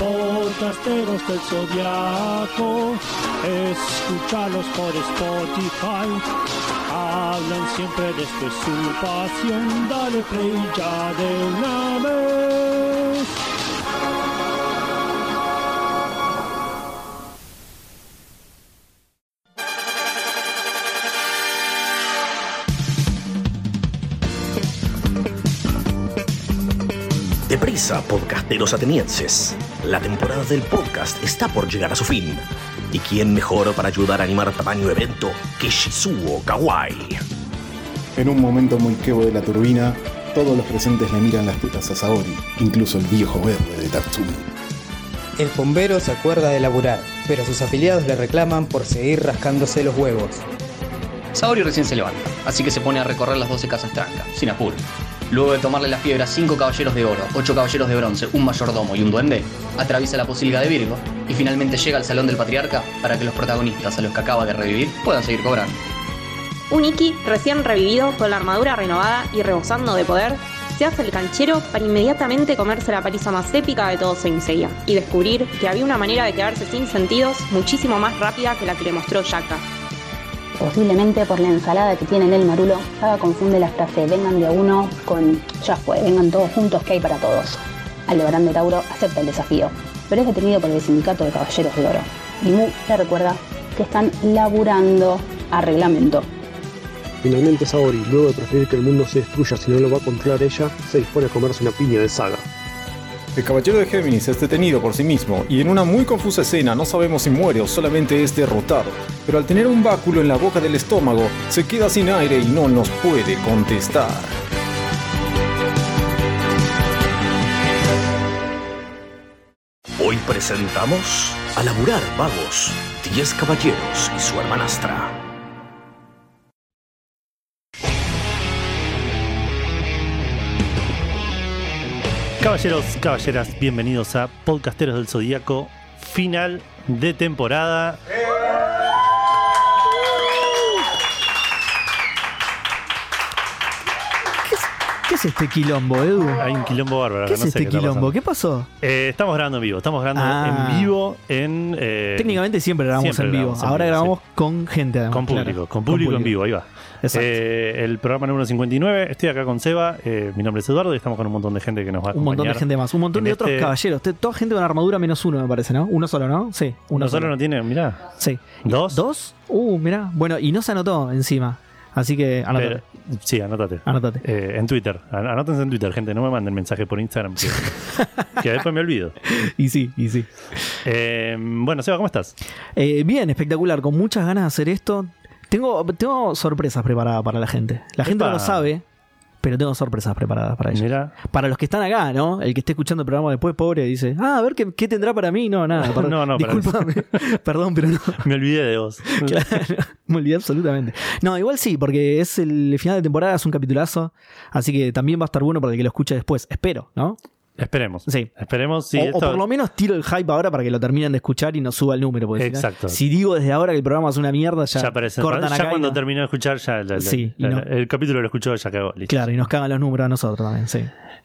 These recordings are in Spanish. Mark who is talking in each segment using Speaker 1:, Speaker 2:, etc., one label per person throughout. Speaker 1: Podcasteros del Zodiaco, escúchalos por Spotify. Hablan siempre desde su pasión, dale play ya de una vez.
Speaker 2: Deprisa, podcasteros atenienses. La temporada del podcast está por llegar a su fin. ¿Y quién mejor para ayudar a animar tamaño evento que Shizuo Kawai?
Speaker 3: En un momento muy quebo de la turbina, todos los presentes le miran las tetas a Saori, incluso el viejo verde de Tatsumi.
Speaker 4: El bombero se acuerda de laburar, pero sus afiliados le reclaman por seguir rascándose los huevos.
Speaker 5: Saori recién se levanta, así que se pone a recorrer las 12 casas tranca, sin apuro. Luego de tomarle las piedras 5 caballeros de oro, 8 caballeros de bronce, un mayordomo y un duende, atraviesa la posilga de Virgo y finalmente llega al salón del patriarca para que los protagonistas a los que acaba de revivir puedan seguir cobrando.
Speaker 6: Un Iki recién revivido, con la armadura renovada y rebosando de poder, se hace el canchero para inmediatamente comerse la paliza más épica de todo Senseiya y descubrir que había una manera de quedarse sin sentidos muchísimo más rápida que la que le mostró Yaka.
Speaker 7: Posiblemente por la ensalada que tiene en el marulo, Saga confunde la frase vengan de a uno con ya fue, vengan todos juntos que hay para todos. Aldebarán de Tauro acepta el desafío, pero es detenido por el sindicato de caballeros de oro. Y Mu le recuerda que están laburando a reglamento.
Speaker 8: Finalmente Saori, luego de preferir que el mundo se destruya si no lo va a controlar ella, se dispone a comerse una piña de Saga.
Speaker 3: El caballero de Géminis es detenido por sí mismo y en una muy confusa escena no sabemos si muere o solamente es derrotado, pero al tener un báculo en la boca del estómago se queda sin aire y no nos puede contestar.
Speaker 2: Hoy presentamos a laburar vagos, 10 caballeros y su hermanastra.
Speaker 1: Caballeros, caballeras, bienvenidos a Podcasteros del Zodíaco, final de temporada.
Speaker 9: ¿Qué es este quilombo, Edu?
Speaker 1: Hay un quilombo bárbaro.
Speaker 9: ¿Qué es
Speaker 1: no sé
Speaker 9: este
Speaker 1: está
Speaker 9: quilombo?
Speaker 1: pasando.
Speaker 9: ¿Qué pasó?
Speaker 1: Eh, estamos grabando en vivo, estamos grabando
Speaker 9: Ah.
Speaker 1: en vivo en... eh,
Speaker 9: Técnicamente siempre grabamos
Speaker 1: siempre
Speaker 9: en vivo.
Speaker 1: grabamos en
Speaker 9: Ahora
Speaker 1: vivo,
Speaker 9: grabamos con gente. además,
Speaker 1: Con
Speaker 9: Ah, claro.
Speaker 1: público, con público en vivo, ahí va.
Speaker 9: Exacto.
Speaker 1: Eh, el programa número 59, estoy acá con Seba, eh, mi nombre es Eduardo y estamos con un montón de gente que nos va a
Speaker 9: un montón de
Speaker 1: acompañar.
Speaker 9: gente más. Un montón
Speaker 1: en
Speaker 9: de otros
Speaker 1: este-
Speaker 9: caballeros. Te- Toda gente con armadura menos uno, me parece, ¿no? Uno solo, ¿no? Sí. Uno,
Speaker 1: Uno solo no tiene, mirá.
Speaker 9: Sí.
Speaker 1: ¿Dos?
Speaker 9: ¿Dos? Uh, mirá. Bueno, y no se anotó encima. Así que anotate.
Speaker 1: Pero- sí, anótate.
Speaker 9: Anotate.
Speaker 1: Eh, en Twitter, An- anótense en Twitter, gente, no me manden mensajes por Instagram, que, que después me olvido.
Speaker 9: Y sí, y sí.
Speaker 1: Eh, bueno, Seba, ¿cómo estás?
Speaker 9: Eh, bien, espectacular. Con muchas ganas de hacer esto. Tengo, tengo sorpresas preparadas para la gente. La gente no
Speaker 1: Epa.
Speaker 9: lo sabe, pero tengo sorpresas preparadas para ellos.
Speaker 1: Mira,
Speaker 9: Para los que están acá, ¿no? El que esté escuchando el programa después, pobre, dice, ah, a ver qué, qué tendrá para mí. No, nada, perdón.
Speaker 1: No, no, para-
Speaker 9: discúlpame. perdón, pero no.
Speaker 1: me olvidé de vos.
Speaker 9: Claro, me olvidé absolutamente. No, igual sí, porque es el final de temporada, es un capitulazo, así que también va a estar bueno para el que lo escuche después, espero, ¿no?
Speaker 1: Esperemos.
Speaker 9: Sí.
Speaker 1: Esperemos. Sí,
Speaker 9: o, o
Speaker 1: esto-
Speaker 9: por lo menos tiro el hype ahora para que lo terminen de escuchar y no suba el número. porque si no-
Speaker 1: Exacto.
Speaker 9: Si digo desde ahora que el programa es una mierda, ya,
Speaker 1: ya, aparece.
Speaker 9: cortan
Speaker 1: Ya
Speaker 9: acá y
Speaker 1: cuando
Speaker 9: no-
Speaker 1: terminó de escuchar, ya la- la-
Speaker 9: Sí, y
Speaker 1: la-
Speaker 9: no.
Speaker 1: el capítulo lo escuchó, ya cagó. listo.
Speaker 9: Claro, y nos cagan los números a nosotros también, sí.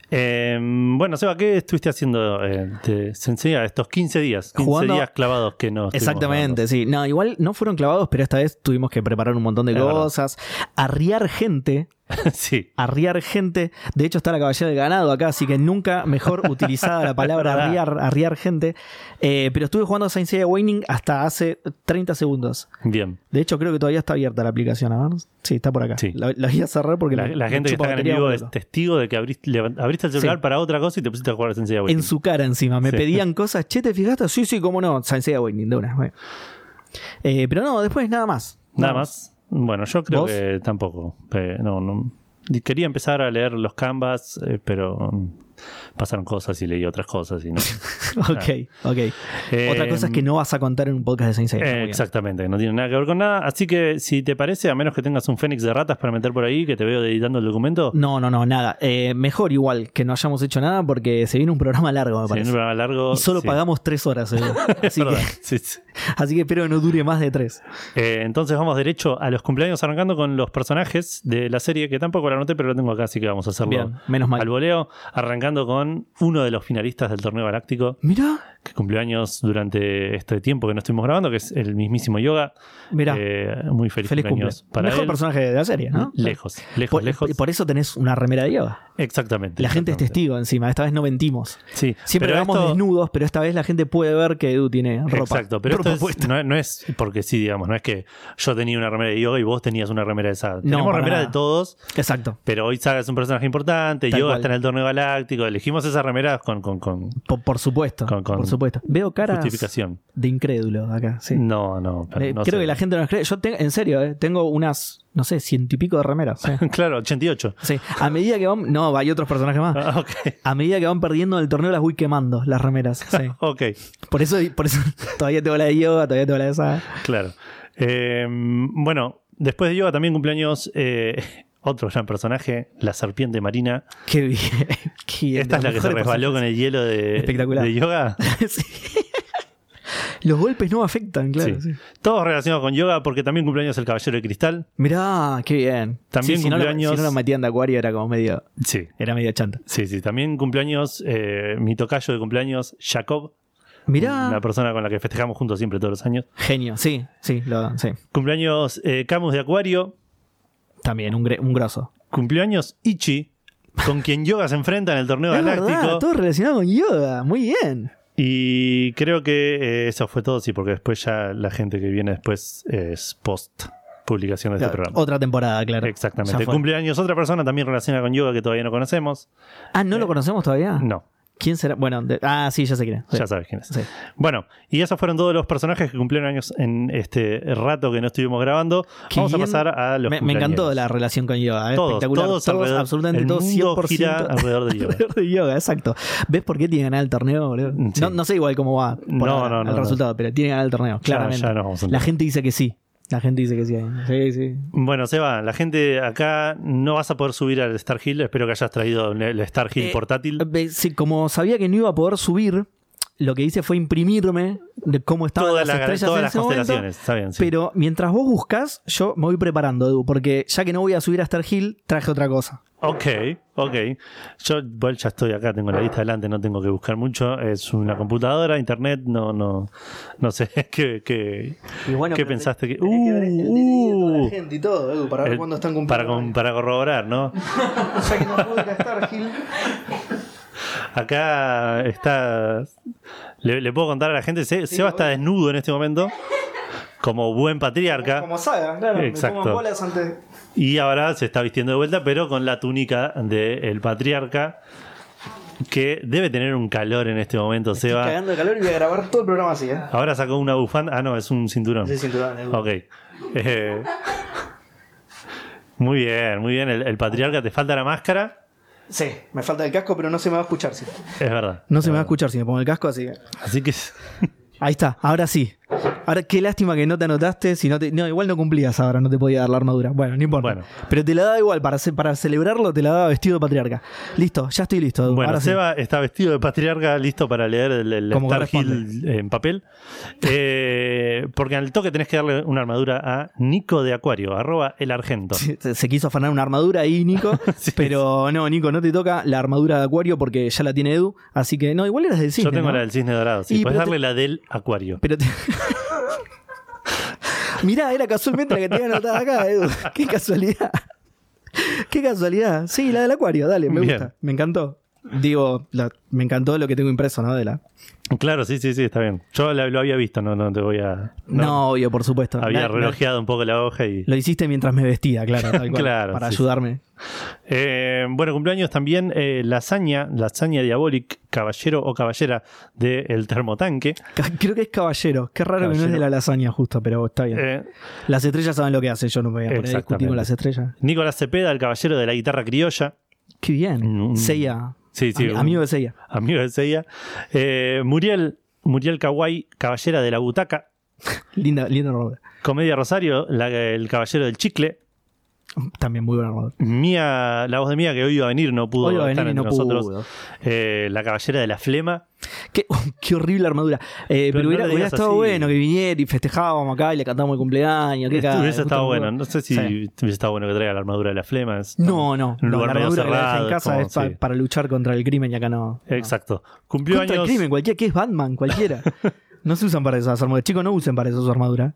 Speaker 1: Eh, bueno, Seba, ¿qué estuviste haciendo eh, de Sensei estos 15 días? 15
Speaker 9: Jugando-
Speaker 1: días clavados que no. estuvimos
Speaker 9: Exactamente, sí. No, igual no fueron clavados, pero esta vez tuvimos que preparar un montón de
Speaker 1: Es verdad.
Speaker 9: cosas, arriar gente,
Speaker 1: grabando. sí.
Speaker 9: arriar gente. De hecho, está la caballera del ganado acá, así que nunca mejor utilizada la palabra arriar, arriar gente. Eh, pero estuve jugando a Saint Seiya Waning hasta hace 30 segundos.
Speaker 1: Bien.
Speaker 9: De hecho, creo que todavía está abierta la aplicación. A ver. Sí, está por acá.
Speaker 1: Sí.
Speaker 9: La, la voy a cerrar porque
Speaker 1: La,
Speaker 9: me-
Speaker 1: la
Speaker 9: me
Speaker 1: gente que
Speaker 9: chupa
Speaker 1: está acá en
Speaker 9: batería
Speaker 1: vivo
Speaker 9: un
Speaker 1: es
Speaker 9: poco.
Speaker 1: testigo de que abriste, levant- abriste el celular
Speaker 9: Sí.
Speaker 1: para otra cosa y te pusiste a jugar a Sensei
Speaker 9: En su cara encima. Me
Speaker 1: Sí.
Speaker 9: pedían cosas. Che, ¿te fijaste? Sí, sí, cómo no. Saint Seiya Waning, de una. Bueno. Eh, pero no, después nada más.
Speaker 1: Nada más. Bueno, yo creo
Speaker 9: ¿Vos?
Speaker 1: que tampoco. Eh, no, no. Quería empezar a leer los canvas, eh, pero mm, pasaron cosas y leí otras cosas y no.
Speaker 9: ok, ok.
Speaker 1: Eh,
Speaker 9: Otra cosa es que no vas a contar en un podcast de Saint Seiya.
Speaker 1: eh,
Speaker 9: Muy bien.
Speaker 1: exactamente, no tiene nada que ver con nada. Así que si te parece, a menos que tengas un fénix de ratas para meter por ahí, que te veo editando el documento,
Speaker 9: No, no, no, nada. Eh, mejor igual que no hayamos hecho nada porque se viene un programa largo, me
Speaker 1: si viene
Speaker 9: parece.
Speaker 1: un programa largo.
Speaker 9: y solo
Speaker 1: sí.
Speaker 9: pagamos tres horas, seguro.
Speaker 1: Es
Speaker 9: Así que,
Speaker 1: verdad, sí, sí.
Speaker 9: así que espero que no dure más de tres.
Speaker 1: Eh, entonces vamos derecho a los cumpleaños, arrancando con los personajes de la serie, que tampoco la anoté, pero lo tengo acá, así que vamos a hacerlo
Speaker 9: Bien, menos mal.
Speaker 1: al voleo, arrancando con uno de los finalistas del torneo galáctico,
Speaker 9: Mira,
Speaker 1: que cumplió años durante este tiempo que no estuvimos grabando, que es el mismísimo Yoga.
Speaker 9: mira.
Speaker 1: Eh, muy feliz,
Speaker 9: feliz cumple.
Speaker 1: cumpleaños para
Speaker 9: Mejor
Speaker 1: él.
Speaker 9: personaje de la serie, ¿no?
Speaker 1: Lejos, lejos,
Speaker 9: Por,
Speaker 1: lejos.
Speaker 9: por eso tenés una remera de yoga.
Speaker 1: exactamente.
Speaker 9: La gente es
Speaker 1: exactamente.
Speaker 9: testigo encima. Esta vez no mentimos.
Speaker 1: Sí,
Speaker 9: Siempre
Speaker 1: pero
Speaker 9: grabamos
Speaker 1: esto-
Speaker 9: desnudos, pero esta vez la gente puede ver que Edu tiene ropa.
Speaker 1: Exacto, pero
Speaker 9: ropa
Speaker 1: esto es-
Speaker 9: puesta.
Speaker 1: no, es- no es porque sí, digamos, no es que yo tenía una remera de yoga y vos tenías una remera de Saga.
Speaker 9: No,
Speaker 1: Tenemos
Speaker 9: para
Speaker 1: remera
Speaker 9: nada.
Speaker 1: de todos,
Speaker 9: Exacto.
Speaker 1: Pero hoy Saga es un personaje importante,
Speaker 9: Tal
Speaker 1: Yoga
Speaker 9: cual.
Speaker 1: está en el torneo galáctico, elegimos esas remeras con, con, con
Speaker 9: Por, por supuesto.
Speaker 1: Con- con
Speaker 9: por supuesto. Veo caras
Speaker 1: justificación.
Speaker 9: de incrédulo acá. Sí.
Speaker 1: No, no, pero
Speaker 9: Eh,
Speaker 1: no
Speaker 9: Creo
Speaker 1: sé.
Speaker 9: que la gente no nos cree. Yo te- en serio, eh, tengo unas, no sé, ciento y pico de remeras. eh.
Speaker 1: Claro, 88.
Speaker 9: Sí. A medida que van. No, hay otros personajes más.
Speaker 1: Ah, ok,
Speaker 9: A medida que van perdiendo en el torneo, las voy quemando, las remeras. sí.
Speaker 1: ok,
Speaker 9: Por eso, por eso todavía tengo la de yoga, todavía tengo la de esa.
Speaker 1: claro. Eh, bueno, después de Yoga también cumpleaños eh, otro gran personaje, la serpiente marina.
Speaker 9: Qué bien. qué bien,
Speaker 1: Esta es
Speaker 9: los
Speaker 1: la que se
Speaker 9: mejores
Speaker 1: resbaló con el hielo de,
Speaker 9: Espectacular.
Speaker 1: de Yoga.
Speaker 9: personajes. Sí. Los golpes no afectan, claro.
Speaker 1: Sí.
Speaker 9: sí.
Speaker 1: Todos relacionados con Yoga porque también cumpleaños el Caballero de Cristal.
Speaker 9: Mirá, qué bien.
Speaker 1: También
Speaker 9: Sí, si, no lo,
Speaker 1: cumpleaños-
Speaker 9: si no lo metían de acuario era como medio,
Speaker 1: Sí.
Speaker 9: era medio chanta.
Speaker 1: Sí, sí, también cumpleaños, eh, mi tocayo de cumpleaños, Jacob,
Speaker 9: Mirá,
Speaker 1: una persona con la que festejamos juntos siempre todos los años.
Speaker 9: genio, sí, sí, lo, sí.
Speaker 1: Cumpleaños eh, Camus de Acuario.
Speaker 9: También un, gre- un grosso.
Speaker 1: Cumpleaños Ichi, con quien Yoga se enfrenta en el torneo
Speaker 9: Es verdad,
Speaker 1: galáctico.
Speaker 9: todo relacionado con yoga, muy bien.
Speaker 1: y creo que eh, eso fue todo, sí, porque después ya la gente que viene después es post publicación de este
Speaker 9: Claro,
Speaker 1: programa.
Speaker 9: Otra temporada, claro.
Speaker 1: Exactamente.
Speaker 9: Ya fue.
Speaker 1: Cumpleaños otra persona también relacionada con yoga que todavía no conocemos.
Speaker 9: Ah, ¿no lo conocemos todavía?
Speaker 1: No,
Speaker 9: ¿Quién será? Bueno, de- ah, sí, ya sé quién es. Sí.
Speaker 1: ya sabes quién es.
Speaker 9: Sí.
Speaker 1: Bueno, y esos fueron todos los personajes que cumplieron años en este rato que no estuvimos grabando.
Speaker 9: Qué
Speaker 1: Vamos a
Speaker 9: bien.
Speaker 1: pasar a los
Speaker 9: me, me encantó
Speaker 1: cumpleaños.
Speaker 9: la relación con yoga, eh,
Speaker 1: Todos,
Speaker 9: espectacular.
Speaker 1: todos alrededor-
Speaker 9: absolutamente
Speaker 1: el
Speaker 9: todos,
Speaker 1: mundo
Speaker 9: 100%
Speaker 1: gira alrededor de yoga.
Speaker 9: alrededor de yoga, exacto. ¿Ves por qué tiene que ganar el torneo, boludo?
Speaker 1: Mm, Sí.
Speaker 9: No, no sé igual cómo va por
Speaker 1: No,
Speaker 9: ahora
Speaker 1: no, no,
Speaker 9: el
Speaker 1: no.
Speaker 9: resultado, pero tiene que ganar el torneo, claramente.
Speaker 1: ya nos vamos a
Speaker 9: la
Speaker 1: enterar.
Speaker 9: gente dice que sí. La gente dice que sí. ahí. Sí, sí.
Speaker 1: Bueno, Seba, la gente acá no vas a poder subir al Star Hill. Espero que hayas traído el Star Hill
Speaker 9: Eh,
Speaker 1: portátil.
Speaker 9: Ve- sí, como sabía que no iba a poder subir, lo que hice fue imprimirme de cómo estaban
Speaker 1: todas
Speaker 9: las
Speaker 1: las,
Speaker 9: estrellas
Speaker 1: todas
Speaker 9: en
Speaker 1: las
Speaker 9: ese momento.
Speaker 1: constelaciones. Está bien, sí.
Speaker 9: Pero mientras vos buscas, yo me voy preparando, Edu, porque ya que no voy a subir a Star Hill, traje otra cosa.
Speaker 1: Ok, ok. Yo igual ya estoy acá, tengo la lista delante, no tengo que buscar mucho. Es una computadora, internet, no, no, no sé qué, qué- qué pensaste que. Uh, uh,
Speaker 9: y todo, Edu, para
Speaker 1: el- para, con- para corroborar, ¿no?
Speaker 9: Ya que no puedo ir a Star Hill.
Speaker 1: Acá está. Le, le puedo contar a la gente, Se- Seba está desnudo en este momento, como buen patriarca.
Speaker 9: saga,
Speaker 1: claro, me Exacto. pongo en bolas
Speaker 9: antes.
Speaker 1: Y ahora se está vistiendo de vuelta, pero con la túnica del patriarca. Que debe tener un calor en este momento, Seba.
Speaker 9: de calor y voy a grabar todo el programa así, ¿eh?
Speaker 1: Ahora sacó una bufanda. Ah, no, es un cinturón. Ok. Eh, muy bien, muy bien. El, el patriarca te falta la máscara.
Speaker 9: Sí, me falta el casco, pero no se me va a escuchar. Sí.
Speaker 1: Es verdad.
Speaker 9: No se me va a escuchar si me pongo el casco, así que.
Speaker 1: Así que.
Speaker 9: Ahí está, ahora sí. Ahora, qué lástima que no te anotaste. Si no, te- no, igual no cumplías ahora, no te podía dar la armadura. Bueno, no importa.
Speaker 1: Bueno.
Speaker 9: Pero te la daba igual, para, ce- para celebrarlo te la daba vestido de patriarca. Listo, ya estoy listo. Edu.
Speaker 1: Bueno,
Speaker 9: ahora sí.
Speaker 1: Seba está vestido de patriarca, listo para leer el, el
Speaker 9: Como
Speaker 1: Star
Speaker 9: corresponde.
Speaker 1: Hill en papel. Eh, porque al toque tenés que darle una armadura a Nico de Acuario, arroba el argento.
Speaker 9: Sí, Se, se quiso afanar una armadura ahí, Nico.
Speaker 1: Sí.
Speaker 9: Pero no, Nico, no te toca la armadura de Acuario porque ya la tiene Edu. Así que no, igual eras del
Speaker 1: Yo
Speaker 9: cisne.
Speaker 1: tengo
Speaker 9: ¿no?
Speaker 1: la del cisne dorado,
Speaker 9: Y,
Speaker 1: sí. Puedes
Speaker 9: pero te-
Speaker 1: darle la del acuario.
Speaker 9: Pero te... Mirá, era casualmente la que tenía anotada acá, Edu. Qué casualidad. Qué casualidad. Sí, la del acuario, dale, me
Speaker 1: Bien.
Speaker 9: gusta. Me encantó. Digo, la- me encantó lo que tengo impreso, ¿no? De la...
Speaker 1: Claro, sí, sí, sí, está bien. Yo la- lo había visto, no, no te voy a.
Speaker 9: No, obvio, por supuesto.
Speaker 1: había
Speaker 9: La- la-
Speaker 1: relojeado un poco la hoja y.
Speaker 9: Lo hiciste mientras me vestía, claro, tal cual,
Speaker 1: Claro,
Speaker 9: para
Speaker 1: sí,
Speaker 9: ayudarme.
Speaker 1: Eh, bueno, cumpleaños también eh, lasaña, lasaña diabolic, caballero o caballera del termotanque.
Speaker 9: Ca- Creo que es caballero. Qué raro que no es
Speaker 1: Caballero.
Speaker 9: de la lasaña, justo, pero está bien.
Speaker 1: Eh,
Speaker 9: Las estrellas saben lo que hace, yo no me voy a poner a discutir
Speaker 1: Exactamente.
Speaker 9: con las estrellas.
Speaker 1: Nicolás Cepeda, el caballero de la guitarra criolla.
Speaker 9: Qué bien.
Speaker 1: Mm.
Speaker 9: Seiya,
Speaker 1: Sí, sí.
Speaker 9: Ami-
Speaker 1: un-
Speaker 9: amigo de Seiya.
Speaker 1: amigo de Seiya. Eh, Muriel, Muriel Kawai, caballera de la butaca.
Speaker 9: Linda, linda armadura.
Speaker 1: Comedia Rosario, la- el caballero del chicle.
Speaker 9: También muy buena armadura.
Speaker 1: Mía, la voz de Mía que hoy iba a venir, no pudo
Speaker 9: Hoy va a
Speaker 1: estar
Speaker 9: venir y
Speaker 1: entre
Speaker 9: no
Speaker 1: nosotros.
Speaker 9: pudo.
Speaker 1: Eh, la caballera de la flema.
Speaker 9: Qué, oh, qué horrible armadura.
Speaker 1: Pero
Speaker 9: Eh, pero
Speaker 1: no
Speaker 9: hubiera,
Speaker 1: le
Speaker 9: hubiera
Speaker 1: digas
Speaker 9: estado
Speaker 1: así.
Speaker 9: bueno que viniera y festejábamos acá y le cantábamos el cumpleaños. Qué cara,
Speaker 1: hubiese
Speaker 9: puta
Speaker 1: estado
Speaker 9: madre.
Speaker 1: bueno. No sé si
Speaker 9: Sí.
Speaker 1: hubiese estado bueno que traiga la armadura de la flema. Es-
Speaker 9: No, no.
Speaker 1: Un
Speaker 9: no,
Speaker 1: lugar
Speaker 9: la
Speaker 1: medio
Speaker 9: armadura que la deja
Speaker 1: cerrado,
Speaker 9: en casa
Speaker 1: como,
Speaker 9: es pa-
Speaker 1: sí.
Speaker 9: para luchar contra el crimen y acá no. no.
Speaker 1: Exacto. Cumplió
Speaker 9: Contra el
Speaker 1: años,
Speaker 9: crimen, cualquiera, que es Batman, cualquiera. no se usan para esas armaduras. Chicos, no usen para eso su armadura.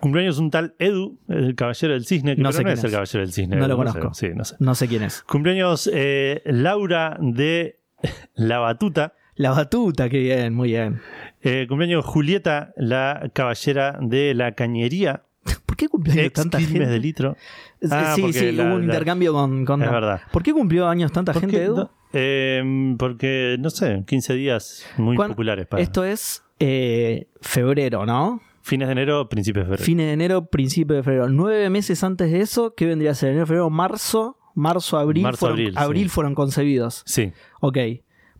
Speaker 1: cumplió años un tal Edu, el caballero del cisne. Que
Speaker 9: No
Speaker 1: pero
Speaker 9: sé
Speaker 1: no
Speaker 9: quién
Speaker 1: es, el
Speaker 9: es.
Speaker 1: caballero del cisne.
Speaker 9: No lo
Speaker 1: sé,
Speaker 9: conozco.
Speaker 1: sí, no sé.
Speaker 9: No sé quién es.
Speaker 1: Cumpleaños eh, Laura de La Batuta.
Speaker 9: La batuta, qué bien, muy bien.
Speaker 1: Eh, cumpleaños Julieta, la caballera de la cañería.
Speaker 9: ¿Por qué cumplió años
Speaker 1: Ex
Speaker 9: tanta
Speaker 1: crímenes
Speaker 9: gente?
Speaker 1: de litro.
Speaker 9: Es-
Speaker 1: Ah,
Speaker 9: sí,
Speaker 1: porque
Speaker 9: sí,
Speaker 1: la-
Speaker 9: hubo un
Speaker 1: la-
Speaker 9: intercambio con, con
Speaker 1: Es
Speaker 9: Dan.
Speaker 1: verdad.
Speaker 9: ¿Por qué cumplió años tanta
Speaker 1: ¿Por
Speaker 9: gente,
Speaker 1: qué
Speaker 9: Edu?
Speaker 1: no? Eh, porque, no sé, 15 días muy
Speaker 9: ¿Cuán-
Speaker 1: populares para
Speaker 9: Esto es eh, febrero, ¿no?
Speaker 1: fines de enero, principios de febrero.
Speaker 9: Fines de enero, principio de febrero. Nueve meses antes de eso, ¿qué vendría a ser? Enero, febrero, marzo, marzo, abril.
Speaker 1: Marzo,
Speaker 9: fueron,
Speaker 1: abril, sí.
Speaker 9: fueron concebidos.
Speaker 1: sí,
Speaker 9: Ok.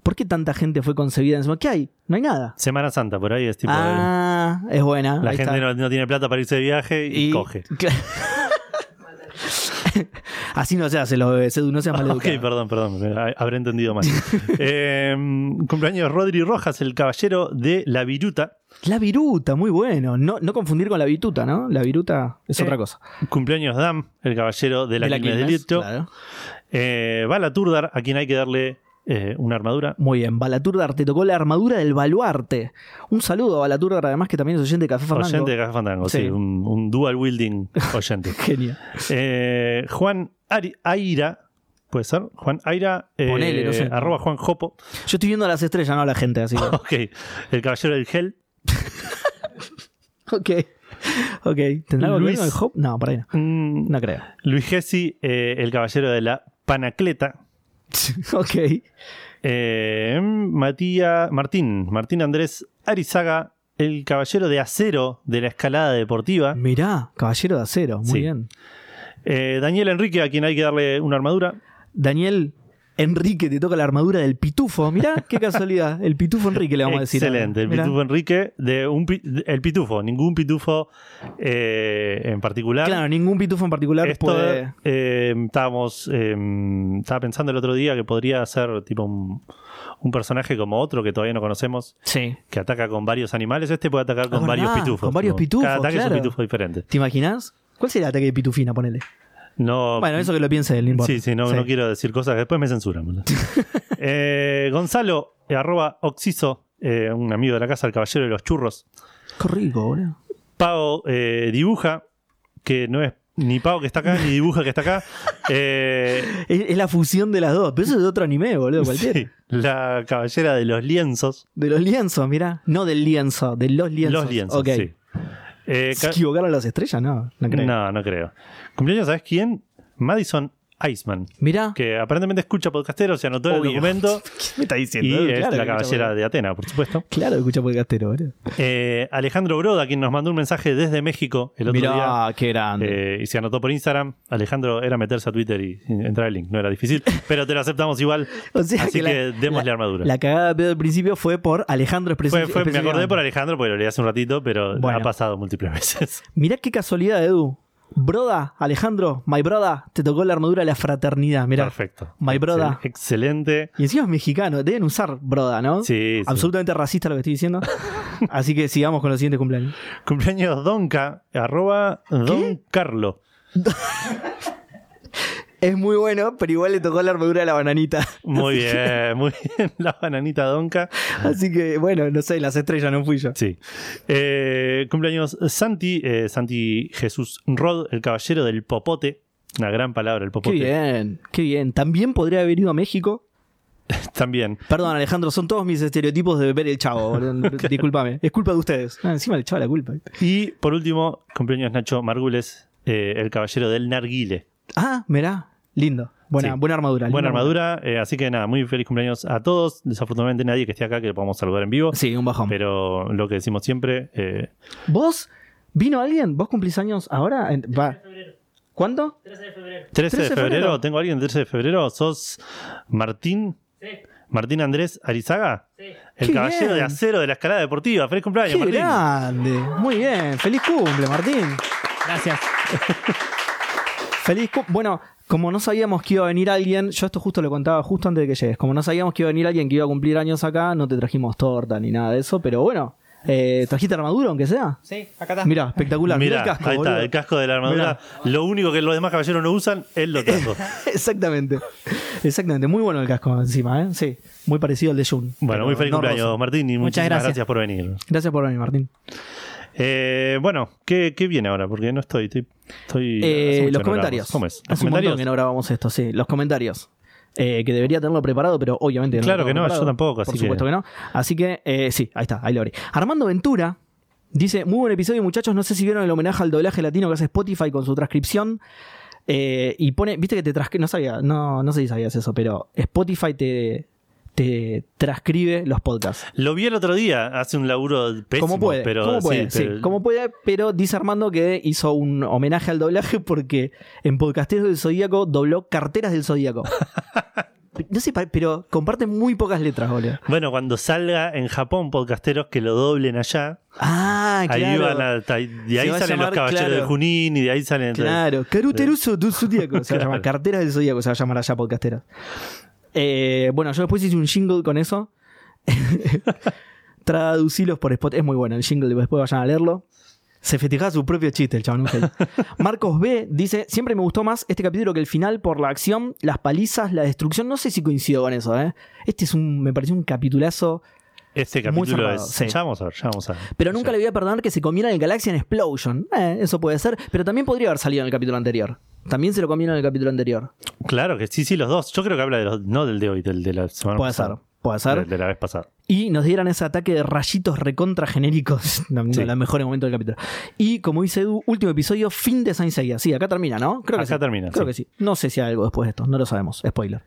Speaker 9: ¿Por qué tanta gente fue concebida encima? ¿Qué hay? No hay nada.
Speaker 1: Semana Santa, por ahí es tipo. de-
Speaker 9: ah, es buena.
Speaker 1: la
Speaker 9: ahí
Speaker 1: gente
Speaker 9: está.
Speaker 1: no, no tiene plata para irse de viaje y, coge.
Speaker 9: Claro. Así no se hace los bebés, Edu, no seas
Speaker 1: Ok,
Speaker 9: maleducado.
Speaker 1: perdón, perdón, a- habré entendido mal. Eh, cumpleaños Rodri Rojas, el caballero de la viruta.
Speaker 9: La viruta, muy bueno. No, no confundir con la vituta, ¿no? La viruta es
Speaker 1: Eh,
Speaker 9: otra cosa.
Speaker 1: Cumpleaños Dam, el caballero de la, Quilmes de
Speaker 9: Quilmes,
Speaker 1: Litro.
Speaker 9: claro.
Speaker 1: Eh, Bala Turdar, a quien hay que darle eh, una armadura.
Speaker 9: Muy bien, Balaturdar, te tocó la armadura del baluarte. Un saludo a Balaturdar, además que también es oyente de Café Fandango.
Speaker 1: Oyente de Café Fandango, sí,
Speaker 9: Sí.
Speaker 1: un, un dual wielding oyente.
Speaker 9: Genio.
Speaker 1: Eh, Juan Ari- Aira, ¿puede ser? Juan Aira, eh,
Speaker 9: Ponele, no sé.
Speaker 1: arroba Juan Jopo.
Speaker 9: Yo estoy viendo a las estrellas, no a la gente, así que...
Speaker 1: Ok, el caballero del gel.
Speaker 9: ok. Ok. ¿Tendrá algo que ver
Speaker 1: Luis.
Speaker 9: con el hop? No, por ahí no.
Speaker 1: Mm,
Speaker 9: No creo.
Speaker 1: Luis Gessi, eh, el caballero de la panacleta.
Speaker 9: ok.
Speaker 1: Eh, Matías Martín, Martín Andrés Arizaga, el caballero de acero de la escalada deportiva.
Speaker 9: Mirá, Caballero de Acero, muy
Speaker 1: Sí.
Speaker 9: bien.
Speaker 1: Eh, Daniel Enrique, a quien hay que darle una armadura.
Speaker 9: Daniel Enrique, te toca la armadura del pitufo. Mirá, qué casualidad. El pitufo Enrique le vamos a decir. ahora.
Speaker 1: Excelente, el
Speaker 9: Mirá.
Speaker 1: pitufo Enrique, de un pi- de- el pitufo, ningún pitufo eh, en particular.
Speaker 9: Claro, ningún pitufo en particular
Speaker 1: Esto
Speaker 9: puede...
Speaker 1: eh, estábamos, eh, estaba pensando el otro día que podría ser tipo un, un personaje como otro que todavía no conocemos,
Speaker 9: Sí.
Speaker 1: que ataca con varios animales. Este puede atacar con
Speaker 9: Es
Speaker 1: varios
Speaker 9: verdad,
Speaker 1: pitufos.
Speaker 9: Ah, con varios
Speaker 1: tipo, Cada
Speaker 9: pitufos,
Speaker 1: ataque es un
Speaker 9: claro.
Speaker 1: pitufo diferente.
Speaker 9: ¿Te imaginas? ¿Cuál sería el ataque de pitufina, ponele?
Speaker 1: No,
Speaker 9: Bueno, eso que lo piense él, no importa.
Speaker 1: sí, sí, no, no quiero decir cosas que después me censuran. Eh, Gonzalo, eh, arroba Oxiso, eh, un amigo de la casa, el caballero de los churros.
Speaker 9: Qué rico, boludo.
Speaker 1: Pau eh, dibuja, que no es ni Pau que está acá, ni dibuja que está acá. Eh,
Speaker 9: Es, es la fusión de las dos. Pero eso es de otro anime, boludo, cualquiera.
Speaker 1: Sí, la caballera de los lienzos.
Speaker 9: De los lienzos, mirá. No del lienzo, de los lienzos.
Speaker 1: Los lienzos,
Speaker 9: Ok.
Speaker 1: sí. Eh,
Speaker 9: ¿Se
Speaker 1: ca-
Speaker 9: equivocaron las estrellas? No, no creo.
Speaker 1: no, no creo. Cumpleaños, ¿sabes quién? Madison Iceman,
Speaker 9: Mirá.
Speaker 1: que aparentemente escucha podcasteros, se anotó en el
Speaker 9: Obvio.
Speaker 1: documento
Speaker 9: ¿Qué me está diciendo?
Speaker 1: y
Speaker 9: Claro
Speaker 1: es la
Speaker 9: que escucha
Speaker 1: caballera
Speaker 9: podcast.
Speaker 1: de Atena, por supuesto.
Speaker 9: Claro, que escucha podcastero, boludo.
Speaker 1: Eh, Alejandro Broda, quien nos mandó un mensaje desde México el otro día.
Speaker 9: Mirá, qué grande.
Speaker 1: Eh, y se anotó por Instagram. Alejandro era meterse a Twitter y y entrar el link. No era difícil, pero te lo aceptamos igual.
Speaker 9: O sea
Speaker 1: así que,
Speaker 9: que la-
Speaker 1: démosle armadura.
Speaker 9: La cagada de pedo al principio fue por Alejandro Espresi-
Speaker 1: Fue- fue- me acordé
Speaker 9: específicamente.
Speaker 1: por Alejandro porque lo leí hace un ratito, pero
Speaker 9: Bueno.
Speaker 1: ha pasado múltiples veces.
Speaker 9: Mirá qué casualidad, Edu. Broda, Alejandro, my broda, te tocó la armadura de la fraternidad, mirá.
Speaker 1: Perfecto.
Speaker 9: My broda.
Speaker 1: Excel- Excelente.
Speaker 9: Y encima es mexicano, deben usar broda, ¿no?
Speaker 1: Sí, sí.
Speaker 9: Absolutamente racista lo que estoy diciendo. Así que sigamos con los siguientes cumpleaños.
Speaker 1: Cumpleaños Donca, arroba Don Carlo.
Speaker 9: Es muy bueno, pero igual le tocó la armadura de la bananita.
Speaker 1: Muy bien, muy bien. La bananita Donca.
Speaker 9: Así que, bueno, no sé, las estrellas no fui yo.
Speaker 1: Sí. Eh, cumpleaños Santi, eh, Santi Jesús Rod, el caballero del popote. Una gran palabra, el
Speaker 9: Qué
Speaker 1: popote.
Speaker 9: bien, qué bien. También podría haber ido a México.
Speaker 1: También.
Speaker 9: Perdón, Alejandro, son todos mis estereotipos de ver el chavo. boludo. Discúlpame, es culpa de ustedes. Ah, encima el chavo la culpa.
Speaker 1: Y por último, cumpleaños Nacho Margules, eh, el caballero del narguile.
Speaker 9: Ah, mirá, lindo. Buena,
Speaker 1: Sí.
Speaker 9: buena armadura.
Speaker 1: Buena
Speaker 9: linda
Speaker 1: armadura, eh, así que nada, muy feliz cumpleaños a todos. Desafortunadamente nadie que esté acá que lo podamos saludar en vivo.
Speaker 9: Sí, un bajón.
Speaker 1: Pero lo que decimos siempre, eh,
Speaker 9: ¿Vos? ¿Vino alguien? ¿Vos cumplís años ahora? En- Va. ¿Cuánto?
Speaker 1: 13 de
Speaker 9: 13 de
Speaker 1: febrero,
Speaker 9: febrero.
Speaker 1: tengo a alguien 13 de febrero, sos Martín. Martín Andrés Arizaga, el
Speaker 9: Qué
Speaker 1: caballero de
Speaker 9: bien.
Speaker 1: acero de la escalada deportiva. ¡Feliz
Speaker 9: ¡Qué
Speaker 1: cumpleaños, Martín!
Speaker 9: grande! Muy bien. ¡Feliz cumple, Martín!
Speaker 10: Gracias.
Speaker 9: Feliz cum- Bueno, como no sabíamos que iba a venir alguien, yo esto justo lo contaba justo antes de que llegues. Como no sabíamos que iba a venir alguien que iba a cumplir años acá, no te trajimos torta ni nada de eso, pero bueno. eh, ¿Trajiste armadura, aunque sea?
Speaker 10: Sí, acá está.
Speaker 9: Mira, espectacular.
Speaker 1: Mirá,
Speaker 9: Mirá el casco,
Speaker 1: ahí está,
Speaker 9: boludo.
Speaker 1: el casco de la armadura. Lo único que los demás caballeros no usan, él lo trajo.
Speaker 9: Exactamente. Exactamente. Muy bueno el casco encima, ¿eh? Sí. Muy parecido al de Jun.
Speaker 1: bueno, muy feliz
Speaker 9: No
Speaker 1: cumpleaños,
Speaker 9: rosa.
Speaker 1: Martín, y
Speaker 10: Muchas
Speaker 1: muchísimas gracias.
Speaker 10: gracias.
Speaker 1: por venir.
Speaker 9: Gracias por venir, Martín.
Speaker 1: Eh, bueno, ¿qué, ¿qué viene ahora? Porque no estoy. estoy, estoy-
Speaker 9: Eh,
Speaker 1: hace mucho
Speaker 9: los
Speaker 1: no
Speaker 9: comentarios.
Speaker 1: grabamos. ¿Cómo es? ¿Los
Speaker 9: Hace un montón
Speaker 1: comentarios?
Speaker 9: que no grabamos esto, sí. Los comentarios. Eh, que debería tenerlo preparado, pero obviamente lo
Speaker 1: Claro
Speaker 9: tengo
Speaker 1: que no, yo
Speaker 9: preparado.
Speaker 1: tampoco, así
Speaker 9: Por
Speaker 1: que-
Speaker 9: supuesto que, no. Así que, eh, sí, ahí está, ahí lo abrí. Armando Ventura dice: Muy buen episodio, muchachos. No sé si vieron el homenaje al doblaje latino que hace Spotify con su transcripción. Eh, y pone, viste que te transcribe, no sabía, no, no sé si sabías eso, pero Spotify te, te transcribe los podcasts.
Speaker 1: Lo vi el otro día, hace un laburo pésimo.
Speaker 9: Como puede,
Speaker 1: pero,
Speaker 9: como
Speaker 1: sí,
Speaker 9: puede, sí,
Speaker 1: pero-
Speaker 9: como puede, pero dice Armando que hizo un homenaje al doblaje porque en Podcasteros del Zodíaco dobló Carteras del Zodíaco. no sé, pa- pero comparte muy pocas letras, boludo.
Speaker 1: Bueno, cuando salga en Japón, podcasteros que lo doblen allá.
Speaker 9: Ah, claro.
Speaker 1: Ahí van a, ta- de ahí
Speaker 9: va a
Speaker 1: salen
Speaker 9: llamar,
Speaker 1: los caballeros
Speaker 9: claro.
Speaker 1: de Junín y de ahí salen.
Speaker 9: Claro, Caruteruso del Zodíaco. Se va a llamar Carteras del Zodíaco, se va a llamar allá Podcasteros. Eh, bueno, yo después hice un jingle con eso. Traducilos por Spotify. Es muy bueno el jingle, después vayan a leerlo. Se festejaba su propio chiste, el chabón. un genio. Marcos B dice: Siempre me gustó más este capítulo que el final por la acción, las palizas, la destrucción. No sé si coincido con eso, ¿eh? Este es un. Me pareció un capitulazo.
Speaker 1: Este
Speaker 9: Muy
Speaker 1: capítulo
Speaker 9: zarpado,
Speaker 1: es.
Speaker 9: sí.
Speaker 1: Ya vamos a ver, ya vamos a ver.
Speaker 9: Pero nunca
Speaker 1: Ya.
Speaker 9: le voy a perdonar que se comiera el Galaxian Explosion. Eh, eso puede ser. Pero también podría haber salido en el capítulo anterior. También se lo comieron en el capítulo anterior.
Speaker 1: Claro que sí, sí, los dos. Yo creo que habla de los, no del de hoy, del de la semana
Speaker 9: Puede ser.
Speaker 1: pasada.
Speaker 9: Puede ser.
Speaker 1: Del de la vez pasada.
Speaker 9: Y nos dieran ese ataque de rayitos recontra genéricos. No, no,
Speaker 1: Sí.
Speaker 9: los mejores momentos del capítulo. Y como dice Edu, último episodio, fin de Saint Seiya. Sí, acá termina, ¿no? Creo que
Speaker 1: Acá
Speaker 9: sí.
Speaker 1: termina,
Speaker 9: Creo
Speaker 1: sí.
Speaker 9: que sí. No sé si hay algo después de esto, no lo sabemos. Spoiler.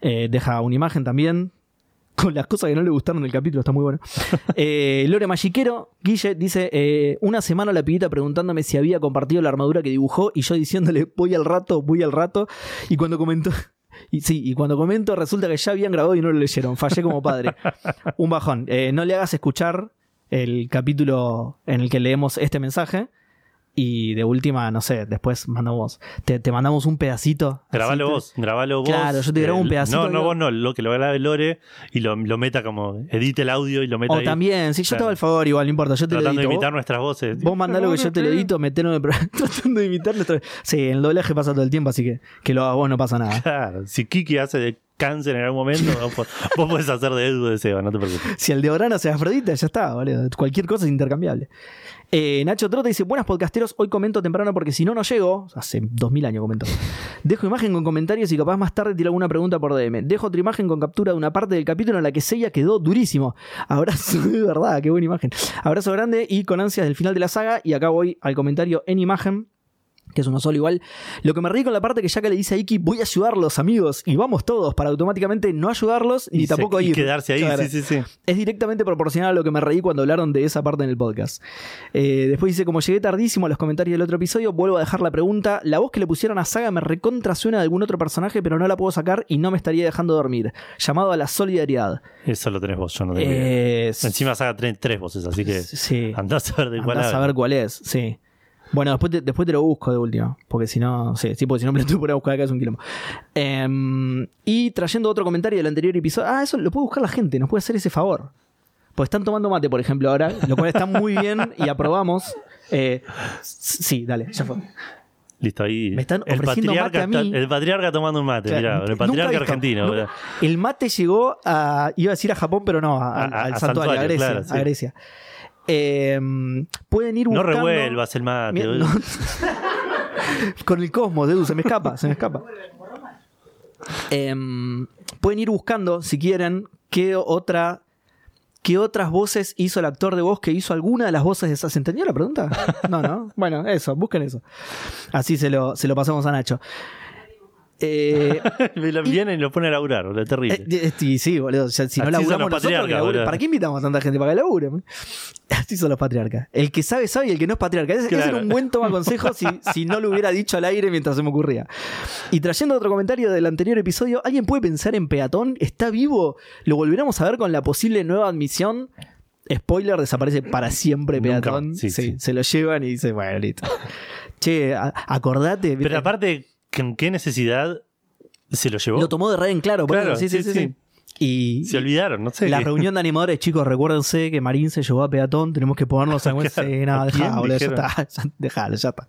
Speaker 9: Eh, deja una imagen también con las cosas que no le gustaron del capítulo, está muy bueno. Eh, Lore Magiquero, Guille, dice: eh, Una semana la pibita preguntándome si había compartido la armadura que dibujó y yo diciéndole voy al rato, voy al rato. Y cuando comentó. Y sí, y cuando comento resulta que ya habían grabado y no lo leyeron. Fallé como padre. Un bajón. Eh, no le hagas escuchar el capítulo en el que leemos este mensaje. Y de última, no sé, después mandamos. Te, te mandamos un pedacito.
Speaker 1: Grabalo
Speaker 9: Así te-
Speaker 1: vos, grabalo vos.
Speaker 9: Claro, yo te grabo un
Speaker 1: El-
Speaker 9: pedacito
Speaker 1: No,
Speaker 9: que-
Speaker 1: no, vos no, lo que lo grabe Lore y lo, lo meta como. Edite el audio y lo meta
Speaker 9: O
Speaker 1: ahí,
Speaker 9: también, sí, yo te
Speaker 1: Claro.
Speaker 9: hago el favor, igual, no importa. Yo te lo
Speaker 1: Tratando de
Speaker 9: edito.
Speaker 1: imitar
Speaker 9: Vos-
Speaker 1: nuestras voces.
Speaker 9: Vos mandá lo que yo te lo edito, metelo en el programa. Tratando de imitar nuestro. Sí, el doblaje pasa todo el tiempo, así que que lo hagas vos no pasa nada.
Speaker 1: Claro, si Kiki hace de cáncer en algún momento, vos, po- vos podés hacer de Edu de Seba, no te preocupes.
Speaker 9: Si el de Orano sea Afrodita, ya está, boludo. Cualquier cosa es intercambiable. Eh, Nacho Trota dice: Buenas podcasteros, hoy comento temprano porque si no, no llego. Hace 2000 años comentó. Dejo imagen con comentarios y capaz más tarde tiro alguna pregunta por DM. Dejo otra imagen con captura de una parte del capítulo en la que Seiya quedó durísimo. Abrazo, de verdad, qué buena imagen. Abrazo grande y con ansias del final de la saga. Y acá voy al comentario en imagen. Que es uno solo igual. Lo que me ríe con la parte que ya que le dice a Iki, voy a ayudarlos, amigos, y vamos todos, para automáticamente no ayudarlos ni
Speaker 1: se-
Speaker 9: tampoco
Speaker 1: y
Speaker 9: ir.
Speaker 1: quedarse ahí,
Speaker 9: Claro
Speaker 1: sí, sí, sí.
Speaker 9: es directamente proporcional a lo que me reí cuando hablaron de esa parte en el podcast. Eh, después dice, como llegué tardísimo a los comentarios del otro episodio, vuelvo a dejar la pregunta. La voz que le pusieron a Saga me recontra suena de algún otro personaje, pero no la puedo sacar y no me estaría dejando dormir. Llamado a la solidaridad.
Speaker 1: Eso lo tenés vos, yo no tengo idea.
Speaker 9: Eh,
Speaker 1: Encima saca tres, tres voces, así que
Speaker 9: sí.
Speaker 1: andás a ver de cuál
Speaker 9: Andá a
Speaker 1: habla.
Speaker 9: saber cuál es, sí. Bueno, después te, después te lo busco de último. Porque si no, sí, sí, porque si no me lo tengo por buscar acá es un quilombo. Em, y trayendo otro comentario del anterior episodio. Ah, eso lo puede buscar la gente, nos puede hacer ese favor. Pues están tomando mate, por ejemplo, ahora, lo cual está muy bien y aprobamos. Eh, s- sí, dale, ya fue.
Speaker 1: Listo, ahí.
Speaker 9: Me están
Speaker 1: el
Speaker 9: ofreciendo
Speaker 1: patriarca,
Speaker 9: mate a
Speaker 1: está-
Speaker 9: mí.
Speaker 1: el patriarca tomando un mate,
Speaker 9: O sea,
Speaker 1: mirá, el
Speaker 9: nunca
Speaker 1: patriarca
Speaker 9: visto-
Speaker 1: argentino.
Speaker 9: nunca-
Speaker 1: mirá.
Speaker 9: El mate llegó a. iba a decir a Japón, pero no, a-
Speaker 1: A-
Speaker 9: al
Speaker 1: a- a
Speaker 9: santuario, a
Speaker 1: santuario,
Speaker 9: Grecia.
Speaker 1: claro, sí.
Speaker 9: a Grecia. Em, pueden ir
Speaker 1: No
Speaker 9: buscando.
Speaker 1: revuelvas el mate.
Speaker 9: Mi-
Speaker 1: boludo.
Speaker 9: no. Con el cosmos, Edu, se me escapa, se me escapa. Em, pueden ir buscando, si quieren, qué otra. ¿Qué otras voces hizo el actor de voz que hizo alguna de las voces de esas? ¿Se entendió la pregunta? No, no. Bueno, eso, busquen eso. Así se lo, se lo pasamos a Nacho. Eh,
Speaker 1: Me lo vienen y lo ponen a laburar, boludo, terrible.
Speaker 9: eh, eh, sí, sí, boludo. O sea, si no
Speaker 1: Así son los
Speaker 9: laburamos nosotros, que
Speaker 1: patriarcas,
Speaker 9: labure-
Speaker 1: boludo.
Speaker 9: ¿para qué invitamos a tanta gente para que labure? man? Así son los patriarcas. El que sabe, sabe y el que no es patriarca. Ese, ese
Speaker 1: Claro.
Speaker 9: era un buen toma consejo si, si no lo hubiera dicho al aire mientras se me ocurría. Y trayendo otro comentario del anterior episodio, ¿alguien puede pensar en Peatón? ¿Está vivo? ¿Lo volveremos a ver con la posible nueva admisión? Spoiler, desaparece para siempre
Speaker 1: Nunca
Speaker 9: Peatón.
Speaker 1: más. Sí,
Speaker 9: Sí,
Speaker 1: sí.
Speaker 9: Se lo llevan y dice, bueno, listo. che, a- acordate. ¿viste?
Speaker 1: Pero aparte, ¿con qué necesidad se lo llevó?
Speaker 9: Lo tomó de red en claro. por
Speaker 1: Claro,
Speaker 9: eso. sí, sí, sí.
Speaker 1: sí,
Speaker 9: sí.
Speaker 1: sí.
Speaker 9: Y,
Speaker 1: se olvidaron, no sé.
Speaker 9: la
Speaker 1: qué.
Speaker 9: reunión de animadores, chicos, recuérdense que Marín se llevó a Peatón, tenemos que ponernos a
Speaker 1: Claro,
Speaker 9: Sí, no,
Speaker 1: ¿a
Speaker 9: dejá,
Speaker 1: quién
Speaker 9: boludo, ya
Speaker 1: dijeron?
Speaker 9: está, ya- dejalo, ya está.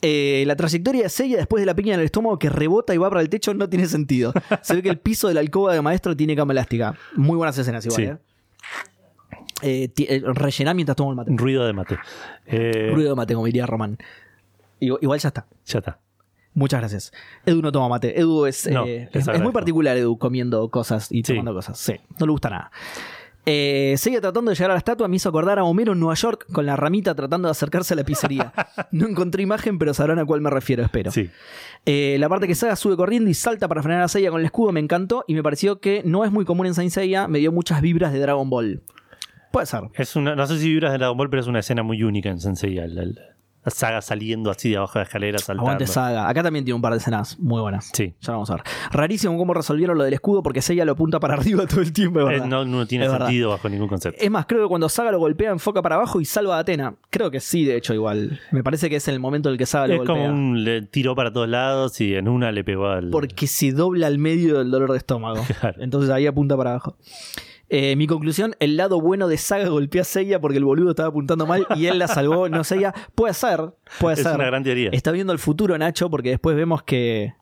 Speaker 9: Eh, la trayectoria de Seiya después de la piña en el estómago que rebota y va para el techo no tiene sentido. Se ve que el piso de la alcoba de maestro tiene cama elástica. Muy buenas escenas igual,
Speaker 1: Sí.
Speaker 9: ¿eh? Eh, ti- eh, rellená mientras tomo el mate.
Speaker 1: Ruido de mate. Eh,
Speaker 9: Ruido de mate, como diría Román. Igu- Igual ya está.
Speaker 1: Ya está.
Speaker 9: Muchas gracias. Edu no toma mate. Edu es,
Speaker 1: No, les
Speaker 9: eh, es, es muy
Speaker 1: agradezco.
Speaker 9: particular, Edu, comiendo cosas y
Speaker 1: Sí.
Speaker 9: tomando cosas. Sí, no le gusta nada. Eh, seguía tratando de llegar a la estatua, me hizo acordar a Homero en Nueva York con la ramita tratando de acercarse a la pizzería. No encontré imagen, pero sabrán a cuál me refiero, espero.
Speaker 1: Sí.
Speaker 9: Eh, la parte que Saga sube corriendo y salta para frenar a Seiya con el escudo me encantó y me pareció que no es muy común en Saint Seiya, me dio muchas vibras de Dragon Ball. Puede ser.
Speaker 1: Es una, no sé si vibras de Dragon Ball, pero es una escena muy única en Sensei. La, la- la saga saliendo así de abajo de la escalera, saltando.
Speaker 9: Aguante Saga. Acá también tiene un par de escenas muy buenas.
Speaker 1: Sí.
Speaker 9: Ya vamos a ver. Rarísimo cómo resolvieron lo del escudo porque Seiya lo apunta para arriba todo el tiempo, es
Speaker 1: Eh,
Speaker 9: verdad.
Speaker 1: no, no tiene
Speaker 9: Es verdad. Eh,
Speaker 1: sentido bajo ningún concepto.
Speaker 9: Es más, creo que cuando Saga lo golpea, enfoca para abajo y salva a Atena. Creo que sí, de hecho, igual. Me parece que es el momento en el que Saga lo
Speaker 1: es
Speaker 9: golpea.
Speaker 1: como un le tiró para todos lados y en una le pegó al.
Speaker 9: Porque se dobla al medio del dolor de estómago.
Speaker 1: Claro.
Speaker 9: Entonces ahí apunta para abajo. Eh, mi conclusión, el lado bueno de Saga golpea a Seiya porque el boludo estaba apuntando mal y él la salvó, no Seiya. Puede ser, puede
Speaker 1: Es
Speaker 9: ser.
Speaker 1: una gran teoría.
Speaker 9: Está viendo el futuro, Nacho, porque después vemos que.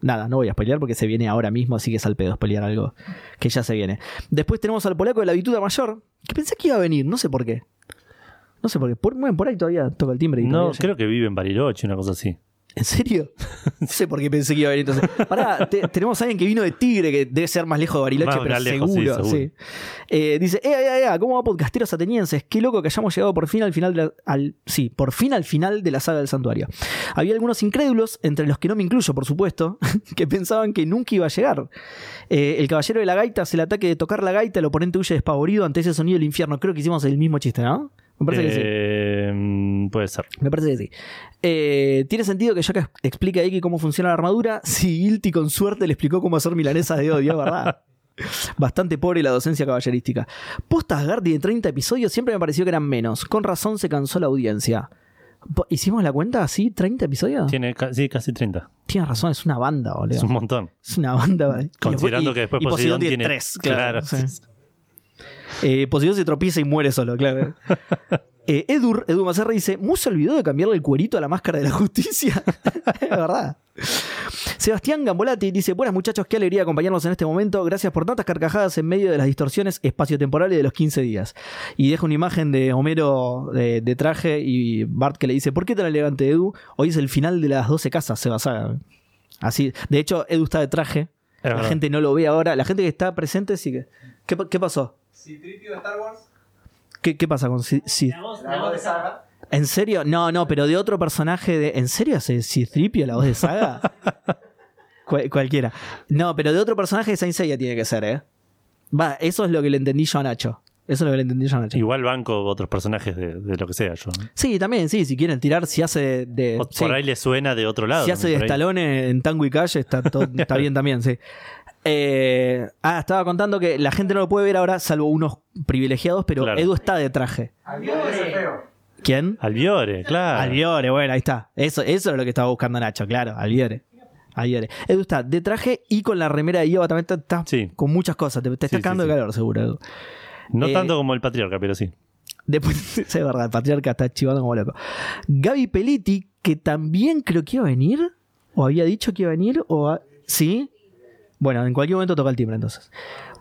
Speaker 9: Nada, no voy a spoilear porque se viene ahora mismo, así que es al pedo spoilear algo que ya se viene. Después tenemos al polaco de la habituda mayor, que pensé que iba a venir, no sé por qué. No sé por qué. Por, bueno, por ahí todavía toca el timbre. Y
Speaker 1: No,
Speaker 9: todavía-
Speaker 1: creo que vive en Bariloche, una cosa así.
Speaker 9: ¿En serio? No sé por qué pensé que iba a venir entonces. Pará, te- tenemos a alguien que vino de Tigre, que debe ser más lejos de Bariloche,
Speaker 1: Más-
Speaker 9: pero
Speaker 1: más
Speaker 9: seguro.
Speaker 1: lejos, sí, seguro.
Speaker 9: sí. Eh, dice, eh, eh, eh, ¿cómo va podcasteros atenienses? Qué loco que hayamos llegado por fin al final de la, al, sí, por fin al final de la saga del santuario. Había algunos incrédulos, entre los que no me incluyo, por supuesto, que pensaban que nunca iba a llegar. Eh, el caballero de la gaita hace el ataque de tocar la gaita, el oponente huye despavorido ante ese sonido del infierno. Creo que hicimos el mismo chiste, ¿no? Me parece que sí.
Speaker 1: Eh, mm, Puede ser.
Speaker 9: Me parece que sí. Eh, ¿Tiene sentido que yo que explique a Iki cómo funciona la armadura? Si Guilty con suerte le explicó cómo hacer milanesas de odio, es ¿verdad? Bastante pobre la docencia caballerística. Postas Gardi de 30 episodios siempre me pareció que eran menos. Con razón se cansó la audiencia. Po- ¿Hicimos la cuenta así? ¿30 episodios?
Speaker 1: Tiene ca- sí, casi 30.
Speaker 9: Tienes razón, es una banda, boludo.
Speaker 1: Es un montón.
Speaker 9: Es una banda. ¿vale?
Speaker 1: Considerando
Speaker 9: Y
Speaker 1: que después
Speaker 9: y
Speaker 1: Poseidón tiene
Speaker 9: tres, claro.
Speaker 1: claro.
Speaker 9: sí. Eh, Poseidón se tropieza y muere solo, claro. Eh, Edur, Edu Macerra dice: ¿Mu se olvidó de cambiarle el cuerito a la máscara de la justicia? es verdad. Sebastián Gambolati dice: Buenas muchachos, qué alegría acompañarnos en este momento. Gracias por tantas carcajadas en medio de las distorsiones espaciotemporales de los 15 días. Y deja una imagen de Homero de, de traje y Bart que le dice: ¿Por qué tan elegante, Edu? Hoy es el final de las 12 casas, se basa. Así. De hecho, Edu está de traje.
Speaker 1: Es
Speaker 9: la
Speaker 1: verdad.
Speaker 9: gente no lo ve ahora. La gente que está presente sí que. ¿Qué, pa- qué pasó? ¿Qué, qué pasa con si, si- ¿En serio? No, no, pero de otro personaje de. ¿En serio hace Citripio la voz de Saga? Cual- cualquiera. No, pero de otro personaje de Saint Seiya tiene que ser, ¿eh? Va, eso es lo que le entendí yo a Nacho. Eso es lo que le entendí yo a Nacho.
Speaker 1: Igual banco otros personajes de, de lo que sea. Yo.
Speaker 9: Sí, también, sí, si quieren tirar, si hace de.
Speaker 1: O-
Speaker 9: Eh, sí.
Speaker 1: Por ahí le suena de otro lado.
Speaker 9: Si hace de
Speaker 1: también, por ahí.
Speaker 9: Stallone en Tango y Calle, está, todo- está bien también, sí. Eh, ah, estaba contando que la gente no lo puede ver ahora, salvo unos privilegiados, pero
Speaker 1: Claro.
Speaker 9: Edu está de traje. ¿Quién?
Speaker 1: Albiore, claro.
Speaker 9: Albiore, bueno, ahí está. Eso, eso es lo que estaba buscando Nacho, claro, Albiore. Albiore. Edu está de traje y con la remera de Iowa también está, está
Speaker 1: Sí.
Speaker 9: con muchas cosas. Te,
Speaker 1: Sí,
Speaker 9: te estás
Speaker 1: sí,
Speaker 9: cagando de
Speaker 1: sí.
Speaker 9: calor, seguro, Edu.
Speaker 1: No
Speaker 9: Eh,
Speaker 1: tanto como el patriarca, pero sí.
Speaker 9: Después, es verdad, el patriarca está chivando como loco. Gaby Peletti, que también creo que iba a venir, o había dicho que iba a venir, o... a- ¿Sí? Bueno, en cualquier momento toca el timbre entonces.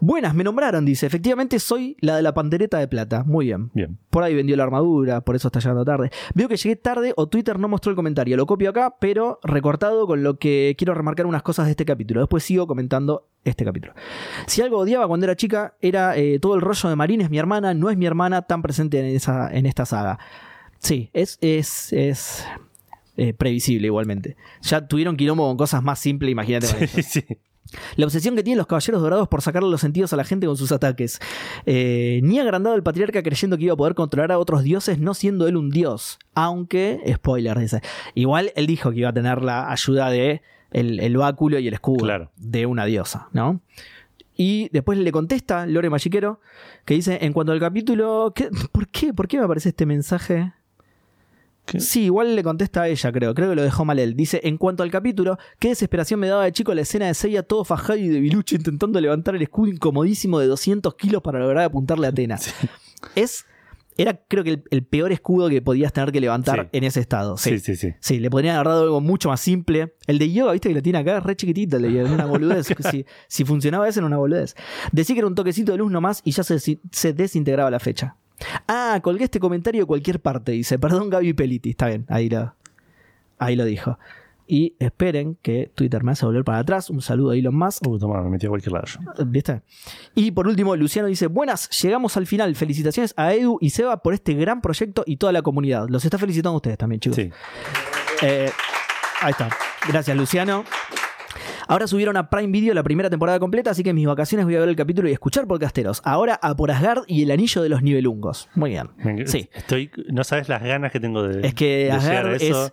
Speaker 9: Buenas, me nombraron, dice. Efectivamente soy la de la pandereta de plata. Muy bien.
Speaker 1: Bien.
Speaker 9: Por ahí vendió la armadura, por eso está llegando tarde. Veo que llegué tarde o Twitter no mostró el comentario. Lo copio acá, pero recortado con lo que quiero remarcar unas cosas de este capítulo. Después sigo comentando este capítulo. Si algo odiaba cuando era chica era eh, todo el rollo de Marín es mi hermana, no es mi hermana tan presente en, esa, en esta saga. Sí, es, es, es eh, previsible igualmente. Ya tuvieron quilombo con cosas más simples, imagínate. con eso.
Speaker 1: Sí, sí.
Speaker 9: La obsesión que tienen los caballeros dorados por sacarle los sentidos a la gente con sus ataques. Eh, ni agrandado el patriarca creyendo que iba a poder controlar a otros dioses no siendo él un dios. Aunque, spoiler, dice. Igual él dijo que iba a tener la ayuda de el, el báculo y el escudo
Speaker 1: Claro.
Speaker 9: de una diosa, ¿no? Y después le contesta Lore Magiquero que dice, en cuanto al capítulo, ¿qué- ¿por qué? ¿Por qué me aparece este mensaje?
Speaker 1: ¿Qué?
Speaker 9: Sí, igual le contesta a ella, creo. Creo que lo dejó mal él. Dice, en cuanto al capítulo, qué desesperación me daba de chico la escena de Seiya todo fajado y debilucho intentando levantar el escudo incomodísimo de 200 kilos para lograr apuntarle a Atena. Es, era creo que el, el peor escudo que podías tener que levantar
Speaker 1: Sí.
Speaker 9: en ese estado.
Speaker 1: Sí, sí,
Speaker 9: Sí.
Speaker 1: sí.
Speaker 9: Sí, le podrían haber dado algo mucho más simple. El de yoga, viste que lo tiene acá, es re chiquitito, le dieron una boludez. que si, si funcionaba ese, era una boludez. Decía que era un toquecito de luz nomás y ya se, desi- se desintegraba la fecha. Ah, colgué este comentario de cualquier parte, dice. Perdón, Gaby Peliti. Está bien, ahí lo, ahí lo dijo. Y esperen que Twitter me hace volver para atrás. Un saludo a Elon Musk.
Speaker 1: Uh, toma, me metí a cualquier lado. yo.
Speaker 9: ¿Viste? Y por último, Luciano dice: Buenas, llegamos al final. Felicitaciones a Edu y Seba por este gran proyecto y toda la comunidad. Los está felicitando a ustedes también, chicos.
Speaker 1: Sí.
Speaker 9: Eh, ahí está. Gracias, Luciano. Ahora subieron a Prime Video la primera temporada completa, así que en mis vacaciones voy a ver el capítulo y escuchar podcasteros. Ahora a por Asgard y el anillo de los nivelungos. Muy bien.
Speaker 1: Me-
Speaker 9: Sí.
Speaker 1: Estoy, no sabes las ganas que tengo de.
Speaker 9: Es que
Speaker 1: de llegar
Speaker 9: Asgard
Speaker 1: a eso.
Speaker 9: es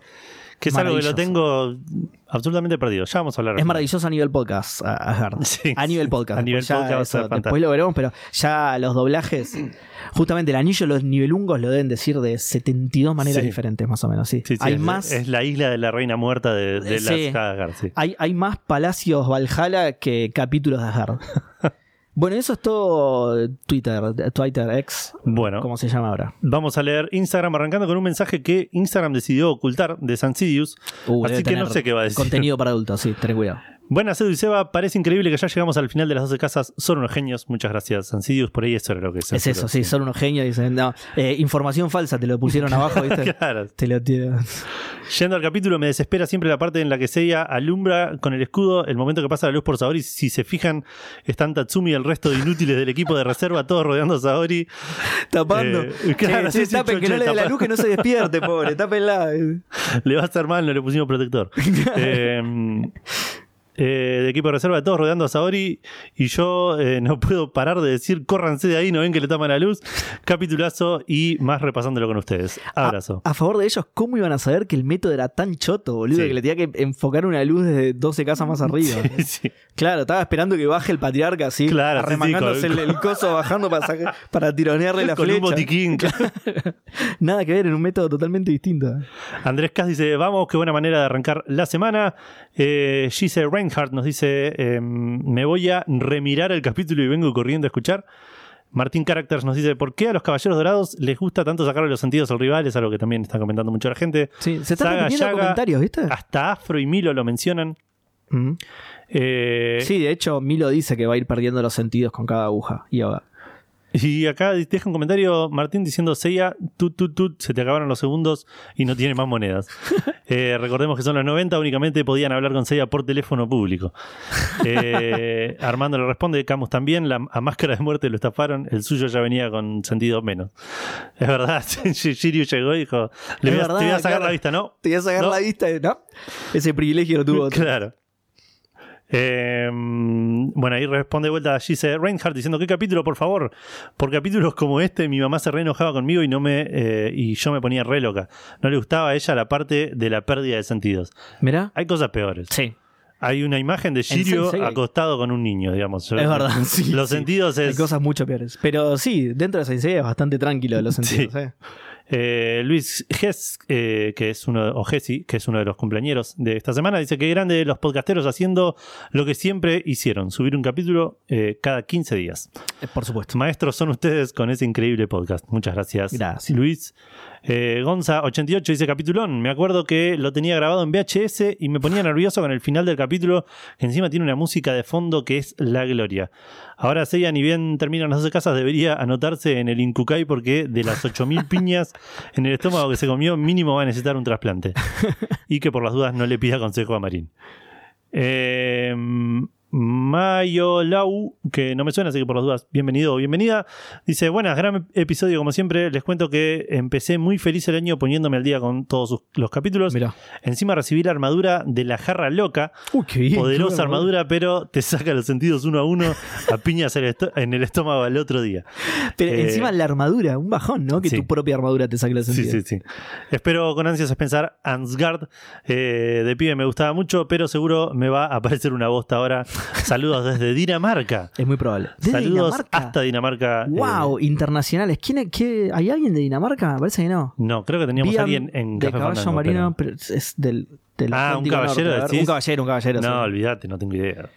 Speaker 1: que es algo que lo
Speaker 9: maravilloso.
Speaker 1: tengo absolutamente perdido. Ya vamos a hablar.
Speaker 9: Es maravilloso a nivel podcast, a- Asgard.
Speaker 1: Sí.
Speaker 9: a nivel podcast.
Speaker 1: A nivel
Speaker 9: Después ya
Speaker 1: podcast va a ser
Speaker 9: después
Speaker 1: fantástico.
Speaker 9: lo veremos, pero ya los doblajes, justamente el anillo de los nivelungos lo deben decir de 72 maneras
Speaker 1: Sí.
Speaker 9: diferentes, más o menos. Sí.
Speaker 1: Sí, sí,
Speaker 9: Hay
Speaker 1: es,
Speaker 9: más. Eh,
Speaker 1: Es la isla de la reina muerta de, de las
Speaker 9: Sí. Ah,
Speaker 1: Hagar, sí.
Speaker 9: Hay, hay más palacios Valhalla que capítulos de Asgard. bueno, eso es todo Twitter, Twitter X,
Speaker 1: Bueno,
Speaker 9: como se llama ahora.
Speaker 1: vamos a leer Instagram arrancando con un mensaje que Instagram decidió ocultar de Sansidius.
Speaker 9: Uh,
Speaker 1: Así
Speaker 9: debe
Speaker 1: que no
Speaker 9: tener
Speaker 1: sé qué va a decir.
Speaker 9: Contenido para adultos, sí, ten cuidado.
Speaker 1: Buenas, Edu y Seba. Parece increíble que ya llegamos al final de las 12 casas. Son unos genios. Muchas gracias, Sansidius. Por ahí eso era lo que se
Speaker 9: es
Speaker 1: censuró,
Speaker 9: eso, sí, son unos genios. Dicen, no, eh, información falsa, te lo pusieron abajo, ¿viste?
Speaker 1: Claro.
Speaker 9: te lo tiran.
Speaker 1: Yendo al capítulo, me desespera siempre la parte en la que Seiya alumbra con el escudo el momento que pasa la luz por Saori. Si se fijan, están Tatsumi y el resto de inútiles del equipo de reserva, todos rodeando a Saori.
Speaker 9: Tapando.
Speaker 1: Eh, claro,
Speaker 9: Che,
Speaker 1: sí,
Speaker 9: che,
Speaker 1: sí,
Speaker 9: tapen,
Speaker 1: che,
Speaker 9: que no
Speaker 1: che,
Speaker 9: le dé la
Speaker 1: tapa.
Speaker 9: luz, que no se despierte, pobre. Tápenla.
Speaker 1: Le va a hacer mal, no le pusimos protector. Eh, eh, de equipo de reserva, todos rodeando a Saori. Y yo eh, no puedo parar de decir, córranse de ahí, no ven que le tapan la luz. Capitulazo y más repasándolo con ustedes. Abrazo.
Speaker 9: A, a favor de ellos, ¿cómo iban a saber que el método era tan choto, boludo?
Speaker 1: Sí.
Speaker 9: Que le tenía que enfocar una luz desde 12 casas más arriba.
Speaker 1: Sí.
Speaker 9: Claro, estaba esperando que baje el patriarca así,
Speaker 1: Claro, sí, sí,
Speaker 9: arremangándose
Speaker 1: con-
Speaker 9: el, el coso, bajando para, saca- para tironearle la
Speaker 1: Con un
Speaker 9: flecha.
Speaker 1: botiquín, claro.
Speaker 9: Nada que ver, en un método totalmente distinto.
Speaker 1: Andrés Cas dice, vamos, qué buena manera de arrancar la semana. Eh, Gise Reinhardt nos dice, em, me voy a remirar el capítulo y vengo corriendo a escuchar. Martín Caracters nos dice, ¿por qué a los Caballeros Dorados les gusta tanto sacarle los sentidos al rival? Es algo que también está comentando mucho la gente.
Speaker 9: Sí, se está
Speaker 1: Saga Ah,
Speaker 9: repitiendo
Speaker 1: Yaga,
Speaker 9: comentarios, ¿viste?
Speaker 1: Hasta Afro y Milo lo mencionan.
Speaker 9: Mm.
Speaker 1: Eh,
Speaker 9: Sí, de hecho, Milo dice que va a ir perdiendo los sentidos con cada aguja. Y ahora-
Speaker 1: Y acá deja un comentario Martín diciendo, Seiya, tut, tut, tut, se te acabaron los segundos y no tiene más monedas. Eh, recordemos que son los 90, únicamente podían hablar con Seiya por teléfono público. Eh, Armando le responde, Camus también, la, a máscara de muerte lo estafaron, el suyo ya venía con sentido menos. Es verdad, Shiryu llegó y dijo, "Le
Speaker 9: Es
Speaker 1: voy a-
Speaker 9: verdad,
Speaker 1: te voy a sacar
Speaker 9: claro.
Speaker 1: la vista, ¿no?
Speaker 9: Te voy a sacar
Speaker 1: No.
Speaker 9: la vista, ¿no? Ese privilegio lo tuvo. otro.
Speaker 1: Claro. Eh, bueno, ahí responde de vuelta Gise Reinhardt diciendo, ¿qué capítulo, por favor? Por capítulos como este, mi mamá se re enojaba conmigo y no me eh, y yo me ponía re loca. No le gustaba a ella la parte de la pérdida de sentidos.
Speaker 9: Mirá.
Speaker 1: Hay cosas peores.
Speaker 9: Sí.
Speaker 1: Hay una imagen de Shirio
Speaker 9: Sensei hay.
Speaker 1: acostado con un niño, digamos.
Speaker 9: Es verdad, sí,
Speaker 1: Los
Speaker 9: sí.
Speaker 1: sentidos
Speaker 9: Hay
Speaker 1: es...
Speaker 9: cosas mucho peores. Pero sí, dentro de Sensei es bastante tranquilo de los sentidos.
Speaker 1: Sí.
Speaker 9: ¿eh?
Speaker 1: Eh, Luis Ges, eh, que es uno, o Gesi, que es uno de los cumpleañeros de esta semana, dice que grande los podcasteros haciendo lo que siempre hicieron, subir un capítulo eh, cada 15 días.
Speaker 9: Eh, Por supuesto.
Speaker 1: Maestros son ustedes con ese increíble podcast. Muchas gracias.
Speaker 9: Gracias.
Speaker 1: Luis. Eh, Gonza88 dice capitulón. Me acuerdo que lo tenía grabado en VHS y me ponía nervioso con el final del capítulo. que Encima tiene una música de fondo que es la gloria. Ahora Seiya, ni bien terminan las 12 casas, debería anotarse en el Incucay porque de las 8.000 piñas en el estómago que se comió, mínimo va a necesitar un trasplante. Y que por las dudas no le pida consejo a Marín. Eh, Mayo Lau, que no me suena, así que por las dudas, bienvenido o bienvenida. Dice, buenas, gran episodio como siempre. Les cuento que empecé muy feliz el año poniéndome al día con todos sus- los capítulos.
Speaker 9: Mirá.
Speaker 1: Encima recibí la armadura de la jarra loca.
Speaker 9: Uy, qué bien.
Speaker 1: Poderosa armadura, pero te saca los sentidos uno a uno a piñas en el esto- en el estómago al otro día.
Speaker 9: Pero
Speaker 1: Eh,
Speaker 9: encima la armadura, un bajón, ¿no? Que
Speaker 1: sí.
Speaker 9: tu propia armadura te saque la
Speaker 1: Sí,
Speaker 9: sentido.
Speaker 1: sí, sí. Espero con ansias pensar Ansgard. eh, de pibe me gustaba mucho, pero seguro me va a aparecer una bosta ahora. Saludos desde Dinamarca.
Speaker 9: Es muy probable. Desde
Speaker 1: Saludos
Speaker 9: Dinamarca.
Speaker 1: hasta Dinamarca. eh,
Speaker 9: Wow, internacionales. ¿Quién, qué, ¿Hay alguien de Dinamarca? Me parece que no.
Speaker 1: no, creo que teníamos
Speaker 9: Bian
Speaker 1: alguien en
Speaker 9: de
Speaker 1: Café
Speaker 9: caballo
Speaker 1: Fandango,
Speaker 9: marino,
Speaker 1: pero-
Speaker 9: pero es del. del
Speaker 1: Ah, un
Speaker 9: Atlántico
Speaker 1: caballero,
Speaker 9: Norte, a ver,
Speaker 1: decís.
Speaker 9: Un caballero, un caballero.
Speaker 1: No,
Speaker 9: sí.
Speaker 1: olvídate, no tengo idea.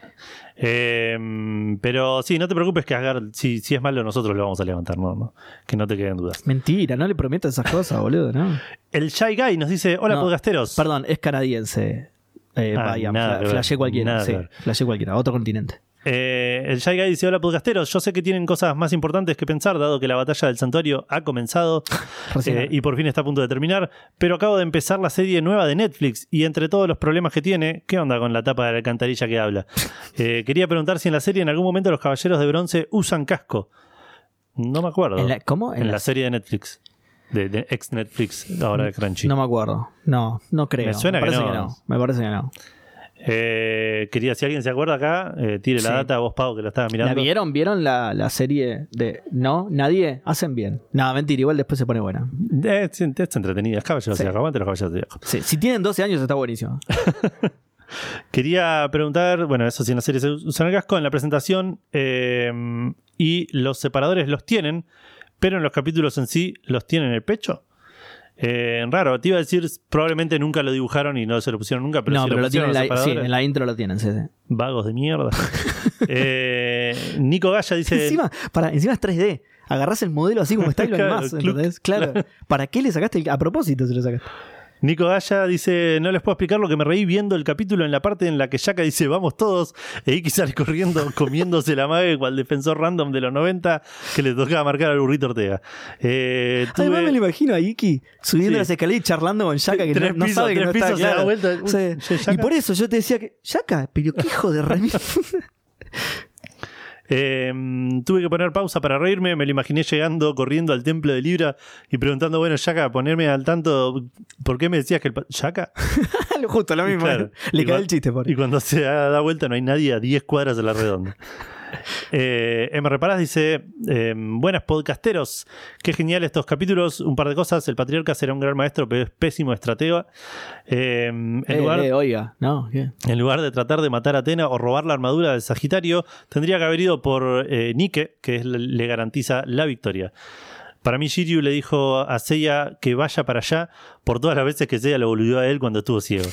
Speaker 1: Eh, pero sí, no te preocupes que Asgard, si, si es malo, nosotros lo vamos a levantar, no, no, que no te queden dudas.
Speaker 9: Mentira, no le prometas esas cosas, boludo, ¿no?
Speaker 1: El Shy Guy nos dice: Hola,
Speaker 9: No,
Speaker 1: podcasteros.
Speaker 9: Perdón, es canadiense. Eh,
Speaker 1: Ah,
Speaker 9: Bayam.
Speaker 1: nada
Speaker 9: Fla-
Speaker 1: que ver,
Speaker 9: flashé cualquiera,
Speaker 1: nada
Speaker 9: sí.
Speaker 1: que ver.
Speaker 9: Flashé cualquiera, otro continente.
Speaker 1: Eh, el Shy Guy dice: Hola, podcasteros. Yo sé que tienen cosas más importantes que pensar, dado que la batalla del santuario ha comenzado
Speaker 9: Recién-
Speaker 1: eh, y por fin está a punto de terminar. Pero acabo de empezar la serie nueva de Netflix y entre todos los problemas que tiene, ¿qué onda con la tapa de la alcantarilla que habla? Eh, quería preguntar si en la serie en algún momento los caballeros de bronce usan casco. No me acuerdo.
Speaker 9: ¿En la- ¿Cómo?
Speaker 1: En, la, serie de Netflix. De, de ex Netflix, ahora de Crunchy.
Speaker 9: No me acuerdo. No, no creo.
Speaker 1: Me suena que
Speaker 9: parece
Speaker 1: no.
Speaker 9: que no. Me parece que no.
Speaker 1: Eh, quería, si alguien se acuerda acá, eh, tire la
Speaker 9: Sí.
Speaker 1: data, vos, Pau, que la estabas
Speaker 9: ¿La
Speaker 1: mirando.
Speaker 9: vieron? ¿Vieron la, la serie de No? ¿Nadie? Hacen bien. No, mentira, igual después se pone buena.
Speaker 1: Eh, Es, es entretenida, es caballeros
Speaker 9: Sí.
Speaker 1: de Zodiaco, aguante los caballeros de Zodiaco.
Speaker 9: Sí, si tienen 12 años está buenísimo.
Speaker 1: Quería preguntar, bueno, eso sí, en la serie se usan el casco, en la presentación, eh, y los separadores los tienen, pero en los capítulos en sí los tienen en el pecho. Eh, raro, te iba a decir, probablemente nunca lo dibujaron y no se lo pusieron nunca, pero,
Speaker 9: no,
Speaker 1: si
Speaker 9: pero lo tienen
Speaker 1: pusieron
Speaker 9: en
Speaker 1: los
Speaker 9: la, sí,
Speaker 1: separadores,
Speaker 9: en la intro lo tienen, sí, sí.
Speaker 1: vagos de mierda. Eh, Nico Gaya dice...
Speaker 9: Encima, para, encima es 3D. Agarrás el modelo así como está y lo
Speaker 1: Claro,
Speaker 9: animás,
Speaker 1: cluc,
Speaker 9: ¿entendés? Claro. ¿Para qué le sacaste el- A propósito se lo sacaste.
Speaker 1: Nico Gaya dice, no les puedo explicar lo que me reí viendo el capítulo en la parte en la que Yaka dice, vamos todos, e Iki sale corriendo, comiéndose la mague cual defensor random de los 90 que le tocaba marcar al burrito Ortega. Eh, tuve
Speaker 9: Además me lo imagino a Iki subiendo
Speaker 1: Sí.
Speaker 9: las escaleras y charlando con Yaka que no-
Speaker 1: tres
Speaker 9: no,
Speaker 1: pisos,
Speaker 9: sabe que
Speaker 1: tres
Speaker 9: no está,
Speaker 1: pisos, se da
Speaker 9: claro.
Speaker 1: vuelta. Uy,
Speaker 9: Sí.
Speaker 1: che, Yaka.
Speaker 9: Y por eso yo te decía que, Yaka, pero qué hijo de remil.
Speaker 1: Eh, tuve que poner pausa para reírme, me lo imaginé llegando, corriendo al templo de Libra y preguntando, bueno, Yaka, ponerme al tanto, ¿por qué me decías que el... pa- ¿Yaka?
Speaker 9: Lo Justo lo
Speaker 1: Y
Speaker 9: mismo. ¿eh?
Speaker 1: claro,
Speaker 9: Le
Speaker 1: y
Speaker 9: cae
Speaker 1: cua-
Speaker 9: el chiste por
Speaker 1: Y cuando se da da vuelta no hay nadie a 10 cuadras de la redonda. Eh, M. Reparas dice: eh, Buenas podcasteros, qué genial estos capítulos. Un par de cosas: el patriarca será un gran maestro, pero es pésimo estratega. Eh, en,
Speaker 9: Eh,
Speaker 1: lugar,
Speaker 9: eh, oiga, no, ¿qué?
Speaker 1: en lugar de tratar de matar a Atena o robar la armadura del Sagitario, tendría que haber ido por eh, Nike, que es- le garantiza la victoria. Para mí, Shiryu le dijo a Seiya que vaya para allá por todas las veces que Seiya lo volvió a él cuando estuvo ciego.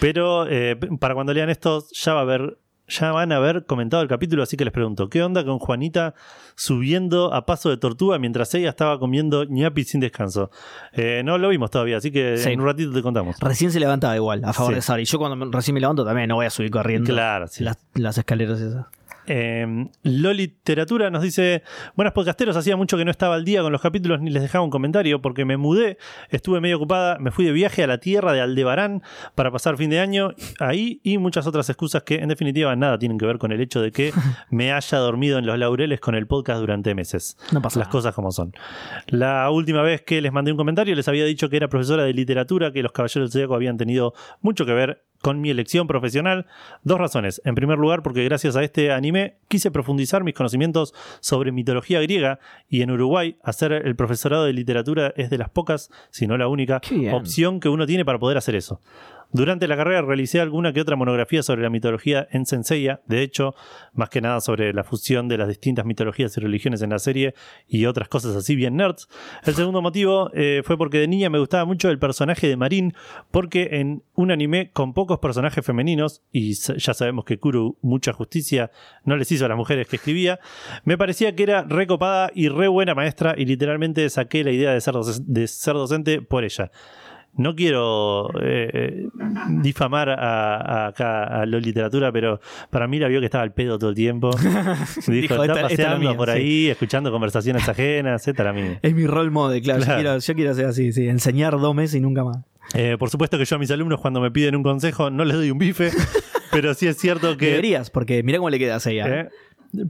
Speaker 1: Pero eh, para cuando lean esto, ya va a haber. Ya van a haber comentado el capítulo, así que les pregunto, ¿qué onda con Juanita subiendo a paso de tortuga mientras ella estaba comiendo ñapi sin descanso? Eh, no lo vimos todavía, así que
Speaker 9: Sí.
Speaker 1: en un ratito te contamos.
Speaker 9: Recién se levantaba igual, a favor
Speaker 1: Sí.
Speaker 9: de Sauri. Yo cuando me- recién me levanto también no voy a subir corriendo
Speaker 1: Claro, sí.
Speaker 9: las, las escaleras esas.
Speaker 1: Eh, Loliteratura nos dice: Buenas podcasteros, hacía mucho que no estaba al día con los capítulos ni les dejaba un comentario porque me mudé, estuve medio ocupada, me fui de viaje a la tierra de Aldebarán para pasar fin de año ahí y muchas otras excusas que, en definitiva, nada tienen que ver con el hecho de que me haya dormido en los laureles con el podcast durante meses.
Speaker 9: No pasa
Speaker 1: Las
Speaker 9: nada.
Speaker 1: cosas como son. La última vez que les mandé un comentario les había dicho que era profesora de literatura, que los caballeros del Zodíaco habían tenido mucho que ver con mi elección profesional. Dos razones. En primer lugar, porque gracias a este anime quise profundizar mis conocimientos sobre mitología griega y en Uruguay hacer el profesorado de literatura es de las pocas, si no la única,
Speaker 9: Qué bien.
Speaker 1: opción que uno tiene para poder hacer eso. Durante la carrera realicé alguna que otra monografía sobre la mitología en Senseiya, de hecho, más que nada sobre la fusión de las distintas mitologías y religiones en la serie y otras cosas así bien nerds. El segundo motivo eh, fue porque de niña me gustaba mucho el personaje de Marín, porque en un anime con pocos personajes femeninos, y sa- ya sabemos que Kuru mucha justicia no les hizo a las mujeres que escribía, me parecía que era recopada y re buena maestra y literalmente saqué la idea de ser, doc- de ser docente por ella. No quiero eh, eh, difamar a, a acá a la literatura, pero para mí la vio que estaba al pedo todo el tiempo. Dijo,
Speaker 9: Dijo,
Speaker 1: está
Speaker 9: "Esta- esta es la
Speaker 1: paseando
Speaker 9: mía",
Speaker 1: por
Speaker 9: sí.
Speaker 1: ahí, escuchando conversaciones ajenas, etc.
Speaker 9: Es mi role model, claro.
Speaker 1: Claro.
Speaker 9: Yo, quiero, yo quiero ser así, sí, enseñar dos meses y nunca más.
Speaker 1: Eh, por supuesto que yo a mis alumnos cuando me piden un consejo no les doy un bife, pero sí es cierto que...
Speaker 9: Deberías, porque mira cómo le quedas a ella.
Speaker 1: ¿Eh?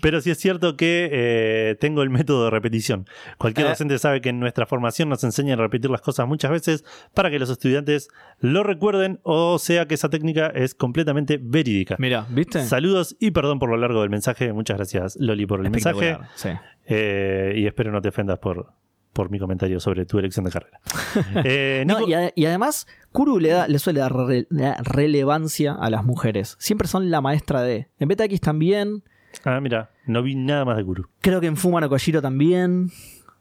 Speaker 1: Pero sí es cierto que eh, tengo el método de repetición. Cualquier
Speaker 9: Ah.
Speaker 1: docente sabe que en nuestra formación nos enseñan a repetir las cosas muchas veces para que los estudiantes lo recuerden, o sea que esa técnica es completamente verídica.
Speaker 9: Mira, ¿viste?
Speaker 1: Saludos y perdón por lo largo del mensaje. Muchas gracias, Loli, por el mensaje.
Speaker 9: Espectacular, sí.
Speaker 1: Eh, y espero no te ofendas por, por mi comentario sobre tu elección de carrera. Eh,
Speaker 9: No,
Speaker 1: Nico-
Speaker 9: y, a- y además, Kuru le, da- le suele dar re- la relevancia a las mujeres. Siempre son la maestra de. En BTX también.
Speaker 1: Ah, mira, no vi nada más de Guru.
Speaker 9: Creo que en Fuma no Kojiro también.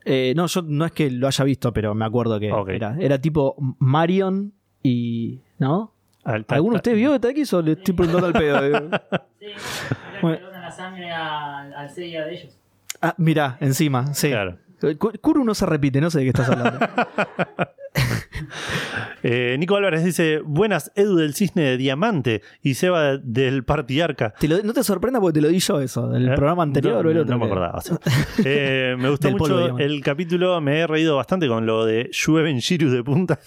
Speaker 9: Eh, no, yo no es que lo haya visto, pero me acuerdo que
Speaker 1: Ok.
Speaker 9: era, era tipo Marion y. ¿No?
Speaker 1: Al- ta-
Speaker 9: ¿Alguno de
Speaker 1: ta-
Speaker 9: ustedes vio BTX o le estoy preguntando al pedo? eh. Bueno.
Speaker 11: la sangre al, al sello de ellos.
Speaker 9: Ah, mirá, encima, sí.
Speaker 1: Claro.
Speaker 9: Ku- Kuru no se repite, no sé de qué estás hablando.
Speaker 1: Eh, Nico Álvarez dice: Buenas, Edu del Cisne de Diamante y Seba de- del Partiarca.
Speaker 9: Te lo- no te sorprenda porque te lo di yo eso, del
Speaker 1: Eh,
Speaker 9: programa anterior
Speaker 1: no,
Speaker 9: o el
Speaker 1: no,
Speaker 9: otro.
Speaker 1: No me
Speaker 9: que-
Speaker 1: acordaba. sí. Eh, me gustó
Speaker 9: Del polvo de
Speaker 1: mucho
Speaker 9: diamante.
Speaker 1: el capítulo. Me he reído bastante con lo de llueven Shirus de punta.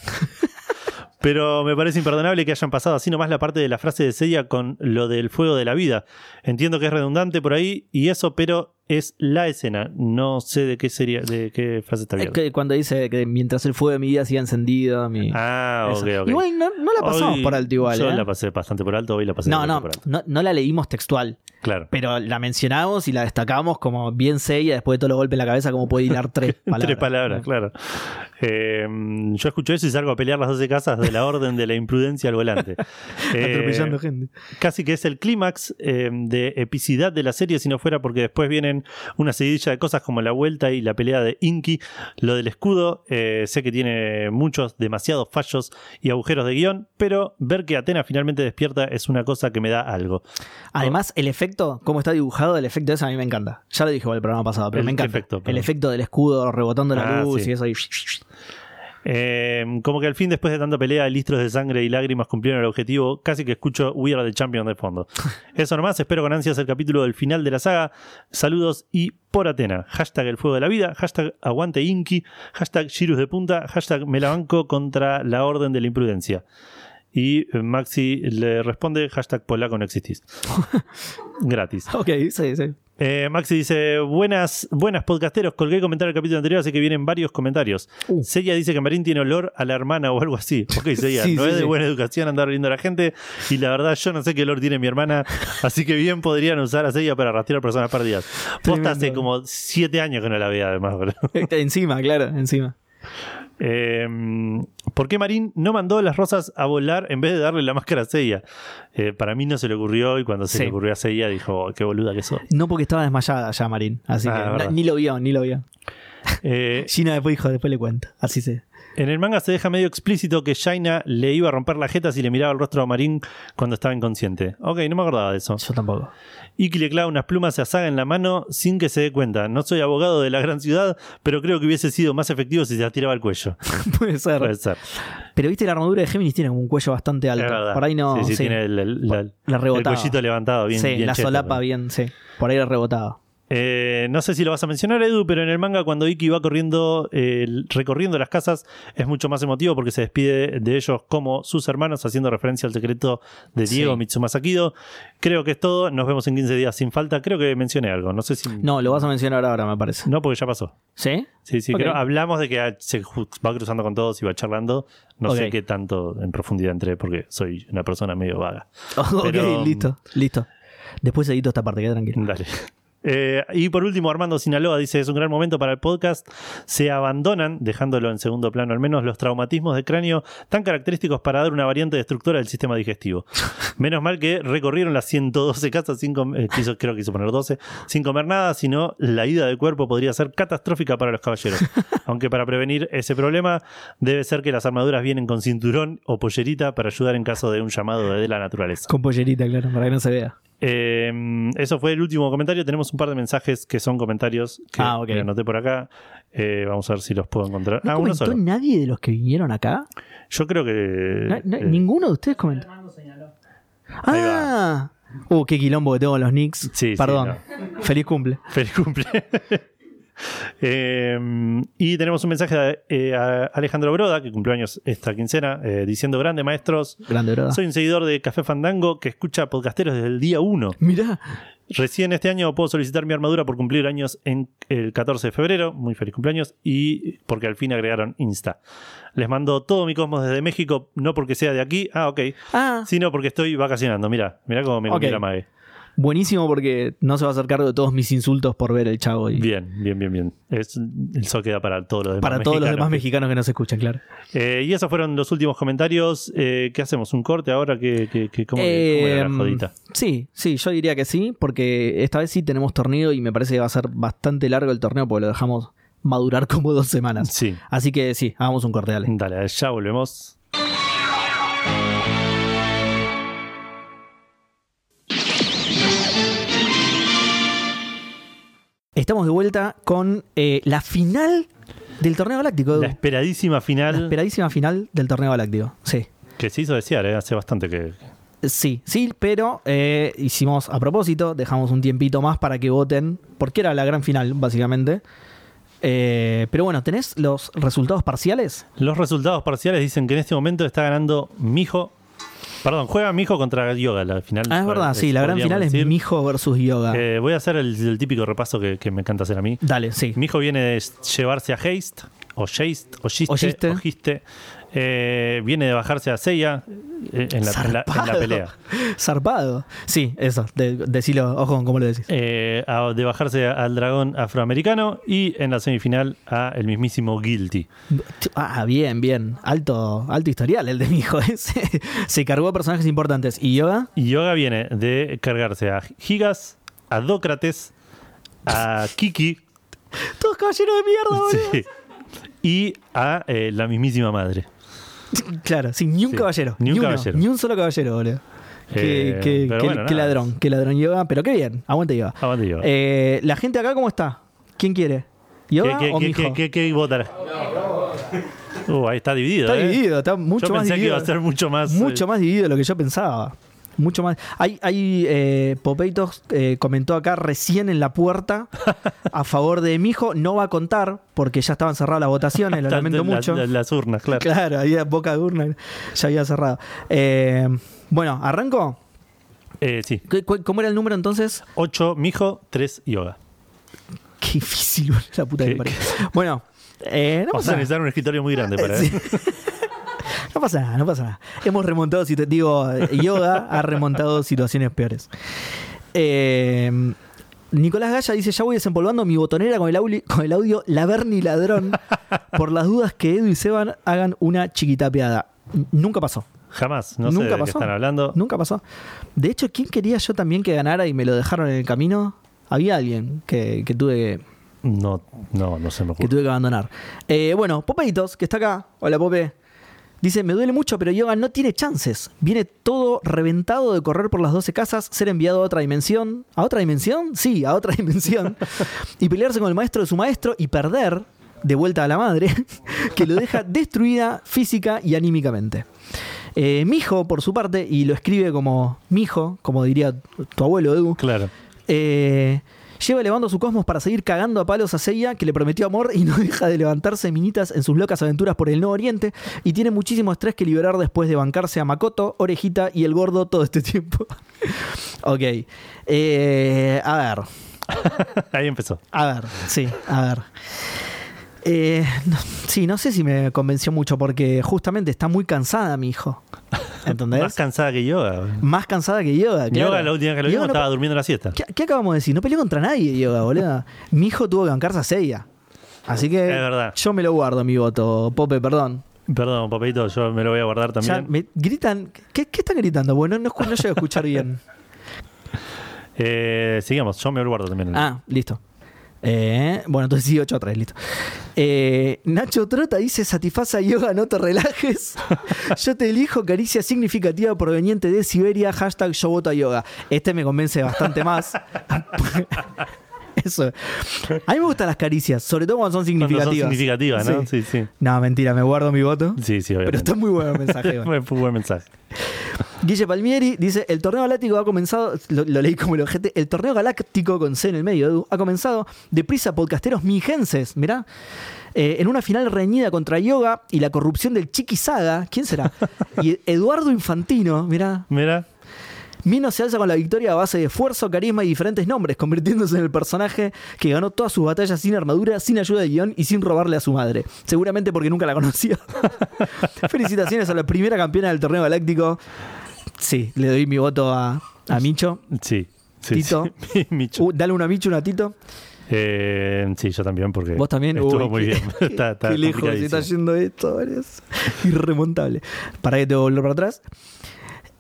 Speaker 1: Pero me parece imperdonable que hayan pasado así nomás la parte de la frase de Celia con lo del fuego de la vida. Entiendo que es redundante por ahí y eso, pero es la escena. No sé de qué sería, de qué frase está
Speaker 9: Es
Speaker 1: abierta.
Speaker 9: que cuando dice que mientras el fuego de mi vida siga encendido, mi.
Speaker 1: Ah, ok,
Speaker 9: Esa.
Speaker 1: ok.
Speaker 9: Igual no, no la pasamos
Speaker 1: Hoy
Speaker 9: por alto igual.
Speaker 1: Yo
Speaker 9: ¿eh?
Speaker 1: la pasé bastante por alto, hoy la pasé
Speaker 9: No,
Speaker 1: bastante
Speaker 9: no,
Speaker 1: por alto.
Speaker 9: no, no la leímos textual,
Speaker 1: Claro.
Speaker 9: pero la mencionamos y la destacamos como bien seria después de todos los golpes en la cabeza, como puede hilar tres palabras. Mm.
Speaker 1: Tres palabras, claro. Eh, yo escucho eso y salgo a pelear las 12 casas de la orden de la imprudencia al volante. Eh,
Speaker 9: Atropellando gente.
Speaker 1: casi que es el clímax eh, de epicidad de la serie, si no fuera porque después vienen una seguidilla de cosas como la vuelta y la pelea de Inky, lo del escudo, eh, sé que tiene muchos, demasiados fallos y agujeros de guión, pero ver que Atena finalmente despierta es una cosa que me da algo.
Speaker 9: Además, el efecto, cómo está dibujado, el efecto de eso a mí me encanta. Ya lo dije igual el programa pasado, pero
Speaker 1: El-
Speaker 9: me
Speaker 1: ¿qué
Speaker 9: encanta.
Speaker 1: efecto? Perdón.
Speaker 9: el efecto del escudo rebotando la
Speaker 1: Ah,
Speaker 9: luz
Speaker 1: sí.
Speaker 9: y eso. y-
Speaker 1: Eh, como que al fin, después de tanta pelea, listros de sangre y lágrimas cumplieron el objetivo, casi que escucho We Are the Champion de fondo. Eso nomás, espero con ansias el capítulo del final de la saga. Saludos y por Atena. Hashtag el fuego de la vida, hashtag aguante Inky, hashtag Shirus de punta, hashtag me la banco contra la orden de la imprudencia. Y eh, Maxi le responde, hashtag polaco no existís. Gratis.
Speaker 9: Ok, sí, sí.
Speaker 1: Eh, Maxi dice, buenas, buenas podcasteros, colgué comentar el capítulo anterior, así que vienen varios comentarios.
Speaker 9: Uh.
Speaker 1: Celia dice que Marín tiene olor a la hermana o algo así. Ok, Celia,
Speaker 9: Sí,
Speaker 1: no
Speaker 9: sí,
Speaker 1: es de
Speaker 9: sí.
Speaker 1: buena educación andar oliendo a la gente y la verdad yo no sé qué olor tiene mi hermana, así que bien podrían usar a Celia para rastrear personas perdidas. Posta hace
Speaker 9: Tremendo.
Speaker 1: como siete años que no la veía además, boludo.
Speaker 9: Este, encima, claro, encima.
Speaker 1: Eh, ¿Por qué Marín no mandó las rosas a volar en vez de darle la máscara a Celia? Eh, para mí no se le ocurrió y cuando se
Speaker 9: Sí.
Speaker 1: le ocurrió a Celia dijo, "Oh, qué boluda que soy.
Speaker 9: No porque estaba desmayada ya, Marín. Así
Speaker 1: Ah,
Speaker 9: que
Speaker 1: es
Speaker 9: na-
Speaker 1: verdad.
Speaker 9: ni lo vio, ni lo vio.
Speaker 1: Eh,
Speaker 9: Gina después dijo, después le cuento. Así se.
Speaker 1: En el manga se deja medio explícito que Shaina le iba a romper la jeta si le miraba el rostro a Marín cuando estaba inconsciente. Ok, no me acordaba de eso.
Speaker 9: Yo tampoco.
Speaker 1: Iki le clava unas plumas a Saga en la mano sin que se dé cuenta. No soy abogado de la gran ciudad, pero creo que hubiese sido más efectivo si se las tiraba al cuello.
Speaker 9: Puede ser.
Speaker 1: Puede ser.
Speaker 9: Pero viste, la armadura de Géminis tiene como un cuello bastante alto.
Speaker 1: Es verdad.
Speaker 9: Por ahí no.
Speaker 1: Sí, sí,
Speaker 9: sí.
Speaker 1: tiene el, el- la- el
Speaker 9: la rebotaba.
Speaker 1: cuellito levantado bien.
Speaker 9: Sí,
Speaker 1: bien
Speaker 9: la
Speaker 1: cheto,
Speaker 9: solapa
Speaker 1: ¿no?
Speaker 9: bien, sí. Por ahí la rebotaba.
Speaker 1: Eh, no sé si lo vas a mencionar, Edu, pero en el manga cuando Iki va corriendo, eh, recorriendo las casas, es mucho más emotivo porque se despide de ellos como sus hermanos, haciendo referencia al secreto de Diego
Speaker 9: Sí.
Speaker 1: Mitsumasa Kido. Creo que es todo. Nos vemos en 15 días sin falta. Creo que mencioné algo. No sé si.
Speaker 9: No, lo vas a mencionar ahora, me parece.
Speaker 1: No, porque ya pasó.
Speaker 9: ¿Sí?
Speaker 1: Sí, sí,
Speaker 9: Ok.
Speaker 1: creo- hablamos de que ah, se ju- va cruzando con todos y va charlando. No sé
Speaker 9: Ok.
Speaker 1: qué tanto en profundidad entré porque soy una persona medio vaga. Pero,
Speaker 9: ok,
Speaker 1: um,
Speaker 9: listo, listo. Después edito esta parte, queda tranquilo.
Speaker 1: Dale. Eh, y por último, Armando Sinaloa dice: Es un gran momento para el podcast. Se abandonan, dejándolo en segundo plano al menos, los traumatismos de cráneo tan característicos para dar una variante destructora del sistema digestivo. Menos mal que recorrieron las 112 casas, sin com- eh, quiso- creo que quiso poner 12, sin comer nada, sino la ida de cuerpo podría ser catastrófica para los caballeros. Aunque para prevenir ese problema, debe ser que las armaduras vienen con cinturón o pollerita para ayudar en caso de un llamado de la naturaleza.
Speaker 9: Con pollerita, claro, para que no se vea.
Speaker 1: Eh, eso fue el último comentario. Tenemos un par de mensajes que son comentarios que
Speaker 9: Ah, ok.
Speaker 1: que anoté por acá. Eh, vamos a ver si los puedo encontrar.
Speaker 9: ¿No
Speaker 1: ah, uno
Speaker 9: comentó
Speaker 1: solo.
Speaker 9: nadie de los que vinieron acá?
Speaker 1: Yo creo que.
Speaker 9: No- no-
Speaker 1: eh,
Speaker 9: ¿Ninguno de ustedes comentó?
Speaker 1: Ahí
Speaker 9: Ah, uh, qué quilombo que tengo con los Knicks.
Speaker 1: Sí, sí,
Speaker 9: Perdón. Feliz cumple.
Speaker 1: Feliz cumple. Eh, y tenemos un mensaje de eh, a Alejandro Broda, que cumplió años esta quincena, eh, diciendo: Grande maestros,
Speaker 9: Grande, ¿verdad?
Speaker 1: soy un seguidor de Café Fandango que escucha podcasteros desde el día 1.
Speaker 9: Mirá,
Speaker 1: Recién este año puedo solicitar mi armadura por cumplir años en el 14 de febrero. Muy feliz cumpleaños. Y porque al fin agregaron Insta. Les mando todo mi cosmos desde México, no porque sea de aquí, ah, ok,
Speaker 9: Ah.
Speaker 1: sino porque estoy vacacionando. Mirá, mirá cómo me cumplió
Speaker 9: Ok.
Speaker 1: la Mae.
Speaker 9: buenísimo porque no se va a hacer cargo de todos mis insultos por ver el chavo y
Speaker 1: Bien, bien, bien, bien. Es, eso queda para todos los demás
Speaker 9: para todos los demás
Speaker 1: mexicanos.
Speaker 9: mexicanos que no se escuchan, claro.
Speaker 1: Eh, y esos fueron los últimos comentarios. Eh, ¿Qué hacemos? ¿Un corte ahora? ¿Qué, qué, qué- cómo, cómo era la
Speaker 9: Em,
Speaker 1: jodita?
Speaker 9: Sí, sí, yo diría que sí, porque esta vez sí tenemos torneo y me parece que va a ser bastante largo el torneo porque lo dejamos madurar como dos semanas.
Speaker 1: Sí.
Speaker 9: Así que sí, hagamos un corte, dale.
Speaker 1: Dale, ya volvemos.
Speaker 9: Estamos de vuelta con eh, la final del torneo galáctico. Edu.
Speaker 1: La esperadísima
Speaker 9: La
Speaker 1: final
Speaker 9: esperadísima final del torneo galáctico. Sí.
Speaker 1: que se hizo desear, eh, hace bastante que.
Speaker 9: Sí, sí, pero eh, hicimos a propósito, dejamos un tiempito más para que voten, porque era la gran final, básicamente. Eh, pero bueno, ¿tenés los resultados parciales?
Speaker 1: Los resultados parciales dicen que en este momento está ganando Mijo. Perdón, juega Mijo contra Yoga la final. eh,
Speaker 9: Ah, es verdad, sí, la gran
Speaker 1: podríamos
Speaker 9: final es
Speaker 1: decir.
Speaker 9: Mijo versus Yoga.
Speaker 1: Eh, voy a hacer el, el típico repaso que, que me encanta hacer a mí.
Speaker 9: Dale, sí.
Speaker 1: Mijo viene de llevarse a Haste, o Jaste, o Giste,
Speaker 9: O Giste.
Speaker 1: o Giste. Eh, viene de bajarse a Seiya eh, en, la, en la- en la
Speaker 9: Zarpado.
Speaker 1: pelea.
Speaker 9: Zarpado. Sí, eso. De, decilo, ojo con cómo lo decís.
Speaker 1: Eh, a- de bajarse a- al dragón afroamericano y en la semifinal a el mismísimo Guilty.
Speaker 9: Ah, bien, bien. Alto, alto historial el de Mijo ese. Se cargó a personajes importantes. ¿Y Yoga?
Speaker 1: Y Yoga viene de cargarse a Gigas, a Dócrates, a Kiki
Speaker 9: Todos caballeros de mierda, boludo.
Speaker 1: sí, y a eh, la mismísima madre.
Speaker 9: Claro, sí, ni un
Speaker 1: Sí,
Speaker 9: caballero.
Speaker 1: ni un
Speaker 9: uno,
Speaker 1: caballero.
Speaker 9: ni un solo caballero, boludo. Qué,
Speaker 1: Eh,
Speaker 9: qué-
Speaker 1: pero
Speaker 9: qué-
Speaker 1: bueno,
Speaker 9: qué
Speaker 1: nada.
Speaker 9: ladrón, qué ladrón yoga, pero qué bien, aguante yoga.
Speaker 1: Aguante Yoga.
Speaker 9: Eh, la gente acá, ¿cómo está? ¿Quién quiere? ¿Yoga
Speaker 1: ¿Qué-
Speaker 9: o
Speaker 1: qué-
Speaker 9: mijo?
Speaker 1: qué- qué- qué votará? Uh, ahí está dividido.
Speaker 9: está
Speaker 1: eh.
Speaker 9: dividido, está mucho
Speaker 1: Yo
Speaker 9: más
Speaker 1: pensé que
Speaker 9: dividido.
Speaker 1: iba a ser mucho más.
Speaker 9: mucho
Speaker 1: eh,
Speaker 9: más dividido de lo que yo pensaba. Mucho más. Hay, hay eh, Popeitos eh, comentó acá recién en la puerta a favor de Mijo. No va a contar porque ya estaban cerradas las votaciones, lo
Speaker 1: tanto
Speaker 9: lamento
Speaker 1: en la-
Speaker 9: mucho.
Speaker 1: la- las urnas, claro.
Speaker 9: Claro, había boca de urna, ya había cerrado. Eh, bueno, ¿arranco?
Speaker 1: Eh, sí.
Speaker 9: ¿Cu- cu- ¿Cómo era el número entonces?
Speaker 1: 8 mijo, 3 yoga.
Speaker 9: Qué difícil, boludo, la puta que
Speaker 1: Qué-
Speaker 9: parió. Bueno, eh, no
Speaker 1: Vamos a
Speaker 9: pasa nada.
Speaker 1: necesitar un escritorio muy grande para
Speaker 9: Eh, Sí. No pasa nada, no pasa nada. Hemos remontado, situ- digo, Yoga ha remontado situaciones peores. Eh, Nicolás Gaya dice, ya voy desempolvando mi botonera con el, auli- con el audio La Berni Ladrón por las dudas que Edu y Seban hagan una chiquitapeada. N- Nunca pasó.
Speaker 1: Jamás, no sé
Speaker 9: Nunca
Speaker 1: de qué
Speaker 9: pasó.
Speaker 1: están hablando.
Speaker 9: Nunca pasó. De hecho, ¿quién quería yo también que ganara y me lo dejaron en el camino? Había alguien que, que tuve que,
Speaker 1: No, no, no se me
Speaker 9: que
Speaker 1: ocurre.
Speaker 9: tuve que abandonar. Eh, bueno, Popeitos, que está acá. Hola, Pope. Dice, me duele mucho, pero Yoga no tiene chances. Viene todo reventado de correr por las 12 casas, ser enviado a otra dimensión. ¿A otra dimensión? Sí, a otra dimensión. y pelearse con el maestro de su maestro y perder de vuelta a la madre, que lo deja destruida física y anímicamente. Eh, Mijo, por su parte, y lo escribe como Mijo, como diría tu abuelo Edu,
Speaker 1: Claro.
Speaker 9: eh, lleva elevando su cosmos para seguir cagando a palos a Seiya, que le prometió amor y no deja de levantarse minitas en sus locas aventuras por el Nuevo Oriente. Y tiene muchísimo estrés que liberar después de bancarse a Makoto, Orejita y el gordo todo este tiempo. ok. Eh, a ver,
Speaker 1: Ahí empezó.
Speaker 9: a ver, sí, a ver. Eh, no- sí, no sé si me convenció mucho porque justamente está muy cansada mi hijo. ¿Entendés?
Speaker 1: Más cansada que yoga.
Speaker 9: Más cansada que Yoga. claro.
Speaker 1: Yoga la última vez que lo
Speaker 9: Yoga
Speaker 1: vimos
Speaker 9: no-
Speaker 1: estaba durmiendo la siesta.
Speaker 9: ¿Qué, qué acabamos de decir? No peleó contra nadie, Yoga, boludo. mi hijo tuvo que bancarse a Seiya. Así que
Speaker 1: Es verdad.
Speaker 9: yo me lo guardo, mi voto, Pope, perdón.
Speaker 1: Perdón, papito, yo me lo voy a guardar
Speaker 9: Ya
Speaker 1: también.
Speaker 9: me gritan. ¿Qué, qué están gritando? Bueno, no, escu- no llego a escuchar bien.
Speaker 1: Eh, sigamos, yo me lo guardo también.
Speaker 9: Ah, listo. Eh, bueno, entonces sí, 8 a 3, listo. Eh, Nacho Trota dice: Satisfaza yoga, no te relajes. Yo te elijo caricia significativa proveniente de Siberia. Hashtag yo voto a yoga. Este me convence bastante más. Eso. A mí me gustan las caricias, sobre todo cuando son
Speaker 1: Cuando
Speaker 9: significativas.
Speaker 1: son significativas, ¿no? Sí, sí.
Speaker 9: No, mentira, me guardo mi voto.
Speaker 1: Sí, sí,
Speaker 9: Pero
Speaker 1: obviamente.
Speaker 9: está muy bueno el mensaje.
Speaker 1: Fue un buen mensaje.
Speaker 8: Guille Palmieri dice: El torneo galáctico ha comenzado. Lo, lo leí como el ojete. El torneo galáctico con C en el medio, Edu, ha comenzado deprisa, podcasteros mijenses. Mirá. Eh, en una final reñida contra Yoga y la corrupción del Chiquisaga. ¿Quién será? Y Eduardo Infantino, mirá.
Speaker 1: Mira,
Speaker 8: Mino se alza con la victoria a base de esfuerzo, carisma y diferentes nombres, convirtiéndose en el personaje que ganó todas sus batallas sin armadura, sin ayuda de guión y sin robarle a su madre. Seguramente porque nunca la conocía. Felicitaciones a la primera campeona del torneo galáctico. Sí, le doy mi voto a, a Micho.
Speaker 1: sí. sí,
Speaker 8: Tito.
Speaker 1: sí. Micho.
Speaker 8: Uh, dale uno a Micho, uno a Tito.
Speaker 1: Eh, sí, yo también, porque.
Speaker 8: Vos también.
Speaker 1: Estuvo
Speaker 8: Uy,
Speaker 1: muy
Speaker 8: qué-
Speaker 1: bien. está, está
Speaker 8: qué lejos se
Speaker 1: complicadísimo.
Speaker 8: está yendo esto, es irremontable. Para que te voy a volver para atrás.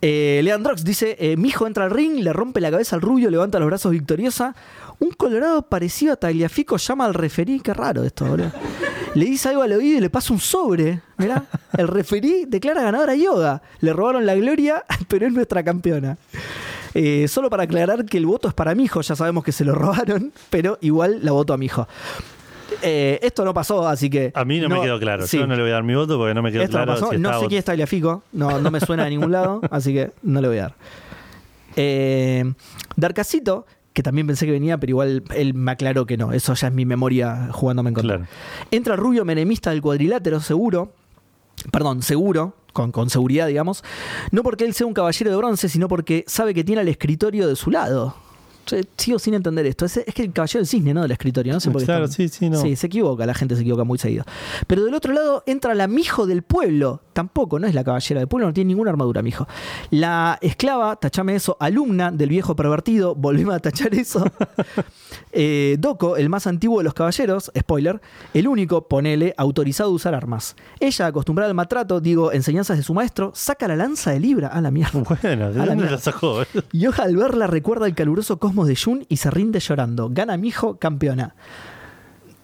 Speaker 8: Eh, Leandrox dice: eh, Mi hijo entra al ring, le rompe la cabeza al rubio, levanta los brazos victoriosa. Un colorado parecido a Tagliafico llama al referí. Qué raro esto, boludo. Le dice algo al oído y le pasa un sobre. Mirá, el referí declara ganadora a Yoga. Le robaron la gloria, pero es nuestra campeona. Eh, solo para aclarar que el voto es para mi hijo, ya sabemos que se lo robaron, pero igual la voto a mi hijo. Eh, esto no pasó, así que.
Speaker 1: A mí no, me quedó claro.
Speaker 8: sí.
Speaker 1: Yo no le voy a dar mi voto porque no me quedó
Speaker 8: Esto no
Speaker 1: claro.
Speaker 8: pasó.
Speaker 1: si
Speaker 8: no
Speaker 1: estaba-
Speaker 8: sé quién es Tagliafico. No, no me suena de ningún lado, así que no le voy a dar. Eh, Darkacito, que también pensé que venía, pero igual él me aclaró que no. Eso ya es mi memoria jugándome en contra.
Speaker 1: Claro.
Speaker 8: Entra el rubio menemista del cuadrilátero, seguro. Perdón, seguro. Con, con seguridad, digamos. No porque él sea un caballero de bronce, sino porque sabe que tiene al escritorio de su lado. Yo Sigo sin entender esto. Es, es que el caballero del cisne, ¿no? Del escritorio. No sé por qué
Speaker 1: Claro,
Speaker 8: están-
Speaker 1: sí, sí, no.
Speaker 8: Sí, se equivoca, la gente se equivoca muy seguido. Pero del otro lado entra la mijo del pueblo. Tampoco, no es la caballera del pueblo, no tiene ninguna armadura, mijo. La esclava, tachame eso, alumna del viejo pervertido, volvemos a tachar eso. Eh, Doco, el más antiguo de los caballeros, spoiler, el único, ponele, autorizado a usar armas. Ella, acostumbrada al maltrato, digo, enseñanzas de su maestro, saca la lanza de Libra a la mierda.
Speaker 1: Bueno, ¿de
Speaker 8: la
Speaker 1: dónde
Speaker 8: mierda.
Speaker 1: la sacó?
Speaker 8: Yoja al verla recuerda el caluroso cosmos de Jun y se rinde llorando. Gana mi hijo, campeona.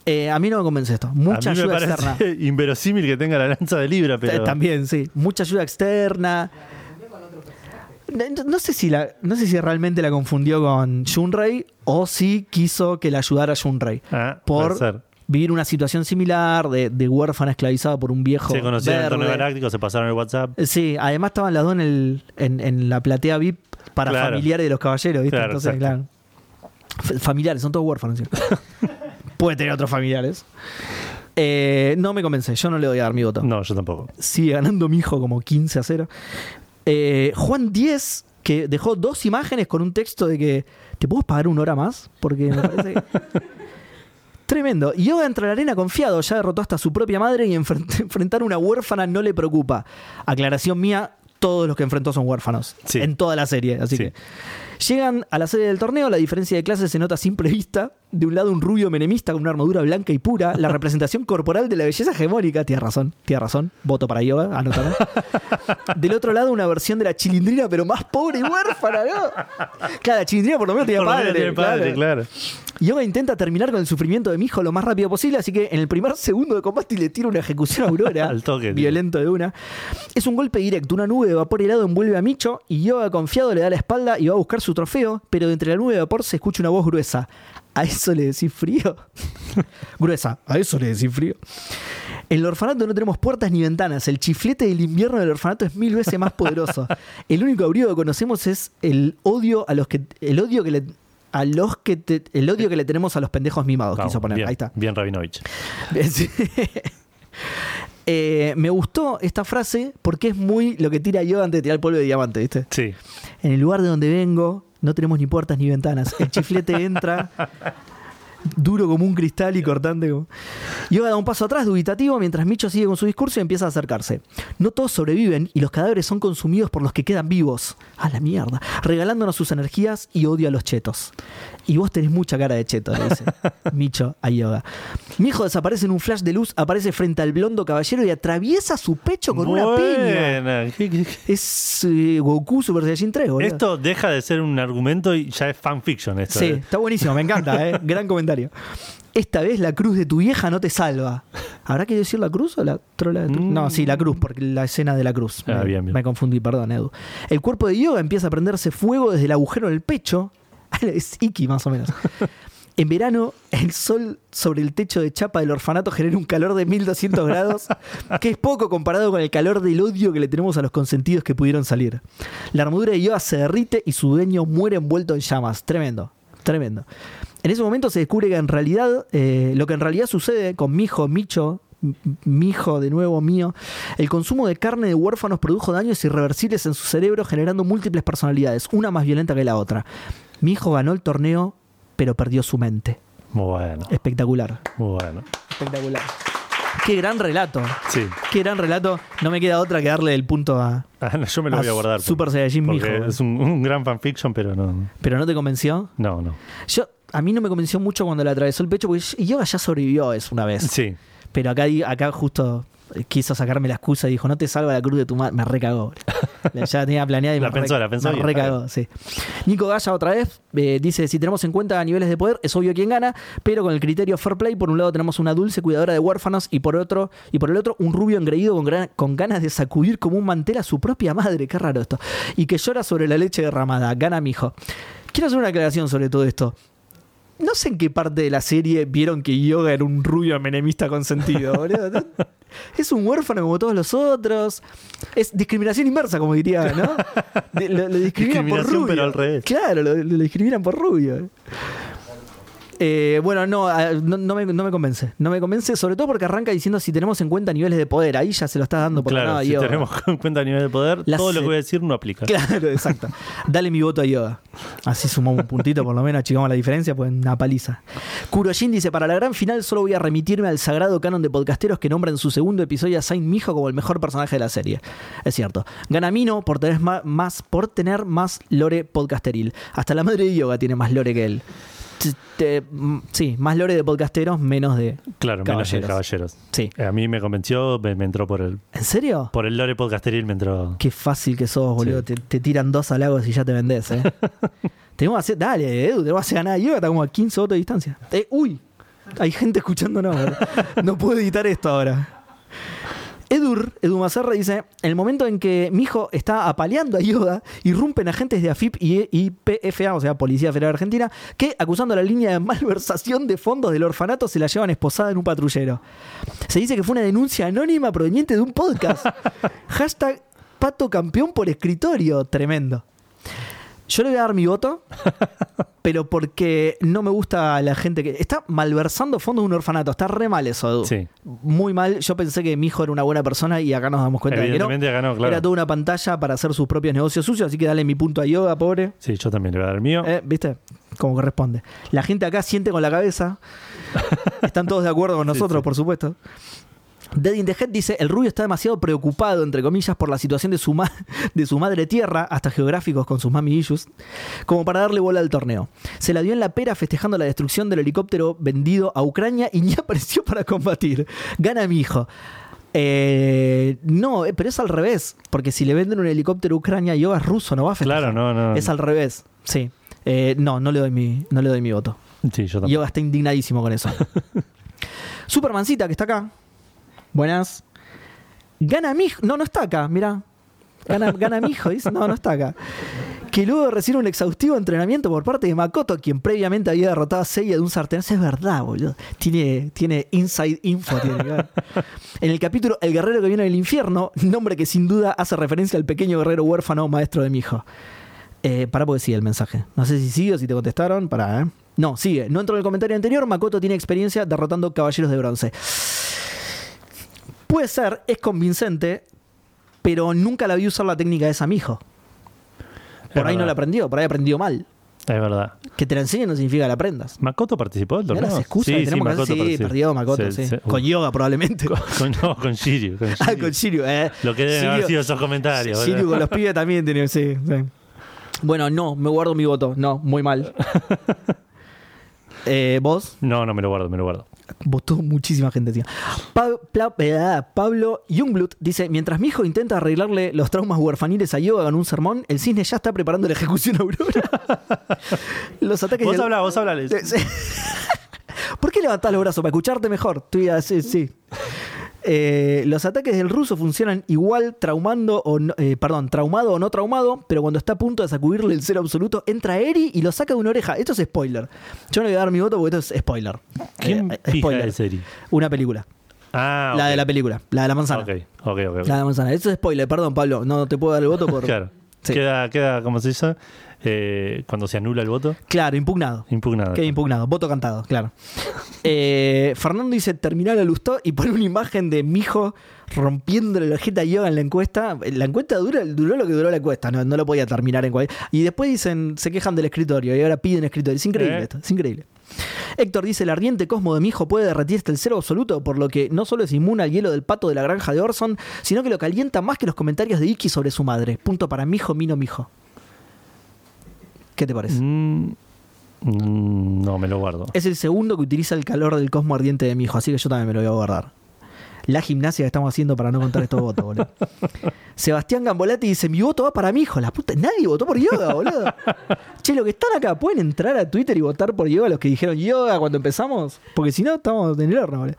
Speaker 8: Eh, a mí no me convence esto. Mucha
Speaker 1: a mí me
Speaker 8: ayuda
Speaker 1: parece
Speaker 8: externa.
Speaker 1: inverosímil que tenga la lanza de Libra, pero.
Speaker 8: Eh, También, sí. Mucha ayuda externa. No, no sé si la, no sé si realmente la confundió con Shunrei o si quiso que la ayudara Shunrei.
Speaker 1: Ah,
Speaker 8: por
Speaker 1: puede ser.
Speaker 8: vivir una situación similar de, de huérfana esclavizada por un viejo.
Speaker 1: Se conocieron en el torneo
Speaker 8: verde.
Speaker 1: galáctico, se pasaron el WhatsApp.
Speaker 8: Sí, además estaban las dos en, el- en- en la platea VIP para
Speaker 1: Claro.
Speaker 8: familiares de los caballeros, ¿viste?
Speaker 1: Claro,
Speaker 8: Entonces,
Speaker 1: exacto.
Speaker 8: claro. F- Familiares, son todos huérfanos. ¿sí? Puede tener otros familiares. Eh, no me convence, yo no le voy a dar mi voto.
Speaker 1: No, yo tampoco.
Speaker 8: Sigue ganando mi hijo como 15 a 0. Eh, Juan 10, que dejó dos imágenes con un texto de que ¿te puedo pagar una hora más? Porque me parece que- Tremendo. Yoga entra a la arena confiado, ya derrotó hasta su propia madre y enfren- enfrentar a una huérfana no le preocupa. Aclaración mía, todos los que enfrentó son huérfanos.
Speaker 1: Sí.
Speaker 8: En toda la serie, así
Speaker 1: Sí.
Speaker 8: que. Llegan a la sede del torneo, la diferencia de clases se nota a simple vista. De un lado un rubio menemista con una armadura blanca y pura, la representación corporal de la belleza hegemónica. Tienes razón, tienes razón. Voto para yoga, anótalo. Del otro lado una versión de la chilindrina, pero más pobre y huérfana, ¿no? Claro, la chilindrina por lo menos tenía
Speaker 1: Por lo menos
Speaker 8: padre.
Speaker 1: tiene padre, claro.
Speaker 8: Yoga intenta terminar con el sufrimiento de mi hijo lo más rápido posible, así que en el primer segundo de combate le tira una ejecución a Aurora.
Speaker 1: Al toque, tío.
Speaker 8: Violento de una. Es un golpe directo, una nube de vapor helado envuelve a Micho y Yoga confiado le da la espalda y va a buscar su trofeo, pero de entre la nube de vapor se escucha una voz gruesa. ¿A eso le decís frío? gruesa, a eso le decís frío. En el orfanato no tenemos puertas ni ventanas. El chiflete del invierno del orfanato es mil veces más poderoso. El único abrigo que conocemos es el odio a los que el odio que le a los que te- el odio que le tenemos a los pendejos mimados.
Speaker 1: Vamos,
Speaker 8: quiso poner.
Speaker 1: bien,
Speaker 8: Ahí está.
Speaker 1: Bien, Rabinovich.
Speaker 8: Sí. Eh, me gustó esta frase porque es muy lo que tira yo antes de tirar polvo de diamante, ¿viste?
Speaker 1: Sí.
Speaker 8: En el lugar de donde vengo no tenemos ni puertas ni ventanas. El chiflete entra duro como un cristal y cortante. Como... Yoga da un paso atrás, dubitativo, mientras Micho sigue con su discurso y empieza a acercarse. No todos sobreviven y los cadáveres son consumidos por los que quedan vivos. A la mierda. Regalándonos sus energías y odio a los chetos. Y vos tenés mucha cara de cheto, le dice Micho a Yoga. Mi hijo desaparece en un flash de luz, aparece frente al blondo caballero y atraviesa su pecho con una piña.
Speaker 1: Buena. ¿Qué- qué- qué?
Speaker 8: Es eh, Goku Super Saiyajin 3, boludo.
Speaker 1: Esto deja de ser un argumento y ya es fanfiction esto.
Speaker 8: Sí,
Speaker 1: ¿eh?
Speaker 8: está buenísimo, me encanta, ¿eh? gran comentario. Esta vez la cruz de tu vieja no te salva. ¿Habrá que decir la cruz o la trola de tu-
Speaker 1: Mm.
Speaker 8: No, sí, la cruz, porque la escena de la cruz.
Speaker 1: Ah,
Speaker 8: me,
Speaker 1: bien, bien.
Speaker 8: me confundí, perdón, Edu. El cuerpo de yoga empieza a prenderse fuego desde el agujero del pecho. es Iki, más o menos. En verano, el sol sobre el techo de chapa del orfanato genera un calor de 1200 grados, que es poco comparado con el calor del odio que le tenemos a los consentidos que pudieron salir. La armadura de Yoda se derrite y su dueño muere envuelto en llamas. Tremendo, tremendo. En ese momento se descubre que en realidad, eh, lo que en realidad sucede con Mijo, Micho, m- Mijo de nuevo mío, el consumo de carne de huérfanos produjo daños irreversibles en su cerebro generando múltiples personalidades, una más violenta que la otra. Mijo ganó el torneo, pero perdió su mente.
Speaker 1: Muy bueno,
Speaker 8: Espectacular,
Speaker 1: muy bueno.
Speaker 8: espectacular. Qué gran relato,
Speaker 1: Sí.
Speaker 8: qué gran relato. No me queda otra que darle el punto a...
Speaker 1: Ah, no, yo me lo
Speaker 8: Ah,
Speaker 1: voy a guardar.
Speaker 8: Super
Speaker 1: porque-
Speaker 8: Saiyajin,
Speaker 1: porque
Speaker 8: mijo.
Speaker 1: Es un, un gran fanfiction, pero no.
Speaker 8: ¿Pero no te convenció?
Speaker 1: No, no.
Speaker 8: Yo, a mí no me convenció mucho cuando le atravesó el pecho, porque Yoga ya sobrevivió es una vez.
Speaker 1: Sí.
Speaker 8: Pero acá, di- acá justo eh, quiso sacarme la excusa y dijo, no te salva la cruz de tu madre. Me recagó. La- ya tenía planeada y
Speaker 1: La
Speaker 8: me,
Speaker 1: pensó, la pensó
Speaker 8: me
Speaker 1: bien.
Speaker 8: recagó, sí. Nico Gaya otra vez eh, dice, si tenemos en cuenta niveles de poder, es obvio quién gana, pero con el criterio fair play, por un lado tenemos una dulce cuidadora de huérfanos y por otro y por el otro un rubio engreído con, gran- con ganas de sacudir como un mantel a su propia madre. Qué raro esto. Y que llora sobre la leche derramada. Gana mi hijo. Quiero hacer una aclaración sobre todo esto. No sé en qué parte de la serie vieron que Yoga era un rubio menemista consentido, boludo. No- Es un huérfano como todos los otros. Es discriminación inversa, como diría, ¿no? De- lo, lo discriminan por
Speaker 1: Discriminación,
Speaker 8: rubio.
Speaker 1: pero al revés.
Speaker 8: Claro, lo, lo discriminan por rubio. Eh, bueno, no, ah, no, no me, no me convence. No me convence, sobre todo porque arranca diciendo si tenemos en cuenta niveles de poder. Ahí ya se lo está dando por
Speaker 1: claro,
Speaker 8: ganado a
Speaker 1: si
Speaker 8: Yoga.
Speaker 1: tenemos en cuenta el nivel de poder,
Speaker 8: La
Speaker 1: todo lo
Speaker 8: se-
Speaker 1: que voy a decir no aplica.
Speaker 8: Claro, exacto. Dale mi voto a Yoga. Así sumamos un puntito, por lo menos, achicamos la diferencia, pues una paliza. Kurojin dice: Para la gran final, solo voy a remitirme al sagrado canon de podcasteros que nombra en su segundo episodio a Saint Mijo como el mejor personaje de la serie. Es cierto. Gana Mino por tener ma- más, por tener más lore podcasteril. Hasta la madre de Yoga tiene más lore que él. T- te- mm, Sí, más lore de podcasteros, menos de.
Speaker 1: Claro, menos de caballeros.
Speaker 8: Sí.
Speaker 1: Eh, A mí me convenció, me, me entró por el
Speaker 8: ¿En serio?
Speaker 1: por el lore podcasteril, me entró.
Speaker 8: Qué fácil que sos, boludo. Te, te tiran dos halagos y ya te vendés, ¿eh? tenemos que hacer. Dale, Edu, tenemos que hacer ganar. Yo está como a 15 votos de distancia. Eh, ¡Uy! Hay gente escuchándonos. boludo. no puedo editar esto ahora. Edur, Edu Mazarra dice: En el momento en que mi hijo está apaleando a Yoda, irrumpen agentes de AFIP y, E, y PFA, o sea, Policía Federal Argentina, que acusando la línea de malversación de fondos del orfanato se la llevan esposada en un patrullero. Se dice que fue una denuncia anónima proveniente de un podcast. Hashtag pato campeón por escritorio. Tremendo. Yo le voy a dar mi voto, pero porque no me gusta la gente que. Está malversando fondos de un orfanato. Está re mal eso, Edu.
Speaker 1: Sí.
Speaker 8: Muy mal. Yo pensé que mi hijo era una buena persona y acá nos damos cuenta de que no.
Speaker 1: Evidentemente acá no, claro.
Speaker 8: Era toda una pantalla para hacer sus propios negocios sucios, así que dale mi punto a yoga, pobre.
Speaker 1: Sí, yo también le voy a dar el mío.
Speaker 8: Eh, ¿Viste? Como corresponde. La gente acá siente con la cabeza. Están todos de acuerdo con nosotros,
Speaker 1: sí.
Speaker 8: por supuesto. Dead in the Head dice, el rubio está demasiado preocupado, entre comillas, por la situación de su, ma- de su madre tierra, hasta geográficos con sus mami issues, como para darle bola al torneo. Se la dio en la pera festejando la destrucción del helicóptero vendido a Ucrania y ni apareció para combatir. Gana mi hijo. Eh, no, eh, pero es al revés, porque si le venden un helicóptero a Ucrania, yo es ruso, no va a festejar.
Speaker 1: Claro, no, no.
Speaker 8: Es al revés, sí. Eh, no, no le doy mi, no le doy mi voto.
Speaker 1: Sí, yo también.
Speaker 8: Yoga está indignadísimo con eso. Supermancita, que está acá. Buenas. Gana mi hijo. No, no está acá, mirá. Gana, gana mi hijo, dice. No, no está acá. Que luego recibe un exhaustivo entrenamiento por parte de Makoto, quien previamente había derrotado a Seiya de un sartenazo. Es verdad, boludo. Tiene, tiene inside info. tiene que ver. En el capítulo El guerrero que viene del infierno, nombre que sin duda hace referencia al pequeño guerrero huérfano maestro de mi hijo. Eh, pará porque sigue el mensaje. No sé si sigue o si te contestaron. Pará, ¿eh? No, sigue. No entro en el comentario anterior. Makoto tiene experiencia derrotando caballeros de bronce. Puede ser, es convincente, pero nunca la vi usar la técnica de Samijo. Por
Speaker 1: Es
Speaker 8: ahí no
Speaker 1: verdad.
Speaker 8: la aprendió, por ahí aprendió mal.
Speaker 1: Es verdad.
Speaker 8: Que te la enseñen no significa que la aprendas.
Speaker 1: ¿Makoto participó del
Speaker 8: Mirá
Speaker 1: torneo?
Speaker 8: las excusas que tenemos que hacer. Sí,
Speaker 1: participó.
Speaker 8: perdió Makoto,
Speaker 1: Se-
Speaker 8: sí.
Speaker 1: se-
Speaker 8: Con yoga probablemente.
Speaker 1: Con, no, con Shiryu. con
Speaker 8: ah,
Speaker 1: Shiryu.
Speaker 8: con Shiryu. eh.
Speaker 1: Lo que deben haber
Speaker 8: Shiryu-
Speaker 1: sido esos comentarios.
Speaker 8: Sí,
Speaker 1: ¿verdad?
Speaker 8: con los pibes también tiene, sí, sí. Bueno, no, me guardo mi voto. No, muy mal. Eh, ¿Vos?
Speaker 1: No, no, me lo guardo, me lo guardo.
Speaker 8: Votó muchísima gente. encima. Pa- Pla- eh, Pablo Jungblut dice: Mientras mi hijo intenta arreglarle los traumas huerfaniles a Yoga con un sermón, el cisne ya está preparando la ejecución a Aurora. los ataques.
Speaker 1: Vos
Speaker 8: del-
Speaker 1: hablá, vos hablá. Liz.
Speaker 8: Sí. ¿Por qué levantás los brazos? Para escucharte mejor. Tú ya- sí, sí. eh, los ataques del ruso funcionan igual traumando o no- eh, perdón, traumado o no traumado, pero cuando está a punto de sacudirle el cero absoluto, entra Eri y lo saca de una oreja. Esto es spoiler. Yo no voy a dar mi voto porque esto es spoiler.
Speaker 1: ¿Quién
Speaker 8: Eh,
Speaker 1: pija de serie?
Speaker 8: Una película.
Speaker 1: Ah,
Speaker 8: La
Speaker 1: ok.
Speaker 8: de la película, la de la manzana.
Speaker 1: Ok, ok, ok. ok.
Speaker 8: La de la manzana. Esto es spoiler, perdón, Pablo, no te puedo dar el voto por.
Speaker 1: Claro.
Speaker 8: Sí.
Speaker 1: Queda, queda, ¿cómo se dice? Eh, cuando se anula el voto,
Speaker 8: Claro, impugnado.
Speaker 1: impugnado.
Speaker 8: Queda impugnado, voto cantado, claro. Eh, Fernando dice terminar al Lustó y pone una imagen de mi hijo rompiéndole la jeta a yoga en la encuesta. La encuesta dura, duró lo que duró la encuesta, no, no lo podía terminar en cualquier. Y después dicen, se quejan del escritorio y ahora piden escritorio. Es increíble
Speaker 1: Eh.
Speaker 8: esto, es increíble. Héctor dice: el ardiente cosmo de mi hijo puede derretir hasta el cero absoluto, por lo que no solo es inmune al hielo del pato de la granja de Orson, sino que lo calienta más que los comentarios de Iki sobre su madre. Punto para mijo, mino, mijo. ¿Qué te parece?
Speaker 1: Mm, mm, no, me lo guardo.
Speaker 8: Es el segundo que utiliza el calor del cosmo ardiente de mi hijo, así que yo también me lo voy a guardar. La gimnasia que estamos haciendo para no contar estos votos, boludo. Sebastián Gambolati dice: Mi voto va para mi hijo. La puta, nadie votó por yoga, boludo. che, los que están acá, ¿pueden entrar a Twitter y votar por yoga los que dijeron yoga cuando empezamos? Porque si no, estamos en el horno, boludo.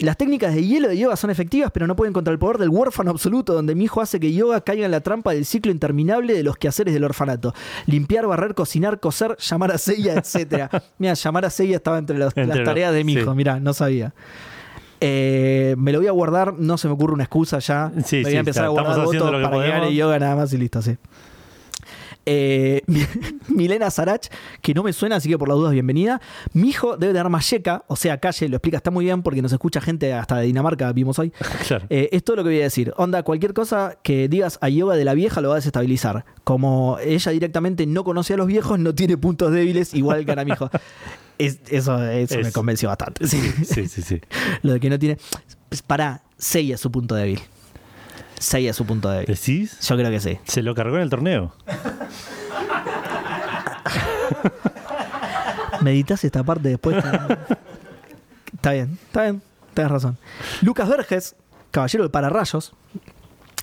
Speaker 8: Las técnicas de hielo de yoga son efectivas, pero no pueden contra el poder del huérfano absoluto, donde mi hijo hace que yoga caiga en la trampa del ciclo interminable de los quehaceres del orfanato. Limpiar, barrer, cocinar, coser, llamar a Seiya, etc. Mira, llamar a Seiya estaba entre, las-
Speaker 1: Entre
Speaker 8: las
Speaker 1: los-
Speaker 8: tareas de mi
Speaker 1: sí.
Speaker 8: hijo, mirá, no sabía. Eh, me lo voy a guardar, no se me ocurre una excusa ya.
Speaker 1: Sí,
Speaker 8: me voy
Speaker 1: sí,
Speaker 8: a empezar
Speaker 1: está-
Speaker 8: a guardar
Speaker 1: estamos haciendo
Speaker 8: votos
Speaker 1: lo que
Speaker 8: para que gane
Speaker 1: podemos.
Speaker 8: yoga nada más y listo, sí. Eh, Milena Sarach, que no me suena, así que por las dudas, bienvenida. Mi hijo debe tener mayeca, o sea, calle, lo explica, está muy bien porque nos escucha gente hasta de Dinamarca, vimos hoy.
Speaker 1: Claro.
Speaker 8: Eh, es todo lo que voy a decir. Onda, cualquier cosa que digas a yoga de la vieja lo va a desestabilizar. Como ella directamente no conoce a los viejos, no tiene puntos débiles, igual que a mi hijo. Es- eso eso me
Speaker 1: Es-
Speaker 8: convenció bastante. sí.
Speaker 1: Sí, sí, sí.
Speaker 8: lo de que no tiene. Para, Seiya es su punto débil. Seiya es su punto débil.
Speaker 1: ¿Decís?
Speaker 8: Yo creo que sí.
Speaker 1: Se lo cargó en el torneo.
Speaker 8: Meditas esta parte después. está bien, está bien, tenés razón. Lucas Verges, caballero del pararrayos,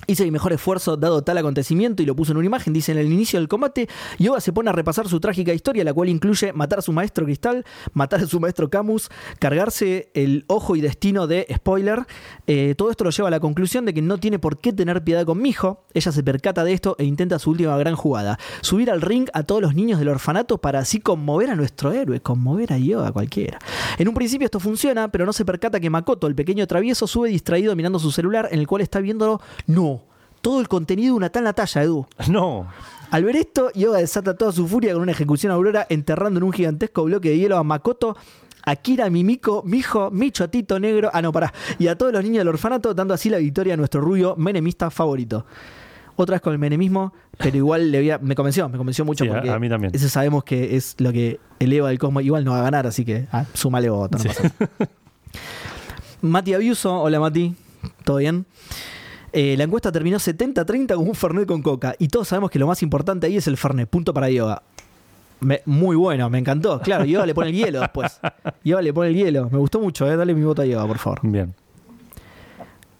Speaker 8: hizo el mejor esfuerzo dado tal acontecimiento y lo puso en una imagen. Dice: En el inicio del combate, Yoga se pone a repasar su trágica historia, la cual incluye matar a su maestro Cristal, matar a su maestro Camus, cargarse el ojo y destino de spoiler. Eh, todo esto lo lleva a la conclusión de que no tiene por qué tener piedad con Mijo. Ella se percata de esto e intenta su última gran jugada: subir al ring a todos los niños del orfanato para así conmover a nuestro héroe, conmover a Yoga cualquiera. En un principio esto funciona, pero no se percata que Makoto, el pequeño travieso, sube distraído mirando su celular, en el cual está viendo no. Todo el contenido de una tal Natalia, Edu.
Speaker 1: No.
Speaker 8: Al ver esto, Yoga desata toda su furia con una ejecución a Aurora, enterrando en un gigantesco bloque de hielo a Makoto, Akira, Mimiko, Mijo, Micho, Tito Negro, ah no, pará, y a todos los niños del orfanato, dando así la victoria a nuestro rubio menemista favorito. Otra vez con el menemismo, pero igual le voy a- me convenció, me convenció mucho
Speaker 1: Sí, a-
Speaker 8: porque
Speaker 1: a mí también.
Speaker 8: ese sabemos que es lo que eleva el cosmos. Igual no va a ganar, así que ah, súmale voto. no pasa nada. Mati Abiuso, hola Mati, ¿todo bien? Eh, la encuesta terminó 70-30 con un Fernet con coca. Y todos sabemos que lo más importante ahí es el Fernet. Punto para Yoga. Me- muy bueno, me encantó. Claro, Yoga le pone el hielo después. Yoga le pone el hielo. Me gustó mucho, eh. Dale mi voto a Yoga, por favor.
Speaker 1: Bien.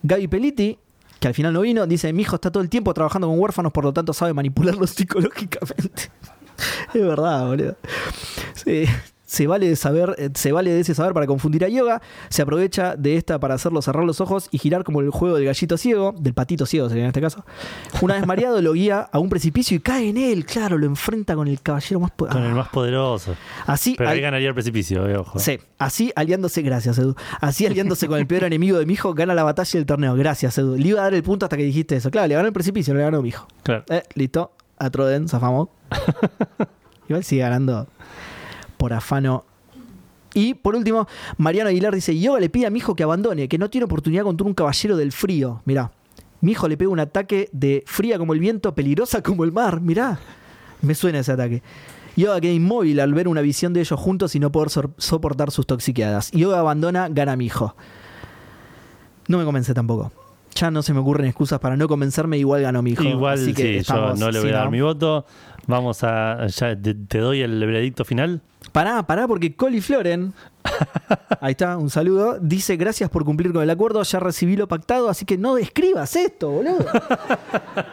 Speaker 8: Gaby Peliti, que al final no vino, dice: Mi hijo está todo el tiempo trabajando con huérfanos, por lo tanto sabe manipularlos psicológicamente. es verdad, boludo. Sí. Se vale, de saber, eh, se vale de ese saber para confundir a yoga, se aprovecha de esta para hacerlo cerrar los ojos y girar como el juego del gallito ciego, del patito ciego sería en este caso. Una vez mareado lo guía a un precipicio y cae en él, claro, lo enfrenta con el caballero más po- Ah,
Speaker 1: Con el más poderoso.
Speaker 8: Así,
Speaker 1: Pero ahí
Speaker 8: al-
Speaker 1: ganaría el precipicio, eh, ojo.
Speaker 8: Sí, así aliándose, gracias Edu. Así aliándose con el peor enemigo de mi hijo, gana la batalla del torneo. Gracias Edu. Le iba a dar el punto hasta que dijiste eso. Claro, le ganó el precipicio, no le ganó mi hijo.
Speaker 1: Claro.
Speaker 8: Eh, listo, a Troden, zafamos. Igual sigue ganando por afano. Y por último, Mariano Aguilar dice: Yoga le pide a mi hijo que abandone, que no tiene oportunidad contra un caballero del frío. Mirá, mi hijo le pega un ataque de fría como el viento, peligrosa como el mar. Mirá, me suena ese ataque. Yoga queda inmóvil al ver una visión de ellos juntos y no poder sor- soportar sus toxiqueadas. Yoga abandona, gana mi hijo. No me convence tampoco. Ya no se me ocurren excusas para no convencerme, igual ganó mi hijo.
Speaker 1: Igual,
Speaker 8: Así que
Speaker 1: sí, yo
Speaker 8: estamos
Speaker 1: no le voy
Speaker 8: sin
Speaker 1: a dar
Speaker 8: ar-
Speaker 1: mi voto. Vamos a. Ya te, te doy el veredicto final.
Speaker 8: Pará, pará, porque Coli Floren, ahí está, un saludo, dice gracias por cumplir con el acuerdo, ya recibí lo pactado, así que no describas esto, boludo.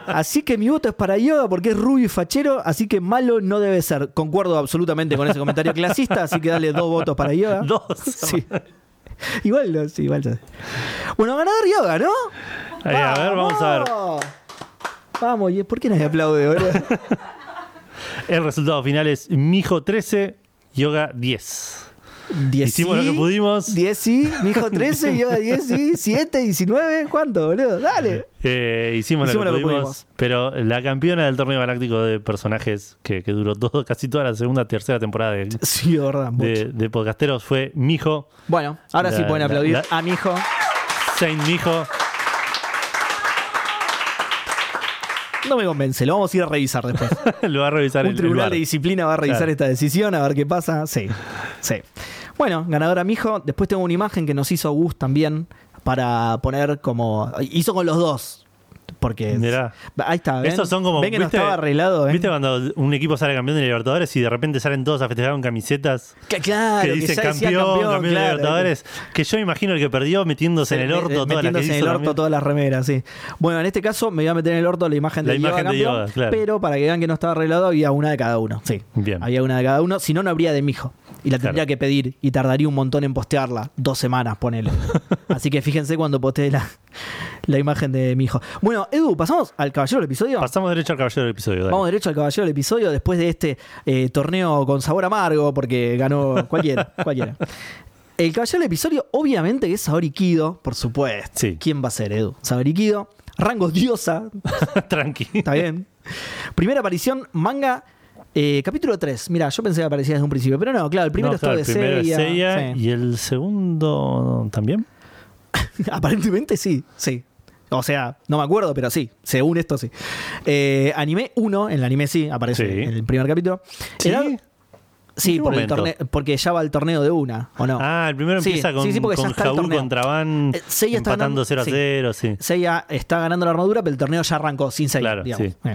Speaker 8: Así que mi voto es para Yoga porque es rubio y fachero, así que malo no debe ser. Concuerdo absolutamente con ese comentario clasista, así que dale dos votos para Yoga.
Speaker 1: Dos.
Speaker 8: Ah. Sí. igual, lo- sí, igual. ya. Bueno, ganador Yoga, ¿no?
Speaker 1: Ahí, a ver, vamos a ver.
Speaker 8: Vamos, ¿y por qué nadie aplaude, boludo?
Speaker 1: El resultado final es Mijo 13, Yoga 10.
Speaker 8: Diez
Speaker 1: Hicimos
Speaker 8: sí,
Speaker 1: lo que pudimos.
Speaker 8: 10 sí, mi hijo 13, yo 10 sí, 7, 19, ¿cuánto, boludo? Dale.
Speaker 1: Eh, hicimos, lo, que pudimos, Pero la campeona del torneo galáctico de personajes que, que duró todo, casi toda la segunda, tercera temporada del-
Speaker 8: Sí, de verdad. mucho.
Speaker 1: de, de podcasteros fue Mijo.
Speaker 8: Bueno, ahora sí
Speaker 1: La-
Speaker 8: pueden
Speaker 1: la-
Speaker 8: aplaudir
Speaker 1: la-
Speaker 8: a mi hijo.
Speaker 1: Saint Mijo.
Speaker 8: No me convence, lo vamos a ir a revisar después.
Speaker 1: Lo va a revisar el-
Speaker 8: Un
Speaker 1: el
Speaker 8: tribunal
Speaker 1: VAR.
Speaker 8: de disciplina va a revisar
Speaker 1: Claro.
Speaker 8: esta decisión, a ver qué pasa. Sí, sí. Bueno, ganadora Mijo. Después tengo una imagen que nos hizo Gus también para poner como. Hizo con los dos. Porque.
Speaker 1: Mirá.
Speaker 8: Ahí está. Ah, ¿ven?
Speaker 1: Estos son como.
Speaker 8: Ven que no estaba arreglado. ¿eh? ¿ven?
Speaker 1: ¿Viste cuando un equipo sale campeón de Libertadores y de repente salen todos a festejar con camisetas
Speaker 8: Que, claro,
Speaker 1: que
Speaker 8: que
Speaker 1: dicen
Speaker 8: ya decía
Speaker 1: campeón, campeón, de
Speaker 8: claro.
Speaker 1: Libertadores? Que yo me imagino el que perdió metiéndose en el
Speaker 8: Me- eh,
Speaker 1: orto todas las que
Speaker 8: metiéndose en
Speaker 1: hizo
Speaker 8: el orto
Speaker 1: también.
Speaker 8: todas las remeras, sí. Bueno, en este caso me voy a meter en el orto la imagen
Speaker 1: La
Speaker 8: de Yoda
Speaker 1: imagen de
Speaker 8: campeón,
Speaker 1: Yoda, claro.
Speaker 8: pero para que vean que no estaba arreglado había una de cada uno, sí.
Speaker 1: Bien.
Speaker 8: Había una de cada uno, si no no habría de mijo y la tendría
Speaker 1: Claro.
Speaker 8: que pedir y tardaría un montón en postearla, dos semanas, ponele. Así que fíjense cuando postee la, la imagen de mijo. Bueno, Edu, pasamos al caballero del episodio.
Speaker 1: Pasamos derecho al caballero del episodio. dale.
Speaker 8: Vamos derecho al caballero del episodio después de este eh, torneo con sabor amargo, porque ganó cualquiera, cualquiera. El caballero del episodio, obviamente, que es Saori Kido, por supuesto.
Speaker 1: Sí.
Speaker 8: ¿Quién va a ser, Edu? Saori Kido. Rango diosa,
Speaker 1: Tranqui.
Speaker 8: está bien. Primera aparición, manga, eh, capítulo 3. Mira, yo pensé que aparecía desde un principio, pero no, claro, el primero
Speaker 1: No,
Speaker 8: es
Speaker 1: claro,
Speaker 8: todo
Speaker 1: el
Speaker 8: de
Speaker 1: primero es
Speaker 8: Seiya.
Speaker 1: Seiya,
Speaker 8: Sí.
Speaker 1: y el segundo también.
Speaker 8: Aparentemente sí, sí. O sea, no me acuerdo, pero sí, según esto sí. Eh, anime 1, en el anime sí, aparece
Speaker 1: Sí.
Speaker 8: en el primer capítulo.
Speaker 1: ¿Sí?
Speaker 8: Edad-
Speaker 1: ¿En
Speaker 8: Sí,
Speaker 1: qué
Speaker 8: por el
Speaker 1: momento?
Speaker 8: torneo- porque ya va al torneo de una, ¿o no?
Speaker 1: Ah, el primero
Speaker 8: Sí,
Speaker 1: empieza con,
Speaker 8: sí, sí, porque ya
Speaker 1: con
Speaker 8: está el
Speaker 1: Jabú
Speaker 8: torneo.
Speaker 1: contra Van
Speaker 8: Eh, Seiya está
Speaker 1: empatando
Speaker 8: ganando-
Speaker 1: 0 a
Speaker 8: sí.
Speaker 1: 0, sí.
Speaker 8: Seiya está ganando la armadura, pero el torneo ya arrancó sin Seiya.
Speaker 1: Claro,
Speaker 8: digamos.
Speaker 1: sí.
Speaker 8: Eh.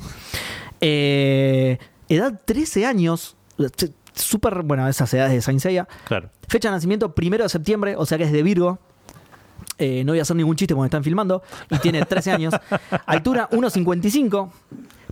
Speaker 8: Eh, edad 13 años, eh, t- súper, bueno, esas edades de Saint Seiya.
Speaker 1: Claro.
Speaker 8: Fecha de nacimiento, primero de septiembre, o sea que es de Virgo. Eh, no voy a hacer ningún chiste porque están filmando. Y tiene 13 años. Altura 1,55.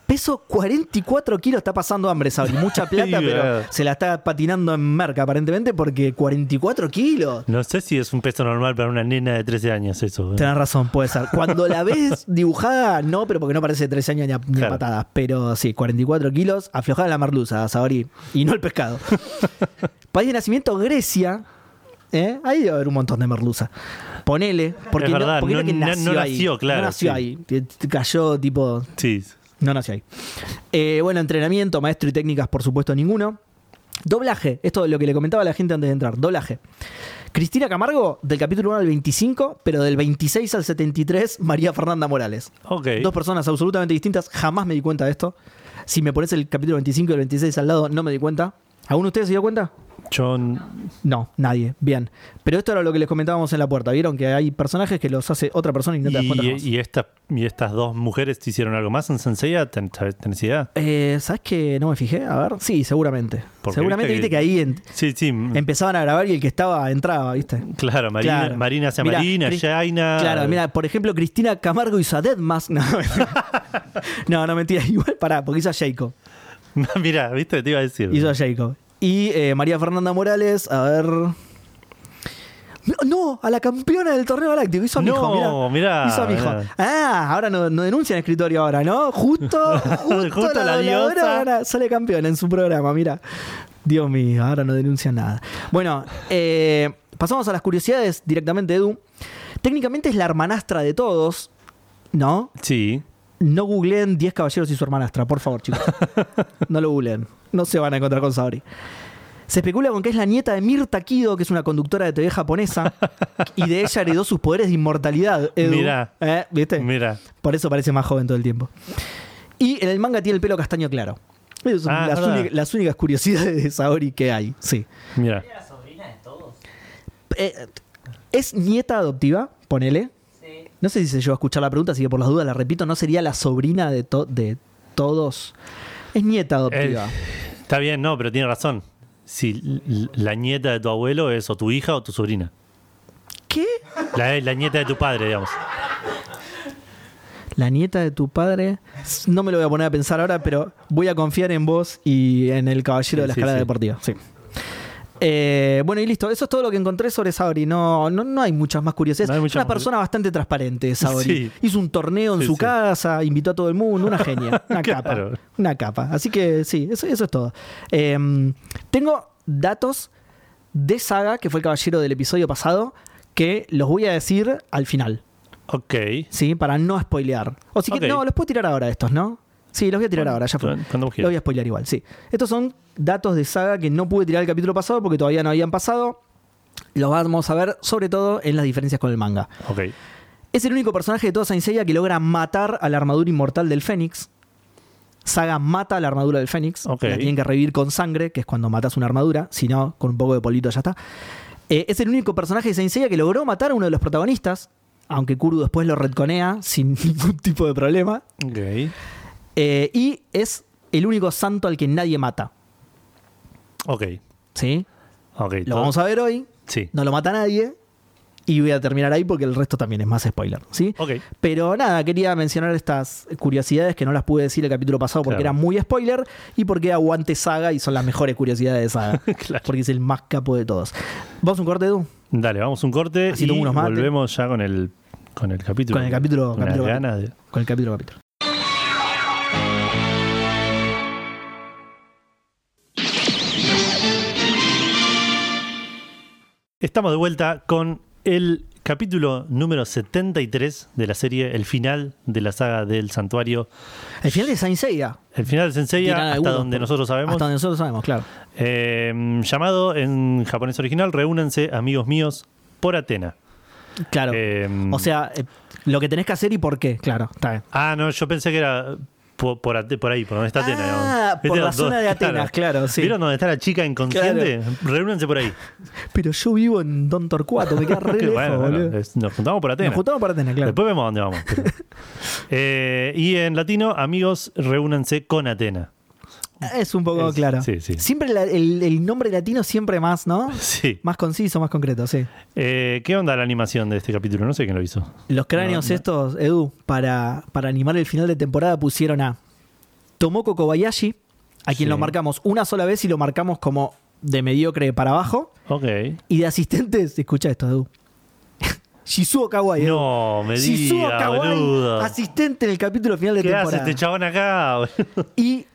Speaker 8: Peso 44 kilos. Está pasando hambre, Sabri. Mucha plata,
Speaker 1: Sí,
Speaker 8: pero
Speaker 1: verdad.
Speaker 8: se la está patinando en merca aparentemente porque 44 kilos.
Speaker 1: No sé si es un peso normal para una nena de 13 años eso. ¿eh?
Speaker 8: Tenés razón, puede ser. Cuando la ves dibujada, no, pero porque no parece de 13 años ni, a- ni a
Speaker 1: Claro.
Speaker 8: patadas. Pero sí, 44 kilos, aflojada la merluza, Sabri. Y no el pescado. País de nacimiento, Grecia. ¿Eh? Ahí debe haber un montón de merluza. Ponele. Porque
Speaker 1: Es verdad,
Speaker 8: no, porque
Speaker 1: no-
Speaker 8: era que
Speaker 1: no-
Speaker 8: nació
Speaker 1: no
Speaker 8: ahí.
Speaker 1: nació, claro,
Speaker 8: No nació
Speaker 1: sí.
Speaker 8: ahí. Te- te Cayó tipo.
Speaker 1: Sí.
Speaker 8: No nació ahí. Eh, bueno, entrenamiento, maestro y técnicas, por supuesto, ninguno. Doblaje, esto es lo que le comentaba a la gente antes de entrar. Doblaje. Cristina Camargo, del capítulo 1 al 25, pero del 26 al 73, María Fernanda Morales.
Speaker 1: Ok.
Speaker 8: Dos personas absolutamente distintas, jamás me di cuenta de esto. Si me pones el capítulo 25 y el 26 al lado, no me di cuenta. ¿Alguno de ustedes se dio cuenta?
Speaker 1: John.
Speaker 8: No, nadie. Bien. Pero esto era lo que les comentábamos en la puerta. Vieron que hay personajes que los hace otra persona y no te das cuenta.
Speaker 1: Y,
Speaker 8: jamás.
Speaker 1: y esta- y estas dos mujeres te hicieron algo más en Senseiya? ¿Ten- sabes- ¿Tenés idea?
Speaker 8: Eh, ¿Sabes que no me fijé? A ver. Sí, seguramente.
Speaker 1: Porque
Speaker 8: seguramente viste
Speaker 1: viste
Speaker 8: que,
Speaker 1: que-
Speaker 8: ahí en-
Speaker 1: Sí, sí. m-
Speaker 8: empezaban a grabar y el que estaba entraba, ¿viste?
Speaker 1: claro, Marina,
Speaker 8: Claro.
Speaker 1: Marina hacia
Speaker 8: Mirá,
Speaker 1: Marina,
Speaker 8: Cris-
Speaker 1: Jaina.
Speaker 8: Claro, mira, por ejemplo, Cristina Camargo hizo a Deadmas. No, no, no, mentira. Igual pará, porque hizo a Jacob.
Speaker 1: mira, viste, te iba a decir.
Speaker 8: Hizo a Jacob. Y eh, María Fernanda Morales, a ver. No, a la campeona del torneo galáctico. Hizo a mi hijo,
Speaker 1: No, mirá,
Speaker 8: Hizo a mi hijo.
Speaker 1: mirá.
Speaker 8: Ah, ahora no, no denuncian escritorio ahora, ¿no? Justo, justo,
Speaker 1: Justo
Speaker 8: la,
Speaker 1: la
Speaker 8: dobladora
Speaker 1: diosa.
Speaker 8: ahora sale campeona en su programa, mira. Dios mío, ahora no denuncian nada. Bueno, eh, pasamos a las curiosidades directamente, Edu. Técnicamente es la hermanastra de todos, ¿no?
Speaker 1: Sí.
Speaker 8: No googleen 10 caballeros y su hermanastra, por favor, chicos. No lo googleen. No se van a encontrar con Saori. Se especula con que es la nieta de Mirta Kido, que es una conductora de TV japonesa, y de ella heredó sus poderes de inmortalidad. Edu.
Speaker 1: Mirá.
Speaker 8: Eh, ¿Viste?
Speaker 1: Mira.
Speaker 8: Por eso parece más joven todo el tiempo. Y en el manga tiene el pelo castaño claro. Esas son
Speaker 1: Ah,
Speaker 8: las,
Speaker 1: es verdad.
Speaker 8: únicas- las únicas curiosidades de Saori que hay. Sí.
Speaker 1: Mira.
Speaker 12: ¿Era sobrina de todos?
Speaker 8: Eh, es nieta adoptiva, ponele.
Speaker 12: Sí.
Speaker 8: No sé si se llegó a escuchar la pregunta, así que por las dudas la repito, ¿no sería la sobrina de, to- de todos? Es nieta adoptiva.
Speaker 1: Eh, está bien, no, pero tiene razón. Si l- l- la nieta de tu abuelo es o tu hija o tu sobrina.
Speaker 8: ¿Qué?
Speaker 1: La, la nieta de tu padre, digamos.
Speaker 8: La nieta de tu padre. No me lo voy a poner a pensar ahora, pero voy a confiar en vos y en el caballero de la
Speaker 1: Sí,
Speaker 8: escalada
Speaker 1: sí.
Speaker 8: deportiva. Sí. Eh, bueno, y listo. Eso es todo lo que encontré sobre Saori. No, no, no hay muchas más curiosidades.
Speaker 1: No hay
Speaker 8: es
Speaker 1: muchas
Speaker 8: una
Speaker 1: más
Speaker 8: persona bastante transparente, Saori.
Speaker 1: Sí.
Speaker 8: Hizo un torneo en
Speaker 1: Sí,
Speaker 8: su
Speaker 1: sí.
Speaker 8: casa, invitó a todo el mundo. Una genia. Una
Speaker 1: Claro.
Speaker 8: capa. Una capa. Así que sí, eso, eso es todo. Eh, tengo datos de Saga, que fue el caballero del episodio pasado, que los voy a decir al final.
Speaker 1: Ok.
Speaker 8: ¿sí? Para no spoilear. O si que-
Speaker 1: Ok.
Speaker 8: no, los puedo tirar ahora estos, ¿no? Sí, los voy a tirar
Speaker 1: Bueno,
Speaker 8: ahora, ya fue.
Speaker 1: cuando- cuando vos
Speaker 8: Los
Speaker 1: quieras.
Speaker 8: voy a spoilear igual, sí. Estos son datos de saga que no pude tirar el capítulo pasado porque todavía no habían pasado. Los vamos a ver, sobre todo, en las diferencias con el manga.
Speaker 1: Ok.
Speaker 8: Es el único personaje de toda Saint Seiya que logra matar a la armadura inmortal del Fénix. Saga mata la armadura del Fénix.
Speaker 1: Ok.
Speaker 8: La tienen que revivir con sangre, que es cuando matas una armadura. Si no, con un poco de polito ya está. Eh, es el único personaje de Saint Seiya que logró matar a uno de los protagonistas. Aunque Kuru después lo retconea sin ningún tipo de problema.
Speaker 1: Ok.
Speaker 8: Eh, y es el único santo al que nadie mata.
Speaker 1: Ok.
Speaker 8: ¿Sí?
Speaker 1: Ok.
Speaker 8: Lo vamos a ver hoy.
Speaker 1: Sí.
Speaker 8: No lo mata nadie. Y voy a terminar ahí porque el resto también es más spoiler. ¿sí?
Speaker 1: Ok.
Speaker 8: Pero nada, quería mencionar estas curiosidades que no las pude decir el capítulo pasado porque
Speaker 1: Claro.
Speaker 8: era muy spoiler y porque aguante saga y son las mejores curiosidades de saga.
Speaker 1: Claro.
Speaker 8: Porque es el más capo de todos. Vamos a un corte, Edu.
Speaker 1: Dale, vamos a un corte
Speaker 8: Así
Speaker 1: y
Speaker 8: tomo unos mates.
Speaker 1: volvemos ya con el, con el capítulo.
Speaker 8: Con el capítulo.
Speaker 1: Con las
Speaker 8: capítulo-
Speaker 1: ganas de-
Speaker 8: Con el capítulo, capítulo.
Speaker 1: Estamos de vuelta con el capítulo número 73 de la serie, el final de la saga del santuario.
Speaker 8: El final de Saint Seiya.
Speaker 1: El final de Sensei
Speaker 8: Tiran
Speaker 1: hasta
Speaker 8: algunos,
Speaker 1: donde
Speaker 8: por-
Speaker 1: nosotros sabemos.
Speaker 8: Hasta donde nosotros sabemos, claro.
Speaker 1: Eh, llamado en japonés original, reúnanse amigos míos por Atena.
Speaker 8: Claro.
Speaker 1: Eh,
Speaker 8: o sea, eh, lo que tenés que hacer y por qué, claro. Está bien.
Speaker 1: Ah, no, yo pensé que era por, por, Ate- por ahí, por donde está Atena.
Speaker 8: Ah,
Speaker 1: digamos. Este
Speaker 8: por
Speaker 1: Viste,
Speaker 8: la
Speaker 1: los
Speaker 8: zona de Atenas, claro, sí.
Speaker 1: ¿Vieron donde está la chica inconsciente? Reúnanse por ahí.
Speaker 8: Pero yo vivo en Don Torcuato, me queda re
Speaker 1: Qué
Speaker 8: lejos,
Speaker 1: bueno, bueno,
Speaker 8: boludo.
Speaker 1: es- nos juntamos por Atenas.
Speaker 8: Nos juntamos para Atenas, claro.
Speaker 1: Después vemos a dónde vamos. pero- Eh, y en latino, amigos, reúnanse con Atena.
Speaker 8: es un poco
Speaker 1: es-
Speaker 8: claro.
Speaker 1: sí, sí.
Speaker 8: Siempre la- el, el nombre latino siempre más, ¿no?
Speaker 1: Sí.
Speaker 8: Más conciso, más concreto, sí.
Speaker 1: Eh, ¿Qué onda la animación de este capítulo? No sé quién lo hizo.
Speaker 8: Los cráneos estos, Edu, para, para animar el final de temporada pusieron a Tomoko Kobayashi, a
Speaker 1: Sí.
Speaker 8: quien lo marcamos una sola vez y lo marcamos como de mediocre para abajo.
Speaker 1: Ok.
Speaker 8: Y de asistentes, escucha esto, Edu. Shizuo Kawai. Edu.
Speaker 1: No, me
Speaker 8: Shizuo
Speaker 1: diga,
Speaker 8: Kawai,
Speaker 1: boludo.
Speaker 8: asistente en el capítulo final de
Speaker 1: ¿Qué hace
Speaker 8: temporada.
Speaker 1: este chabón acá? boludo?
Speaker 8: Y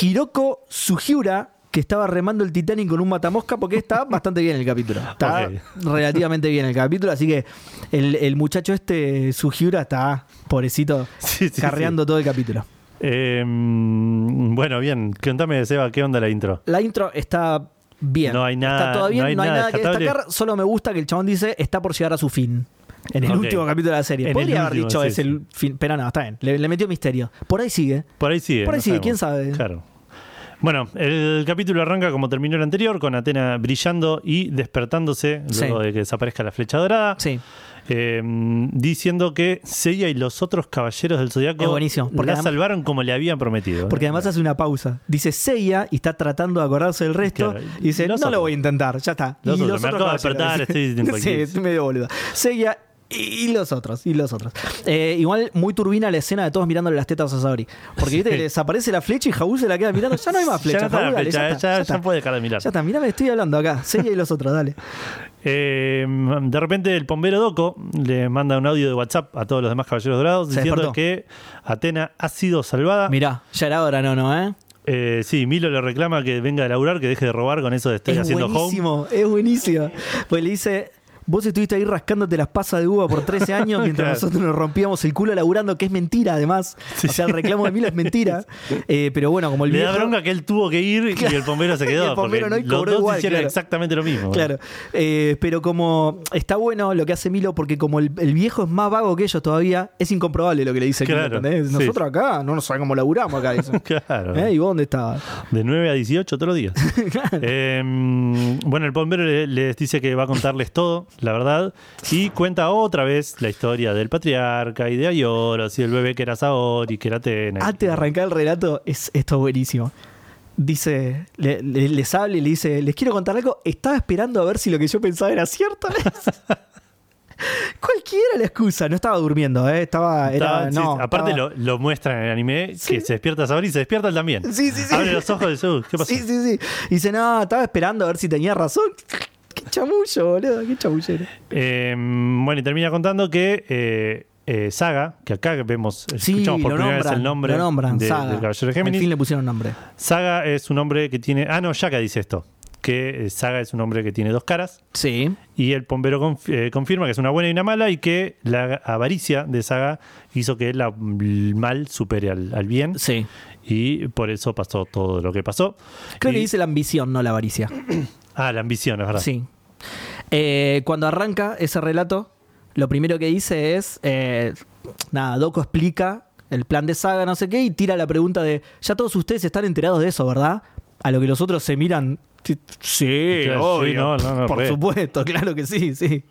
Speaker 8: Hiroko Sugiura, que estaba remando el Titanic con un matamosca, porque está bastante bien el capítulo. Está
Speaker 1: Ok.
Speaker 8: relativamente bien el capítulo, así que el, el muchacho este, Sugiura, está, pobrecito,
Speaker 1: Sí, sí,
Speaker 8: carreando todo el capítulo.
Speaker 1: Eh, mm, bueno, bien. Contame, Seba, ¿qué onda la intro?
Speaker 8: La intro está bien.
Speaker 1: No hay nada-
Speaker 8: Está todo bien,
Speaker 1: no hay nada
Speaker 8: que
Speaker 1: descartable.
Speaker 8: destacar, solo me gusta que el chabón dice está por llegar a su fin. En el
Speaker 1: Ok.
Speaker 8: último capítulo de la serie.
Speaker 1: En el
Speaker 8: Podría haber
Speaker 1: último,
Speaker 8: dicho
Speaker 1: sí,
Speaker 8: es el fin, pero no, está bien. Le, le metió misterio. Por ahí sigue.
Speaker 1: Por ahí sigue.
Speaker 8: Por ahí
Speaker 1: no
Speaker 8: sigue,
Speaker 1: sabemos.
Speaker 8: quién sabe.
Speaker 1: Claro. Bueno, el capítulo arranca como terminó el anterior, con Atena brillando y despertándose
Speaker 8: Sí.
Speaker 1: luego de que desaparezca la flecha dorada.
Speaker 8: Sí.
Speaker 1: Eh, diciendo que Seiya y los otros caballeros del Zodíaco
Speaker 8: Es buenísimo, porque
Speaker 1: la
Speaker 8: además-
Speaker 1: salvaron como le habían prometido.
Speaker 8: Porque además hace una pausa. Dice Seiya y está tratando de acordarse del resto.
Speaker 1: Claro,
Speaker 8: Y dice,
Speaker 1: los
Speaker 8: no
Speaker 1: otros.
Speaker 8: lo voy a intentar, ya está.
Speaker 1: Los
Speaker 8: y
Speaker 1: otros, me acabo de despertar, estoy en
Speaker 8: sí,
Speaker 1: cualquier-
Speaker 8: es medio boludo. Seiya y y los otros, y los otros. Eh, igual muy turbina la escena de todos mirándole las tetas a Saori. Porque viste que le desaparece la flecha y Jaúl se la queda mirando. Ya no hay
Speaker 1: ya
Speaker 8: más flecha.
Speaker 1: no está la
Speaker 8: Jaúl, dale,
Speaker 1: flecha, eh,
Speaker 8: ya, está,
Speaker 1: ya-
Speaker 8: ya
Speaker 1: ya
Speaker 8: está.
Speaker 1: puede dejar de mirar.
Speaker 8: Ya está, mirá, me estoy hablando acá. Seiya y los otros, dale.
Speaker 1: Eh, de repente el bombero Doco le manda un audio de WhatsApp a todos los demás caballeros dorados
Speaker 8: Se
Speaker 1: diciendo
Speaker 8: despertó.
Speaker 1: que Atena ha sido salvada.
Speaker 8: Mirá, ya era hora, no, no, ¿eh?
Speaker 1: Eh, sí, Milo le reclama que venga a laburar, que deje de robar con eso de estoy
Speaker 8: es
Speaker 1: haciendo home.
Speaker 8: buenísimo, es buenísimo. Pues le dice, vos estuviste ahí rascándote las pasas de uva por 13 años mientras
Speaker 1: Claro.
Speaker 8: nosotros nos rompíamos el culo laburando, que es mentira además. o sea, el reclamo de Milo es mentira. Eh, pero bueno, como el
Speaker 1: Le da
Speaker 8: viejo-
Speaker 1: bronca que él tuvo que ir y el bombero se quedó.
Speaker 8: Y el bombero
Speaker 1: porque
Speaker 8: no, y
Speaker 1: los
Speaker 8: cobró
Speaker 1: dos
Speaker 8: igual,
Speaker 1: hicieron
Speaker 8: claro.
Speaker 1: exactamente lo mismo.
Speaker 8: Claro, Eh, pero como está bueno lo que hace Milo, porque como el, el viejo es más vago que ellos todavía, es incomprobable lo que le dice Milo,
Speaker 1: Claro,
Speaker 8: ¿entendés?
Speaker 1: sí.
Speaker 8: Nosotros acá no nos sabemos cómo laburamos acá. dice.
Speaker 1: Claro.
Speaker 8: ¿Eh? ¿Y vos dónde estabas?
Speaker 1: De 9 a 18 todos los días. Eh, bueno, el bombero le- les dice que va a contarles todo, la verdad, y cuenta otra vez la historia del patriarca y de Ayoros y el bebé que era Saori, que era Atena.
Speaker 8: Antes de arrancar el relato, es, esto es buenísimo. Dice, le- le- les habla y le dice, les quiero contar algo. Estaba esperando a ver si lo que yo pensaba era cierto. Cualquiera la excusa. No estaba durmiendo, ¿eh? Estaba. Era,
Speaker 1: Estaba- sí,
Speaker 8: no,
Speaker 1: aparte
Speaker 8: estaba-
Speaker 1: lo, lo muestra en el anime
Speaker 8: Sí.
Speaker 1: que se despierta Sabri y se despierta él también.
Speaker 8: Sí, sí, sí.
Speaker 1: Abre los ojos de su. ¿Qué pasó?
Speaker 8: Sí, sí, sí. Y dice, no, estaba esperando a ver si tenía razón. Qué chamullo, boludo. Qué chamullero.
Speaker 1: Eh, bueno, y termina contando que eh, eh, Saga, que acá vemos,
Speaker 8: Sí,
Speaker 1: escuchamos por
Speaker 8: lo
Speaker 1: primera
Speaker 8: nombran,
Speaker 1: vez el nombre
Speaker 8: Lo nombran,
Speaker 1: de-
Speaker 8: Saga.
Speaker 1: del Caballero de
Speaker 8: Al fin
Speaker 1: Géminis.
Speaker 8: le pusieron nombre.
Speaker 1: Saga es un hombre que tiene. Ah, no, Yaka dice esto. Que eh, Saga es un hombre que tiene dos caras.
Speaker 8: Sí.
Speaker 1: Y el pombero conf- eh, confirma que es una buena y una mala y que la avaricia de Saga hizo que la- el mal supere al, al bien.
Speaker 8: Sí.
Speaker 1: Y por eso pasó todo lo que pasó.
Speaker 8: Creo
Speaker 1: Y-
Speaker 8: que dice la ambición, no la avaricia.
Speaker 1: Ah, la ambición, es verdad.
Speaker 8: Sí. Eh, cuando arranca ese relato, lo primero que dice es. eh, nada, Doco explica el plan de saga, no sé qué, y tira la pregunta de: Ya todos ustedes están enterados de eso, ¿verdad? A lo que los otros se miran. "Sí, Sí,
Speaker 1: Claro, sí,
Speaker 8: obvio.
Speaker 1: no, no, no,
Speaker 8: por
Speaker 1: re".
Speaker 8: supuesto, claro que sí, sí.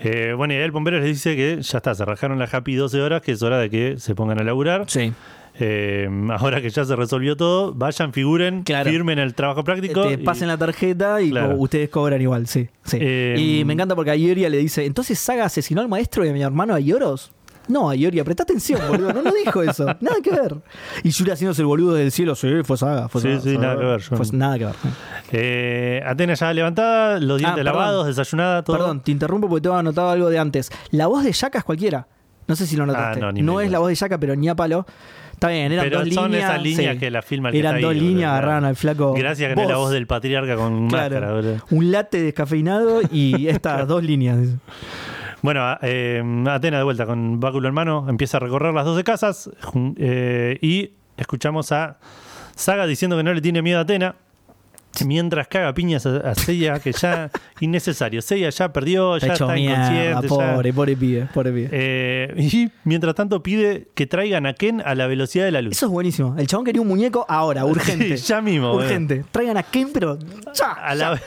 Speaker 1: Eh, bueno, y ahí el bombero les dice que ya está, se rajaron la happy 12 horas, que es hora de que se pongan a laburar.
Speaker 8: Sí.
Speaker 1: Eh, ahora que ya se resolvió todo, vayan, figuren,
Speaker 8: Claro. Eh,
Speaker 1: firmen el trabajo práctico.
Speaker 8: Te
Speaker 1: y-
Speaker 8: pasen la tarjeta y
Speaker 1: Claro.
Speaker 8: co- ustedes cobran igual, sí. sí.
Speaker 1: Eh,
Speaker 8: y me encanta porque a Ioria le dice, entonces Saga asesinó al maestro y a mi hermano a Ioros. No, a Ioria, presta atención, boludo. No, no dijo eso. Nada que ver. Y Yuri haciéndose el boludo del cielo. Sí, fue Saga. Fue
Speaker 1: Sí,
Speaker 8: Saga,
Speaker 1: sí,
Speaker 8: Saga".
Speaker 1: nada que ver, yo
Speaker 8: Fue
Speaker 1: no.
Speaker 8: nada que ver.
Speaker 1: Eh, Atena ya levantada, los dientes
Speaker 8: Ah, perdón.
Speaker 1: lavados, desayunada, todo.
Speaker 8: Perdón, te interrumpo porque tengo anotado algo de antes. La voz de Yaka es cualquiera. No sé si lo notaste.
Speaker 1: Ah, no,
Speaker 8: no
Speaker 1: ni me
Speaker 8: es
Speaker 1: digas.
Speaker 8: la voz de Yaka, pero ni a palo. Está bien, eran
Speaker 1: Pero
Speaker 8: dos
Speaker 1: son
Speaker 8: líneas.
Speaker 1: esas líneas
Speaker 8: sí.
Speaker 1: que la filma el que
Speaker 8: Eran
Speaker 1: está
Speaker 8: dos
Speaker 1: ahí, boludo.
Speaker 8: líneas, agarraron al flaco.
Speaker 1: Gracias que no es la voz del patriarca con
Speaker 8: Claro.
Speaker 1: máscara, boludo.
Speaker 8: Un late descafeinado y estas dos líneas.
Speaker 1: Bueno, a- eh, Atena de vuelta con báculo en mano, empieza a recorrer las 12 casas jun- eh, y escuchamos a Saga diciendo que no le tiene miedo a Atena. Mientras caga piñas a, a Seiya, que ya innecesario. Seiya ya perdió, ya está inconsciente. ya-
Speaker 8: pobre, pobre pibe, pobre pibe.
Speaker 1: Eh, y mientras tanto pide que traigan a Ken a la velocidad de la luz.
Speaker 8: Eso es buenísimo. El chabón quería un muñeco ahora, urgente.
Speaker 1: Sí, ya mismo, boludo.
Speaker 8: Urgente. Traigan a Ken, pero ya.
Speaker 1: A la-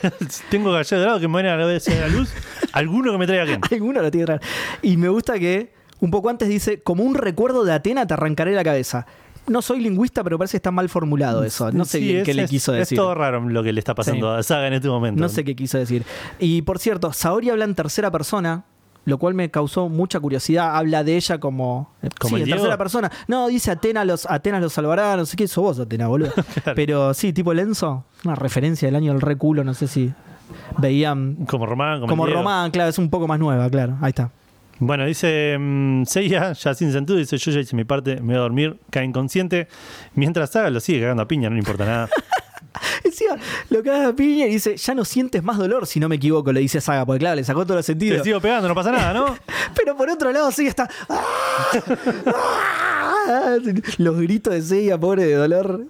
Speaker 1: tengo gallo dorado que me mueren a la velocidad de la luz. Alguno que me traiga a Ken.
Speaker 8: Alguno lo tiene que traer. Y me gusta que un poco antes dice, como un recuerdo de Atena te arrancaré la cabeza. No soy lingüista, pero parece que está mal formulado eso. No sé
Speaker 1: Sí,
Speaker 8: bien
Speaker 1: es-
Speaker 8: qué le
Speaker 1: es-
Speaker 8: quiso decir.
Speaker 1: Es todo raro lo que le está pasando a Saga en este momento.
Speaker 8: No sé qué quiso decir. Y por cierto, Saori habla en tercera persona, lo cual me causó mucha curiosidad. Habla de ella como. eh,
Speaker 1: ¿Como
Speaker 8: sí,
Speaker 1: el
Speaker 8: en
Speaker 1: Diego?
Speaker 8: tercera persona. No, dice Atena los, Atenas los salvará, no sé qué, sos vos, Atena, boludo. Pero sí, tipo Lenzo, una referencia del año del reculo, no sé si veían.
Speaker 1: Como Román, como,
Speaker 8: Como
Speaker 1: el Diego.
Speaker 8: Román, claro, es un poco más nueva, claro. Ahí está.
Speaker 1: Bueno, dice mm, Seiya, ya sin sentido, dice yo ya hice mi parte, me voy a dormir, cae inconsciente. Mientras Saga lo sigue cagando a piña, no le importa nada.
Speaker 8: Decía, lo que haga piña y dice, ya no sientes más dolor, si no me equivoco, le dice Saga, porque claro, le sacó todo el
Speaker 1: Te
Speaker 8: sentido.
Speaker 1: sigo pegando, no pasa nada, ¿no?
Speaker 8: Pero por otro lado, sí está. ¡ah! Los gritos de Seiya, pobre de dolor.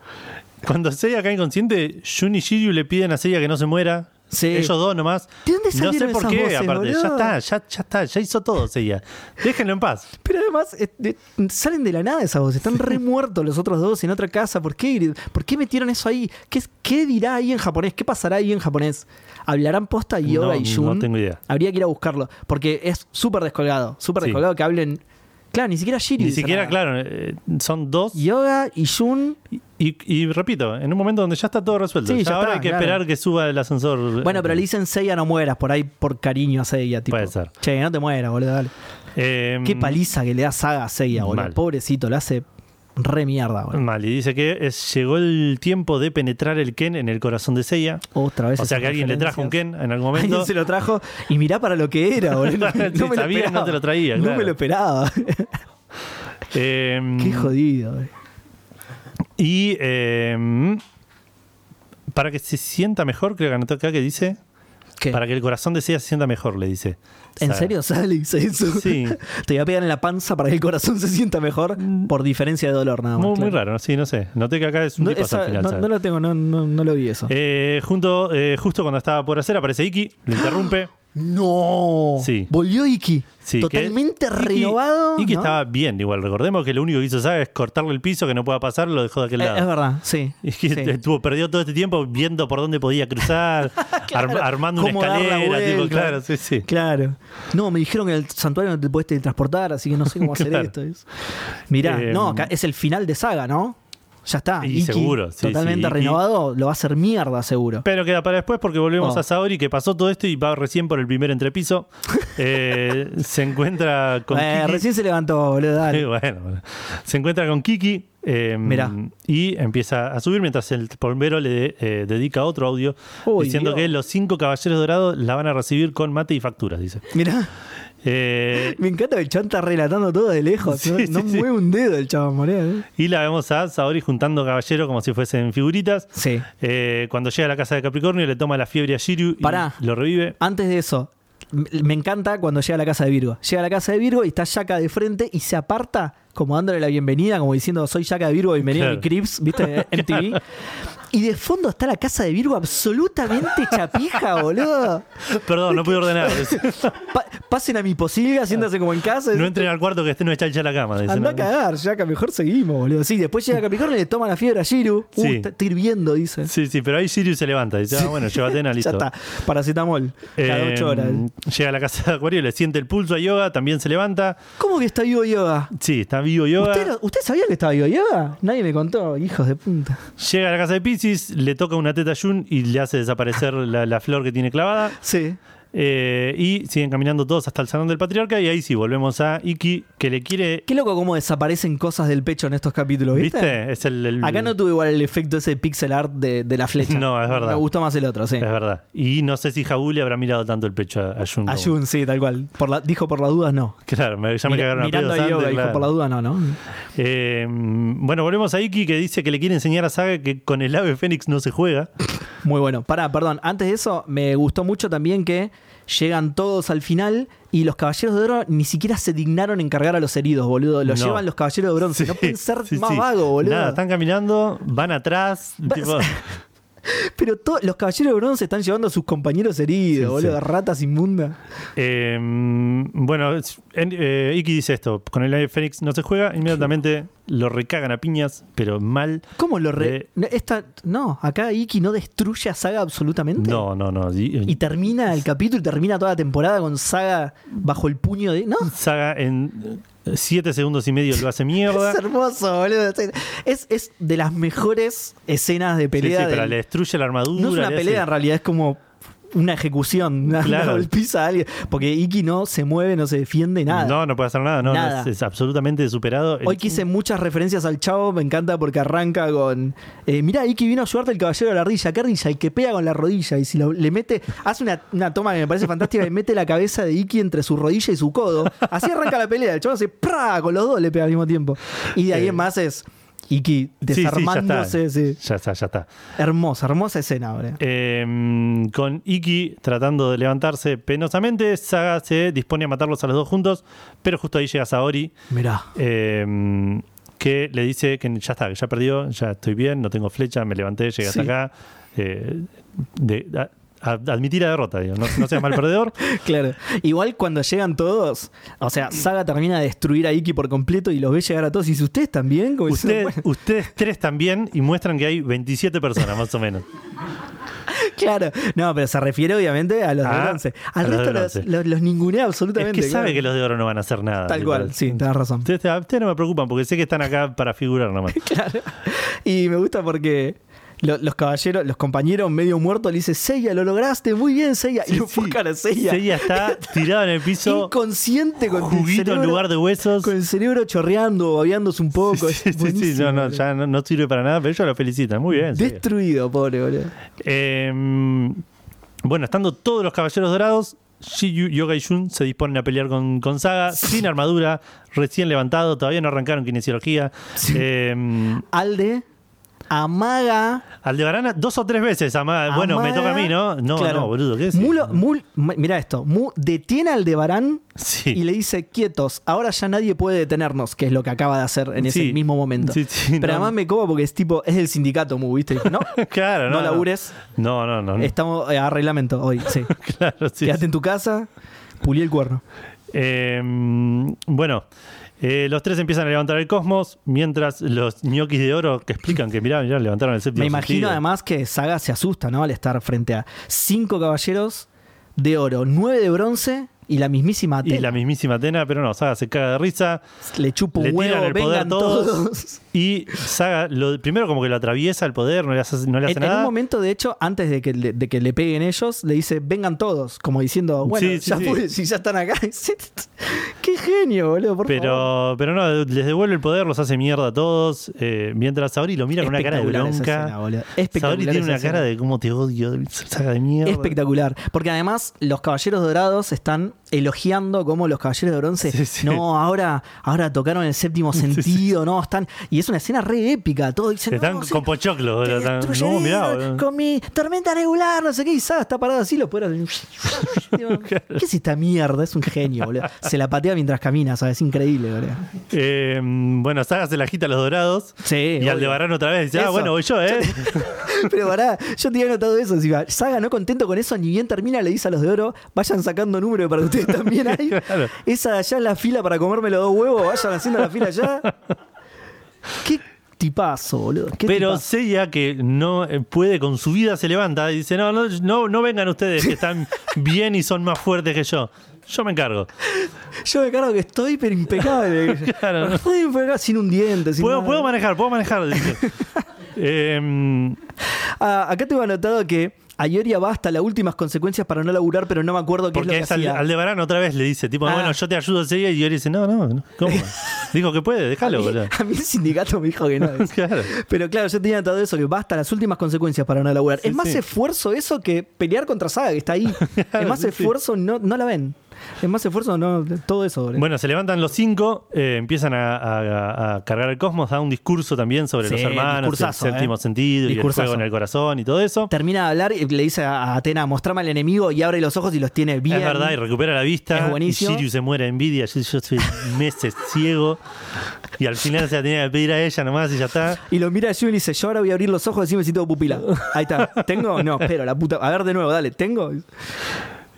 Speaker 1: Cuando Seiya cae inconsciente, Jun y Shiryu le piden a Seiya que no se muera.
Speaker 8: Sí.
Speaker 1: Ellos dos nomás.
Speaker 8: ¿De dónde
Speaker 1: no sé
Speaker 8: salieron
Speaker 1: por
Speaker 8: esas
Speaker 1: qué,
Speaker 8: voces,
Speaker 1: aparte. Ya
Speaker 8: boludo?
Speaker 1: está, ya, ya está, ya hizo todo Seiya. Déjenlo en paz.
Speaker 8: Pero además, eh, de- salen de la nada esas voces. Están re muertos los otros dos en otra casa. ¿Por qué, gri- por qué metieron eso ahí? ¿Qué, es- qué dirá ahí en japonés? ¿Qué pasará ahí en japonés? ¿Hablarán posta Yoda
Speaker 1: No,
Speaker 8: y Jun?
Speaker 1: no tengo idea.
Speaker 8: Habría que ir a buscarlo. Porque es súper descolgado. Súper
Speaker 1: Sí.
Speaker 8: descolgado que hablen. Claro, ni siquiera Shiryu.
Speaker 1: Ni
Speaker 8: dice
Speaker 1: siquiera,
Speaker 8: nada.
Speaker 1: claro, eh, son dos. Y,
Speaker 8: Yoga y Jun.
Speaker 1: y repito, en un momento donde ya está todo resuelto.
Speaker 8: Sí,
Speaker 1: ya
Speaker 8: ya
Speaker 1: ahora
Speaker 8: está,
Speaker 1: hay que
Speaker 8: claro.
Speaker 1: esperar que suba el ascensor. eh,
Speaker 8: Bueno, pero le dicen Seiya no mueras por ahí por cariño a Seiya. Tipo,
Speaker 1: Puede ser.
Speaker 8: Che, no te mueras, boludo. Dale.
Speaker 1: Eh,
Speaker 8: Qué paliza que le da Saga a Seiya, boludo.
Speaker 1: Mal.
Speaker 8: Pobrecito, lo hace re mierda, boludo.
Speaker 1: Mal, y dice que es- llegó el tiempo de penetrar el Ken en el corazón de Seiya.
Speaker 8: Otra vez.
Speaker 1: O sea
Speaker 8: esas
Speaker 1: que alguien le trajo un
Speaker 8: referencias.
Speaker 1: Ken en algún
Speaker 8: Alguien
Speaker 1: momento.
Speaker 8: se lo trajo y mirá para lo que era, boludo.
Speaker 1: Sí, sabía, no te lo traía,
Speaker 8: No
Speaker 1: claro.
Speaker 8: me lo esperaba.
Speaker 1: Eh,
Speaker 8: Qué jodido, eh. boludo.
Speaker 1: y eh, para que se sienta mejor, creo que anotó acá que dice.
Speaker 8: ¿Qué?
Speaker 1: Para que el corazón de Seiya se sienta mejor, le dice.
Speaker 8: ¿En
Speaker 1: Saga.
Speaker 8: serio Sally hizo eso?
Speaker 1: Sí. Mm.
Speaker 8: Te voy a pegar en la panza para que el corazón se sienta mejor por diferencia de dolor, nada más.
Speaker 1: Muy, muy
Speaker 8: claro.
Speaker 1: raro, sí, no sé. Noté que acá es un
Speaker 8: No,
Speaker 1: tipazo
Speaker 8: esa-
Speaker 1: al final.
Speaker 8: no-
Speaker 1: Saga.
Speaker 8: no lo tengo, no, no- no lo vi eso.
Speaker 1: Eh, junto, eh, justo cuando estaba por hacer, aparece Iki, le interrumpe.
Speaker 8: ¡No!
Speaker 1: Sí.
Speaker 8: Volvió Iki.
Speaker 1: Sí, que-
Speaker 8: Totalmente
Speaker 1: Iki-
Speaker 8: renovado.
Speaker 1: Iki
Speaker 8: ¿no?
Speaker 1: estaba bien, igual. Recordemos que lo único que hizo Saga es cortarle el piso, que no pueda pasar, lo dejó de aquel
Speaker 8: Eh,
Speaker 1: lado.
Speaker 8: es verdad, sí.
Speaker 1: Y que
Speaker 8: sí.
Speaker 1: estuvo, perdió todo este tiempo viendo por dónde podía cruzar, arm- armando una
Speaker 8: Cómo dar la
Speaker 1: escalera, tipo,
Speaker 8: vuelta.
Speaker 1: claro, sí, sí.
Speaker 8: Claro. No, me dijeron que en el santuario no te puedes transportar, así que no sé cómo hacer
Speaker 1: Claro.
Speaker 8: esto. Es- Mirá,
Speaker 1: Eh,
Speaker 8: no, acá es el final de saga, ¿no? Ya está.
Speaker 1: Y
Speaker 8: Iki,
Speaker 1: seguro, sí,
Speaker 8: totalmente
Speaker 1: sí, Iki.
Speaker 8: renovado, lo va a hacer mierda seguro.
Speaker 1: Pero queda para después porque volvemos
Speaker 8: Oh.
Speaker 1: a Saori, que pasó todo esto y va recién por el primer entrepiso. Eh, se encuentra con
Speaker 8: Eh,
Speaker 1: Kiki.
Speaker 8: recién se levantó, boludo. dale.
Speaker 1: Sí, bueno, bueno. Se encuentra con Kiki eh,
Speaker 8: Mirá.
Speaker 1: y empieza a subir mientras el bombero le eh, dedica otro audio
Speaker 8: Uy,
Speaker 1: diciendo
Speaker 8: Dios.
Speaker 1: que los cinco caballeros dorados la van a recibir con mate y facturas, dice.
Speaker 8: Mirá,
Speaker 1: Eh,
Speaker 8: me encanta que el chabón está relatando todo de lejos.
Speaker 1: Sí,
Speaker 8: no
Speaker 1: sí,
Speaker 8: no
Speaker 1: sí.
Speaker 8: mueve un dedo el chabón, boludo. eh.
Speaker 1: y la vemos a Saori juntando caballeros como si fuesen figuritas.
Speaker 8: Sí.
Speaker 1: Eh, cuando llega a la casa de Capricornio le toma la fiebre a Shiryu y
Speaker 8: Pará.
Speaker 1: lo revive.
Speaker 8: Antes de eso, m- me encanta cuando llega a la casa de Virgo. Llega a la casa de Virgo y está Yaka de frente y se aparta como dándole la bienvenida, como diciendo soy Yaka de Virgo, bienvenido a mi
Speaker 1: Claro.
Speaker 8: Crips, ¿viste? En TV. Y de fondo está la casa de Virgo absolutamente chapija, boludo.
Speaker 1: Perdón, no pude ordenar. dice.
Speaker 8: Pa- pasen a mi posilga, siéntase como en casa.
Speaker 1: No entren al cuarto que estén no está hecha la cama. dice,
Speaker 8: Anda a
Speaker 1: ¿no?
Speaker 8: cagar, Yaka, mejor seguimos, boludo. Sí, después llega Capricornio y le toma la fiebre a Shiru. Uh,
Speaker 1: Sí.
Speaker 8: está, está hirviendo, dice.
Speaker 1: Sí, sí, pero ahí Sirius se levanta. Dice, ah, bueno, llévatena, listo.
Speaker 8: Ya está, paracetamol. Cada
Speaker 1: Eh,
Speaker 8: ocho horas.
Speaker 1: Llega a la casa de Acuario, le siente el pulso a Yoga, también se levanta.
Speaker 8: ¿Cómo que está vivo Yoga?
Speaker 1: Sí, está vivo Yoga.
Speaker 8: ¿Usted, usted sabía que estaba vivo Yoga? Nadie me contó, hijos de punta.
Speaker 1: Llega a la casa de Pisces, le toca una teta a Jun y le hace desaparecer la, la flor que tiene clavada.
Speaker 8: Sí.
Speaker 1: Eh, y siguen caminando todos hasta el salón del patriarca. Y ahí sí, volvemos a Iki, que le quiere.
Speaker 8: Qué loco cómo desaparecen cosas del pecho en estos capítulos, ¿viste?
Speaker 1: ¿Viste? Es el, el-
Speaker 8: Acá no tuve igual el efecto ese pixel art de, de la flecha.
Speaker 1: No, es verdad.
Speaker 8: Me gustó más el otro, sí.
Speaker 1: Es verdad. Y no sé si Jaú le habrá mirado tanto el pecho a, a Jun.
Speaker 8: A
Speaker 1: como-
Speaker 8: Jun, sí, tal cual. Por la- dijo por las dudas, no.
Speaker 1: Claro, me, ya me
Speaker 8: Mira-
Speaker 1: cagaron a
Speaker 8: mirando
Speaker 1: pedos
Speaker 8: a Yoga,
Speaker 1: antes,
Speaker 8: dijo
Speaker 1: claro.
Speaker 8: por la duda, no, ¿no?
Speaker 1: Eh, bueno, volvemos a Iki que dice que le quiere enseñar a Saga que con el ave Fénix no se juega.
Speaker 8: Muy bueno. Pará, perdón. Antes de eso, me gustó mucho también que llegan todos al final y los caballeros de oro ni siquiera se dignaron en cargar a los heridos, boludo. Los
Speaker 1: No.
Speaker 8: llevan los caballeros de bronce.
Speaker 1: Sí,
Speaker 8: no pueden ser
Speaker 1: sí,
Speaker 8: más
Speaker 1: sí.
Speaker 8: vagos, boludo.
Speaker 1: Nada, están caminando, van atrás. tipo,
Speaker 8: Pero to- los caballeros de bronce están llevando a sus compañeros heridos,
Speaker 1: Sí, sí.
Speaker 8: boludo. Ratas inmundas.
Speaker 1: eh, bueno, es- en- eh, Iki dice esto: con el ave Fénix no se juega. Inmediatamente lo recagan a piñas, pero mal.
Speaker 8: ¿Cómo lo re-
Speaker 1: Eh.
Speaker 8: no, esta, no, acá Iki no destruye a Saga absolutamente.
Speaker 1: No, no, no. y-
Speaker 8: Y termina el capítulo y termina toda la temporada con Saga bajo el puño de. No,
Speaker 1: Saga en 7 segundos y medio lo hace mierda.
Speaker 8: es hermoso, boludo. Es, es de las mejores escenas de
Speaker 1: Sí, sí,
Speaker 8: pelea.
Speaker 1: pero
Speaker 8: del-
Speaker 1: le destruye la armadura.
Speaker 8: no es una
Speaker 1: le hace-
Speaker 8: pelea en realidad, es como una ejecución. Una, una
Speaker 1: Claro.
Speaker 8: golpiza a alguien. Porque Iki no se mueve, no se defiende, nada.
Speaker 1: No, no puede hacer nada. No, no,
Speaker 8: Nada.
Speaker 1: es, es absolutamente superado.
Speaker 8: Hoy quise muchas referencias al chavo, me encanta porque arranca con. Eh, mirá, Iki vino a ayudarte el caballero de la rodilla, qué risa, y que pega con la rodilla. Y si lo- le mete, hace una, una toma que me parece fantástica, y mete la cabeza de Iki entre su rodilla y su codo. Así arranca la pelea. El chavo hace ¡pra! con los dos le pega al mismo tiempo. Y de ahí
Speaker 1: Eh.
Speaker 8: en más es Iki
Speaker 1: Sí, sí, ya está.
Speaker 8: desarmándose. sí.
Speaker 1: Ya está, ya está.
Speaker 8: Hermosa, hermosa escena, boludo.
Speaker 1: Eh, con Iki tratando de levantarse penosamente, Saga se dispone a matarlos a los dos juntos, pero justo ahí llega Saori,
Speaker 8: Mirá.
Speaker 1: eh, que le dice que ya está, que ya perdió, ya estoy bien, no tengo flecha, me levanté, llegué hasta
Speaker 8: Sí.
Speaker 1: acá. eh, de- a- a- admití la derrota, digo, no, no seas mal perdedor.
Speaker 8: Claro. Igual cuando llegan todos, o sea, Saga termina de destruir a Iki por completo y los ve llegar a todos. Y dice, ¿ustedes también? Como diciendo,
Speaker 1: Usted-
Speaker 8: "Bueno".
Speaker 1: Ustedes tres también y muestran que hay 27 personas más o menos.
Speaker 8: Claro, no, pero se refiere obviamente a los
Speaker 1: Ah,
Speaker 8: de bronce.
Speaker 1: a
Speaker 8: Al
Speaker 1: los de
Speaker 8: resto los,
Speaker 1: bronce.
Speaker 8: los, los ningunea
Speaker 1: es
Speaker 8: absolutamente.
Speaker 1: que sabe
Speaker 8: claro.
Speaker 1: que los de oro no van a hacer nada.
Speaker 8: Tal
Speaker 1: digo,
Speaker 8: cual, sí, tenés razón.
Speaker 1: Ustedes, ustedes no me preocupan porque sé que están acá para figurar nomás.
Speaker 8: Claro. Y me gusta porque lo- los caballeros, los compañeros medio muertos le dicen, Seiya, lo lograste, muy bien, Seiya. y
Speaker 1: Sí,
Speaker 8: lo
Speaker 1: sí.
Speaker 8: enfocan a Seiya.
Speaker 1: Seiya está tirado en el piso,
Speaker 8: Inconsciente con el
Speaker 1: juguito en
Speaker 8: cerebro-
Speaker 1: lugar de huesos.
Speaker 8: Con el cerebro chorreando, babeándose un poco.
Speaker 1: Sí, sí, sí,
Speaker 8: es
Speaker 1: sí,
Speaker 8: buenísimo,
Speaker 1: no, no,
Speaker 8: boludo.
Speaker 1: ya no, no sirve para nada, pero ellos lo felicitan. Muy bien. Seiya.
Speaker 8: Destruido, pobre, boludo.
Speaker 1: Eh, bueno, estando todos los caballeros dorados, Shiyu, Yoga y Shun se disponen a pelear con, con Saga, sin armadura, recién levantado, todavía no arrancaron kinesiología. Eh,
Speaker 8: Alde amaga
Speaker 1: Aldebarán dos o tres veces, ama- Ah, bueno, me
Speaker 8: Amaga-
Speaker 1: toca a mí, ¿no? No,
Speaker 8: Claro.
Speaker 1: no, boludo, ¿qué es?
Speaker 8: Mulo- Mul- ma- mirá esto. Mu detiene al de Barán
Speaker 1: Sí.
Speaker 8: y le dice, quietos, ahora ya nadie puede detenernos, que es lo que acaba de hacer en
Speaker 1: Sí.
Speaker 8: ese mismo momento.
Speaker 1: Sí, sí,
Speaker 8: Pero
Speaker 1: no.
Speaker 8: además me como porque es tipo, es del sindicato Mu, ¿viste? Dijo, no,
Speaker 1: Claro, no.
Speaker 8: no labures.
Speaker 1: No, no, no. no.
Speaker 8: Estamos eh, a reglamento hoy, sí.
Speaker 1: Claro, sí.
Speaker 8: Quédate en tu casa, pulí el cuerno.
Speaker 1: Eh, bueno, eh, los tres empiezan a levantar el cosmos, mientras los ñoquis de oro que explican que, mirá, mirá, levantaron el séptimo
Speaker 8: Me imagino
Speaker 1: sentido.
Speaker 8: además que Saga se asusta, ¿no? Al estar frente a cinco caballeros de oro, nueve de bronce y la mismísima
Speaker 1: Y
Speaker 8: Atena.
Speaker 1: la mismísima Atena, pero no, Saga se caga de risa,
Speaker 8: Le chupa un
Speaker 1: le tiran
Speaker 8: huevo,
Speaker 1: el poder
Speaker 8: vengan
Speaker 1: todos,
Speaker 8: todos.
Speaker 1: y Saga lo, primero como que lo atraviesa el poder, no le hace, no le hace
Speaker 8: En, en
Speaker 1: nada.
Speaker 8: un momento, de hecho, antes de que, le, de que le peguen ellos, le dice, vengan todos, como diciendo, bueno,
Speaker 1: Sí, sí,
Speaker 8: ya
Speaker 1: sí.
Speaker 8: fue, si ya están acá. Qué genio, boludo, por favor.
Speaker 1: pero, pero no, les devuelve el poder, los hace mierda a todos. eh, mientras Saori lo mira con una cara de
Speaker 8: Espectacular esa
Speaker 1: bronca.
Speaker 8: escena, boludo.
Speaker 1: Saori
Speaker 8: Espectacular
Speaker 1: tiene
Speaker 8: esa
Speaker 1: una
Speaker 8: escena.
Speaker 1: cara de cómo te odio, saga de mierda.
Speaker 8: Espectacular. Porque además los caballeros dorados están elogiando como los caballeros de bronce.
Speaker 1: Sí, sí.
Speaker 8: No, ahora, ahora tocaron el séptimo sentido, no, están. Y es una escena re épica. Todos dicen.
Speaker 1: Te están
Speaker 8: no, sí,
Speaker 1: con pochoclo,
Speaker 8: te
Speaker 1: boludo, están-
Speaker 8: destruyeron
Speaker 1: no, mirá, boludo.
Speaker 8: con mi tormenta regular, no sé qué, y Saga está parado así, lo puede ¿Qué es esta mierda? Es un genio, boludo. Se la patea mientras camina, ¿sabes? Es increíble, boludo.
Speaker 1: Eh, bueno, Saga se la agita a los dorados.
Speaker 8: Sí.
Speaker 1: y
Speaker 8: obvio.
Speaker 1: Aldebarán otra vez. Ya,
Speaker 8: Eso.
Speaker 1: bueno, voy yo, ¿eh?
Speaker 8: Pero pará, yo tenía anotado eso encima. Saga no contento con eso, ni bien termina, le dice a los de oro, vayan sacando número para que ustedes también hay.
Speaker 1: Claro.
Speaker 8: Esa de allá es la fila para comerme los dos huevos, vayan haciendo la fila allá. Qué tipazo, boludo. qué
Speaker 1: Pero
Speaker 8: tipazo.
Speaker 1: Seiya, que no eh, puede con su vida, se levanta y dice: No, no, no, no vengan ustedes que están bien y son más fuertes que yo. Yo me encargo.
Speaker 8: Yo me cargo que estoy, pero impecable.
Speaker 1: Claro, no.
Speaker 8: Estoy impecable, sin un diente, sin
Speaker 1: Puedo,
Speaker 8: nada.
Speaker 1: puedo manejar, puedo manejar. dice. Em,
Speaker 8: Ah, acá tengo anotado que a Ioria va hasta las últimas consecuencias para no laburar, pero no me acuerdo qué
Speaker 1: porque es
Speaker 8: es lo que
Speaker 1: al,
Speaker 8: hacía.
Speaker 1: Aldebarán otra vez le dice: Tipo,
Speaker 8: Ah.
Speaker 1: bueno, yo te ayudo, Seiya. Y él dice: No, no, no, ¿cómo? Dijo que puede,
Speaker 8: A
Speaker 1: déjalo,
Speaker 8: mí,
Speaker 1: boludo.
Speaker 8: a mí el sindicato me dijo que no.
Speaker 1: Claro.
Speaker 8: Pero claro, yo tenía todo eso que va hasta las últimas consecuencias para no laburar.
Speaker 1: Sí,
Speaker 8: es más
Speaker 1: sí.
Speaker 8: esfuerzo eso que pelear contra Saga, que está ahí. es más
Speaker 1: sí, sí.
Speaker 8: esfuerzo, no, no la ven. Es más esfuerzo, no. Todo eso. boludo.
Speaker 1: Bueno, se levantan los cinco, eh, empiezan a, a- a cargar el cosmos, da un discurso también sobre
Speaker 8: Sí,
Speaker 1: los hermanos, el
Speaker 8: discursazo,
Speaker 1: séptimo
Speaker 8: eh.
Speaker 1: sentido y el
Speaker 8: Discursazo.
Speaker 1: fuego en el corazón y todo eso.
Speaker 8: Termina de hablar y le dice a Atena, mostrame al enemigo y abre los ojos y los tiene bien.
Speaker 1: Es verdad, y recupera la vista.
Speaker 8: Es buenísimo.
Speaker 1: Y Sirius se muere de envidia. Yo, yo estoy meses ciego. Y al final se la tenía que pedir a ella nomás y ya está.
Speaker 8: Y lo mira a Jimmy y le dice, yo ahora voy a abrir los ojos y decime si tengo pupila. Ahí está. ¿Tengo? No, espero, la puta. A ver de nuevo, dale, ¿tengo?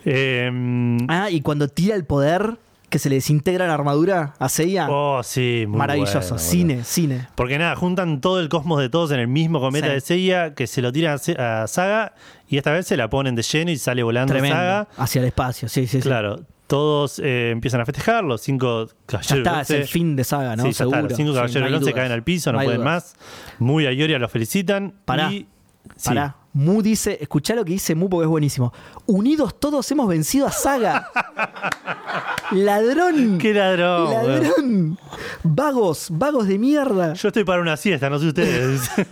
Speaker 1: Eh,
Speaker 8: Ah, y cuando tira el poder, que se le desintegra la armadura a Seiya.
Speaker 1: oh, sí, muy
Speaker 8: Ah. maravilloso.
Speaker 1: bueno,
Speaker 8: cine,
Speaker 1: boludo.
Speaker 8: cine.
Speaker 1: Porque nada, juntan todo el cosmos de todos en el mismo cometa
Speaker 8: Sí.
Speaker 1: de Seiya que se lo tira a Se- a Saga y esta vez se la ponen de lleno y sale volando
Speaker 8: Tremendo.
Speaker 1: Saga.
Speaker 8: Hacia el espacio, sí, sí, sí.
Speaker 1: Claro, todos eh, empiezan a festejar, los cinco
Speaker 8: Ya
Speaker 1: caballeros.
Speaker 8: está, es
Speaker 1: bronce-
Speaker 8: el fin de saga, ¿no?
Speaker 1: Sí, ya está,
Speaker 8: Seguro.
Speaker 1: los cinco
Speaker 8: Sí,
Speaker 1: caballeros
Speaker 8: no hay
Speaker 1: del once
Speaker 8: dudas.
Speaker 1: caen al piso, no,
Speaker 8: hay
Speaker 1: pueden más.
Speaker 8: dudas.
Speaker 1: Muy a Ioria los felicitan.
Speaker 8: Pará,
Speaker 1: y- sí.
Speaker 8: Pará. Mu dice, escuchá lo que dice Mu porque es buenísimo. Unidos todos hemos vencido a Saga. ladrón.
Speaker 1: ¡Qué ladrón! weón.
Speaker 8: ladrón. Vagos, vagos de mierda.
Speaker 1: Yo estoy para una siesta, no sé ustedes.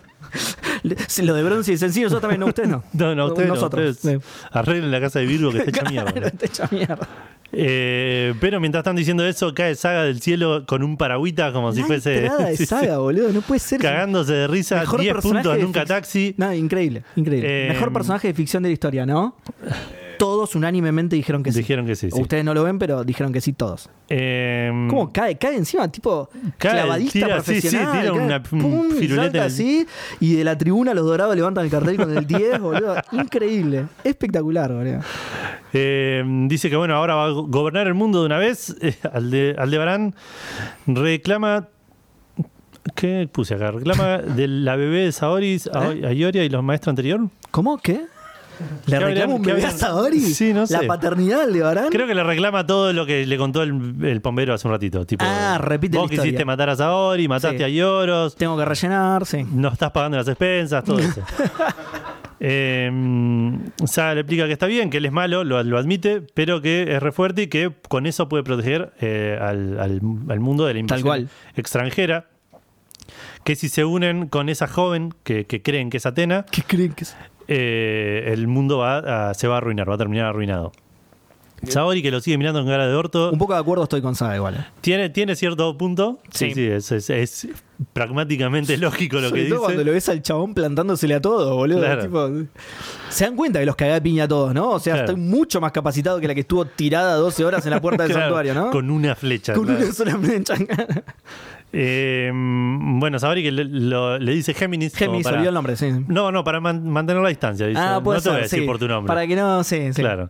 Speaker 8: Le- Lo de bronce y sencillo, yo también, no ustedes no.
Speaker 1: no, no, ustedes. no,
Speaker 8: Nosotros.
Speaker 1: ustedes Arreglen la casa de Virgo que está hecha
Speaker 8: Claro,
Speaker 1: mierda.
Speaker 8: te echa mierda.
Speaker 1: Eh, pero mientras están diciendo eso, cae Saga del cielo con un paragüita como si
Speaker 8: La
Speaker 1: fuese.
Speaker 8: entrada de
Speaker 1: sí, sí,
Speaker 8: Saga, boludo, no puede ser.
Speaker 1: Cagándose de risa,
Speaker 8: Mejor
Speaker 1: 10
Speaker 8: personaje
Speaker 1: puntos,
Speaker 8: de
Speaker 1: nunca
Speaker 8: fic-
Speaker 1: taxi.
Speaker 8: No, increíble, increíble.
Speaker 1: Eh,
Speaker 8: Mejor personaje de ficción de la historia, ¿no? Todos unánimemente dijeron que sí.
Speaker 1: Dijeron que sí, sí.
Speaker 8: Ustedes no lo ven, pero dijeron que sí todos.
Speaker 1: Eh,
Speaker 8: ¿Cómo cae? Cae encima, tipo
Speaker 1: Cae,
Speaker 8: clavadista
Speaker 1: tira, sí,
Speaker 8: profesional.
Speaker 1: sí, tira
Speaker 8: cae,
Speaker 1: una- un
Speaker 8: pum, y
Speaker 1: firulete
Speaker 8: salta
Speaker 1: en el-
Speaker 8: así y de la tribuna los dorados levantan el cartel con el 10, boludo. Increíble. Espectacular, boludo.
Speaker 1: Eh, dice que bueno, ahora va a go- gobernar el mundo de una vez. Eh, Alde- Aldebarán reclama. ¿Qué puse acá? Reclama de la bebé de Saori a, a
Speaker 8: ¿Eh?
Speaker 1: Ioria y los maestros anterior.
Speaker 8: ¿Cómo? ¿Qué?
Speaker 1: ¿Qué
Speaker 8: ¿Le reclama
Speaker 1: habrían-
Speaker 8: un
Speaker 1: qué
Speaker 8: bebé a
Speaker 1: habrían-
Speaker 8: Saori?
Speaker 1: Sí, no sé.
Speaker 8: ¿La paternidad de Barán?
Speaker 1: Creo que le reclama todo lo que le contó el, el pombero hace un ratito. Tipo,
Speaker 8: Ah, repite
Speaker 1: Vos
Speaker 8: la historia.
Speaker 1: quisiste matar a Saori, mataste
Speaker 8: Sí.
Speaker 1: a Ioros,
Speaker 8: Tengo que rellenar, sí.
Speaker 1: no estás pagando las expensas, todo eso. Eh, Saga le explica que está bien, que él es malo, lo, lo admite, pero que es re fuerte y que con eso puede proteger eh, al, al- al mundo de la invasión
Speaker 8: cual.
Speaker 1: extranjera. Que si se unen con esa joven que, que creen que es Atena,
Speaker 8: ¿Qué creen que es?
Speaker 1: eh, el mundo va a- se va a arruinar, va a terminar arruinado. Saori, que lo sigue mirando con cara de orto,
Speaker 8: Un poco de acuerdo estoy con Saga igual. eh.
Speaker 1: tiene, tiene cierto punto. Sí, sí,
Speaker 8: Sí.
Speaker 1: es, es- es pragmáticamente lógico lo
Speaker 8: Sobre
Speaker 1: que
Speaker 8: todo cuando
Speaker 1: dice.
Speaker 8: lo ves al chabón plantándosele a todo, boludo.
Speaker 1: Claro.
Speaker 8: Tipo, se dan cuenta que los cagá de piña a todos, ¿no? O sea,
Speaker 1: Claro.
Speaker 8: estoy mucho más capacitado que la que estuvo tirada 12 horas en la puerta del
Speaker 1: Claro,
Speaker 8: santuario, ¿no?
Speaker 1: Con una flecha.
Speaker 8: Con
Speaker 1: claro.
Speaker 8: una sola mecha.
Speaker 1: Eh, bueno, Saori que le, lo- le dice Géminis. como
Speaker 8: Géminis,
Speaker 1: para-
Speaker 8: olvidó el nombre, sí.
Speaker 1: No, no, para man- mantener la distancia. dice,
Speaker 8: ah, puede
Speaker 1: no te
Speaker 8: ser,
Speaker 1: voy a decir
Speaker 8: sí.
Speaker 1: por tu nombre.
Speaker 8: Para que no, sí, sí.
Speaker 1: Claro.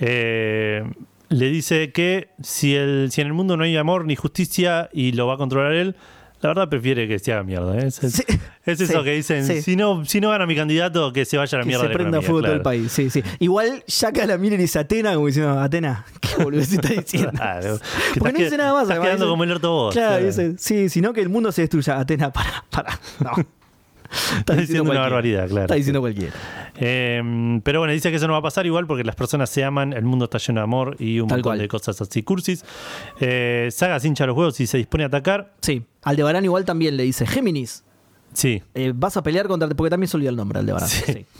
Speaker 1: Eh, le dice que si, el, si en el mundo no hay amor ni justicia y lo va a controlar él, La verdad prefiere que se haga mierda. ¿eh? Es,
Speaker 8: Sí.
Speaker 1: es
Speaker 8: Sí.
Speaker 1: eso que dicen,
Speaker 8: Sí.
Speaker 1: si no si no gana mi candidato, que se vaya a la
Speaker 8: Que
Speaker 1: mierda.
Speaker 8: se
Speaker 1: la
Speaker 8: prenda
Speaker 1: economía,
Speaker 8: fuego todo
Speaker 1: claro.
Speaker 8: el país, sí, sí. Igual Yaka la miren y dice Atena como diciendo, Atena, ¿qué boludez está diciendo?
Speaker 1: Claro. Ah, Que
Speaker 8: Porque
Speaker 1: estás
Speaker 8: no dice
Speaker 1: que-
Speaker 8: nada más.
Speaker 1: Estás
Speaker 8: además,
Speaker 1: quedando
Speaker 8: dice-
Speaker 1: como el orto vos.
Speaker 8: Claro, dice, sí, sino que el mundo se destruya. Atena, para, para. No. Está
Speaker 1: Estás diciendo una
Speaker 8: cualquiera.
Speaker 1: barbaridad, claro.
Speaker 8: Está diciendo cualquiera.
Speaker 1: Eh, pero bueno, dice que eso no va a pasar igual porque las personas se aman, el mundo está lleno de amor y un
Speaker 8: Tal
Speaker 1: montón
Speaker 8: cual.
Speaker 1: de cosas así cursis. Eh, Saga se hincha los huevos y se dispone a atacar.
Speaker 8: Sí. Aldebarán igual también le dice, Géminis,
Speaker 1: Sí,
Speaker 8: eh, vas a pelear contra... Porque también se olvida el nombre, Aldebarán.
Speaker 1: Sí.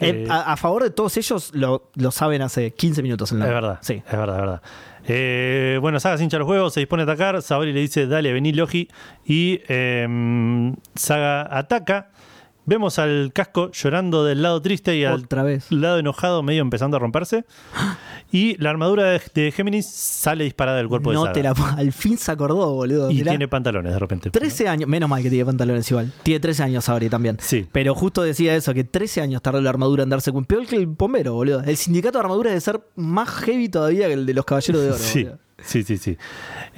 Speaker 8: Sí. Eh,
Speaker 1: Eh,
Speaker 8: a, a favor de todos ellos lo, lo saben hace 15 minutos. El
Speaker 1: es
Speaker 8: nombre.
Speaker 1: verdad.
Speaker 8: Sí.
Speaker 1: Es verdad, es verdad. Eh, bueno, Saga se hincha los huevos, se dispone a atacar. Saori le dice, dale, vení, Logi. Y eh, Saga ataca. Vemos al casco llorando del lado triste y al
Speaker 8: Otra vez.
Speaker 1: lado enojado medio empezando a romperse. Y la armadura de, de Géminis sale disparada del cuerpo de
Speaker 8: No
Speaker 1: Saga.
Speaker 8: te la... Al fin se acordó, boludo.
Speaker 1: y
Speaker 8: Mirá.
Speaker 1: tiene pantalones de repente.
Speaker 8: 13 años, menos mal que tiene pantalones igual. Tiene 13 años ahora también.
Speaker 1: Sí.
Speaker 8: Pero justo decía eso, que 13 años tardó la armadura en darse cuenta. Peor que el bombero, boludo. El sindicato de armadura debe ser más heavy todavía que el de los caballeros de oro.
Speaker 1: Sí,
Speaker 8: boludo.
Speaker 1: sí, sí, sí.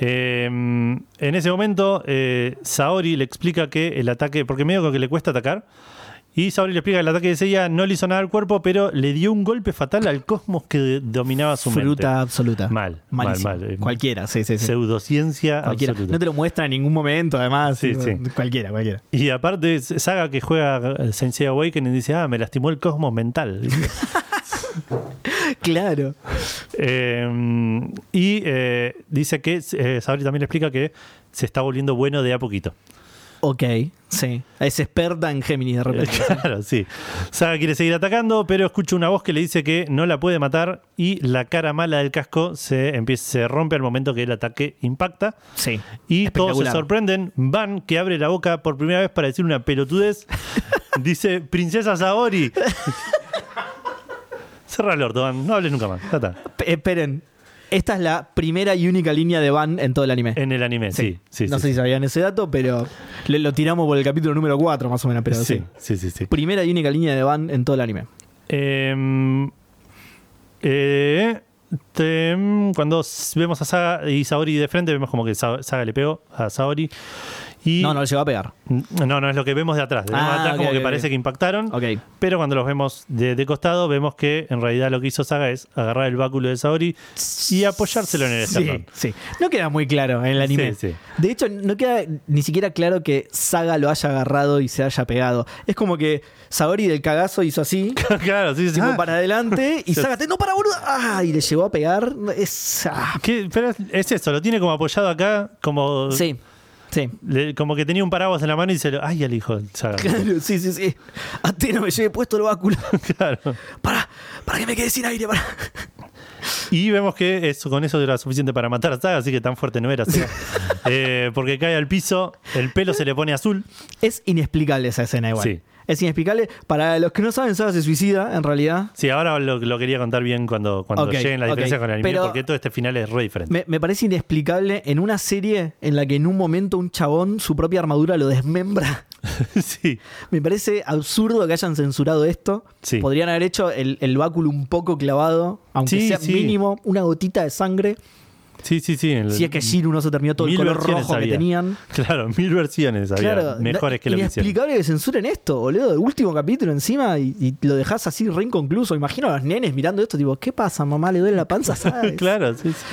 Speaker 1: Eh, en ese momento, eh, Saori le explica que el ataque, porque medio que le cuesta atacar, y Saori le explica que el ataque de Seiya no le hizo nada al cuerpo, pero le dio un golpe fatal al cosmos que de- dominaba su
Speaker 8: Fruta
Speaker 1: mente.
Speaker 8: absoluta.
Speaker 1: Mal,
Speaker 8: Malísimo.
Speaker 1: mal, mal. Eh,
Speaker 8: Cualquiera, sí, sí, sí.
Speaker 1: Pseudociencia
Speaker 8: Cualquiera.
Speaker 1: absoluta.
Speaker 8: No te lo muestra en ningún momento, además.
Speaker 1: Sí,
Speaker 8: tipo,
Speaker 1: sí.
Speaker 8: Cualquiera, cualquiera.
Speaker 1: Y aparte, Saga que juega eh, Sensei Awakening dice, ah, me lastimó el cosmos mental.
Speaker 8: Claro.
Speaker 1: Eh, y eh, dice que, eh, Saori también le explica que se está volviendo bueno de a poquito.
Speaker 8: Ok, sí. Es experta en Géminis de repente.
Speaker 1: Claro, sí. Saga quiere seguir atacando, pero escucha una voz que le dice que no la puede matar y la cara mala del casco se, empieza, se rompe al momento que el ataque impacta.
Speaker 8: Sí.
Speaker 1: Y todos se
Speaker 8: Espectacular.
Speaker 1: sorprenden. Van, que abre la boca por primera vez para decir una pelotudez, dice, princesa Saori. Cerra el orto, Van. No hables nunca más. Ya está.
Speaker 8: P- Esperen. Esta es la primera y única línea de Van en todo el anime.
Speaker 1: En el anime, sí. sí,
Speaker 8: no
Speaker 1: sí,
Speaker 8: sé
Speaker 1: sí.
Speaker 8: si sabían ese dato, pero le- lo tiramos por el capítulo número 4, más o menos. Pero sí.
Speaker 1: Sí, sí, sí, sí.
Speaker 8: Primera y única línea de van en todo el anime.
Speaker 1: Em, eh, tem- cuando s- vemos a Saga y Saori de frente, vemos como que Sa- Saga le pegó a Saori. Y
Speaker 8: No, no lo llegó a pegar.
Speaker 1: no, no, es lo que vemos de atrás. De
Speaker 8: Ah,
Speaker 1: atrás
Speaker 8: ok,
Speaker 1: como que
Speaker 8: ok,
Speaker 1: parece
Speaker 8: ok.
Speaker 1: que impactaron.
Speaker 8: Ok.
Speaker 1: Pero cuando los vemos de, de costado, vemos que en realidad lo que hizo Saga es agarrar el báculo de Saori y apoyárselo en el
Speaker 8: Sí,
Speaker 1: esternón.
Speaker 8: sí. No queda muy claro en el anime.
Speaker 1: Sí, sí.
Speaker 8: De hecho, no queda ni siquiera claro que Saga lo haya agarrado y se haya pegado. Es como que Saori del cagazo hizo así,
Speaker 1: claro, sí, sí.
Speaker 8: tipo
Speaker 1: Ah,
Speaker 8: para adelante, y
Speaker 1: Sí.
Speaker 8: Saga, te- no para boludo. Ah, y le llegó a pegar. Es, ah.
Speaker 1: ¿qué? Pero es- es eso, lo tiene como apoyado acá, como,
Speaker 8: Sí, sí.
Speaker 1: le- como que tenía un paraguas en la mano y se lo. ¡Ay, al hijo! de Saga.
Speaker 8: Claro, sí, sí, sí. Atena me lleve puesto el báculo.
Speaker 1: claro.
Speaker 8: Para, para que me quede sin aire. Para.
Speaker 1: Y vemos que eso, con eso era suficiente para matar a Saga, así que tan fuerte no era Saga. Eh, porque cae al piso, el pelo se le pone azul.
Speaker 8: Es inexplicable esa escena igual.
Speaker 1: Sí.
Speaker 8: Es inexplicable. Para los que no saben, Saga se suicida, en realidad.
Speaker 1: Sí, ahora lo, lo quería contar bien cuando, cuando
Speaker 8: Ok,
Speaker 1: lleguen las
Speaker 8: ok.
Speaker 1: diferencias con el anime,
Speaker 8: Pero-
Speaker 1: porque todo este final es re diferente.
Speaker 8: Me, me parece inexplicable en una serie en la que en un momento un chabón su propia armadura lo desmembra.
Speaker 1: sí,
Speaker 8: Me parece absurdo que hayan censurado esto.
Speaker 1: Sí.
Speaker 8: Podrían haber hecho el, el báculo un poco clavado, aunque
Speaker 1: Sí,
Speaker 8: sea
Speaker 1: sí.
Speaker 8: mínimo, una gotita de sangre.
Speaker 1: sí, sí. sí en el-
Speaker 8: Si es que Shiru no se terminó todo el
Speaker 1: mil
Speaker 8: color
Speaker 1: versiones
Speaker 8: rojo que
Speaker 1: había.
Speaker 8: tenían.
Speaker 1: Claro, mil versiones había
Speaker 8: Claro,
Speaker 1: mejores que lo que hicieron.
Speaker 8: inexplicable que censuren esto, boludo. El último capítulo encima y, y lo dejás así re inconcluso. Imagino a los nenes mirando esto, tipo, ¿qué pasa, mamá? ¿Le duele la panza? ¿Sabes?
Speaker 1: Claro, sí, sí.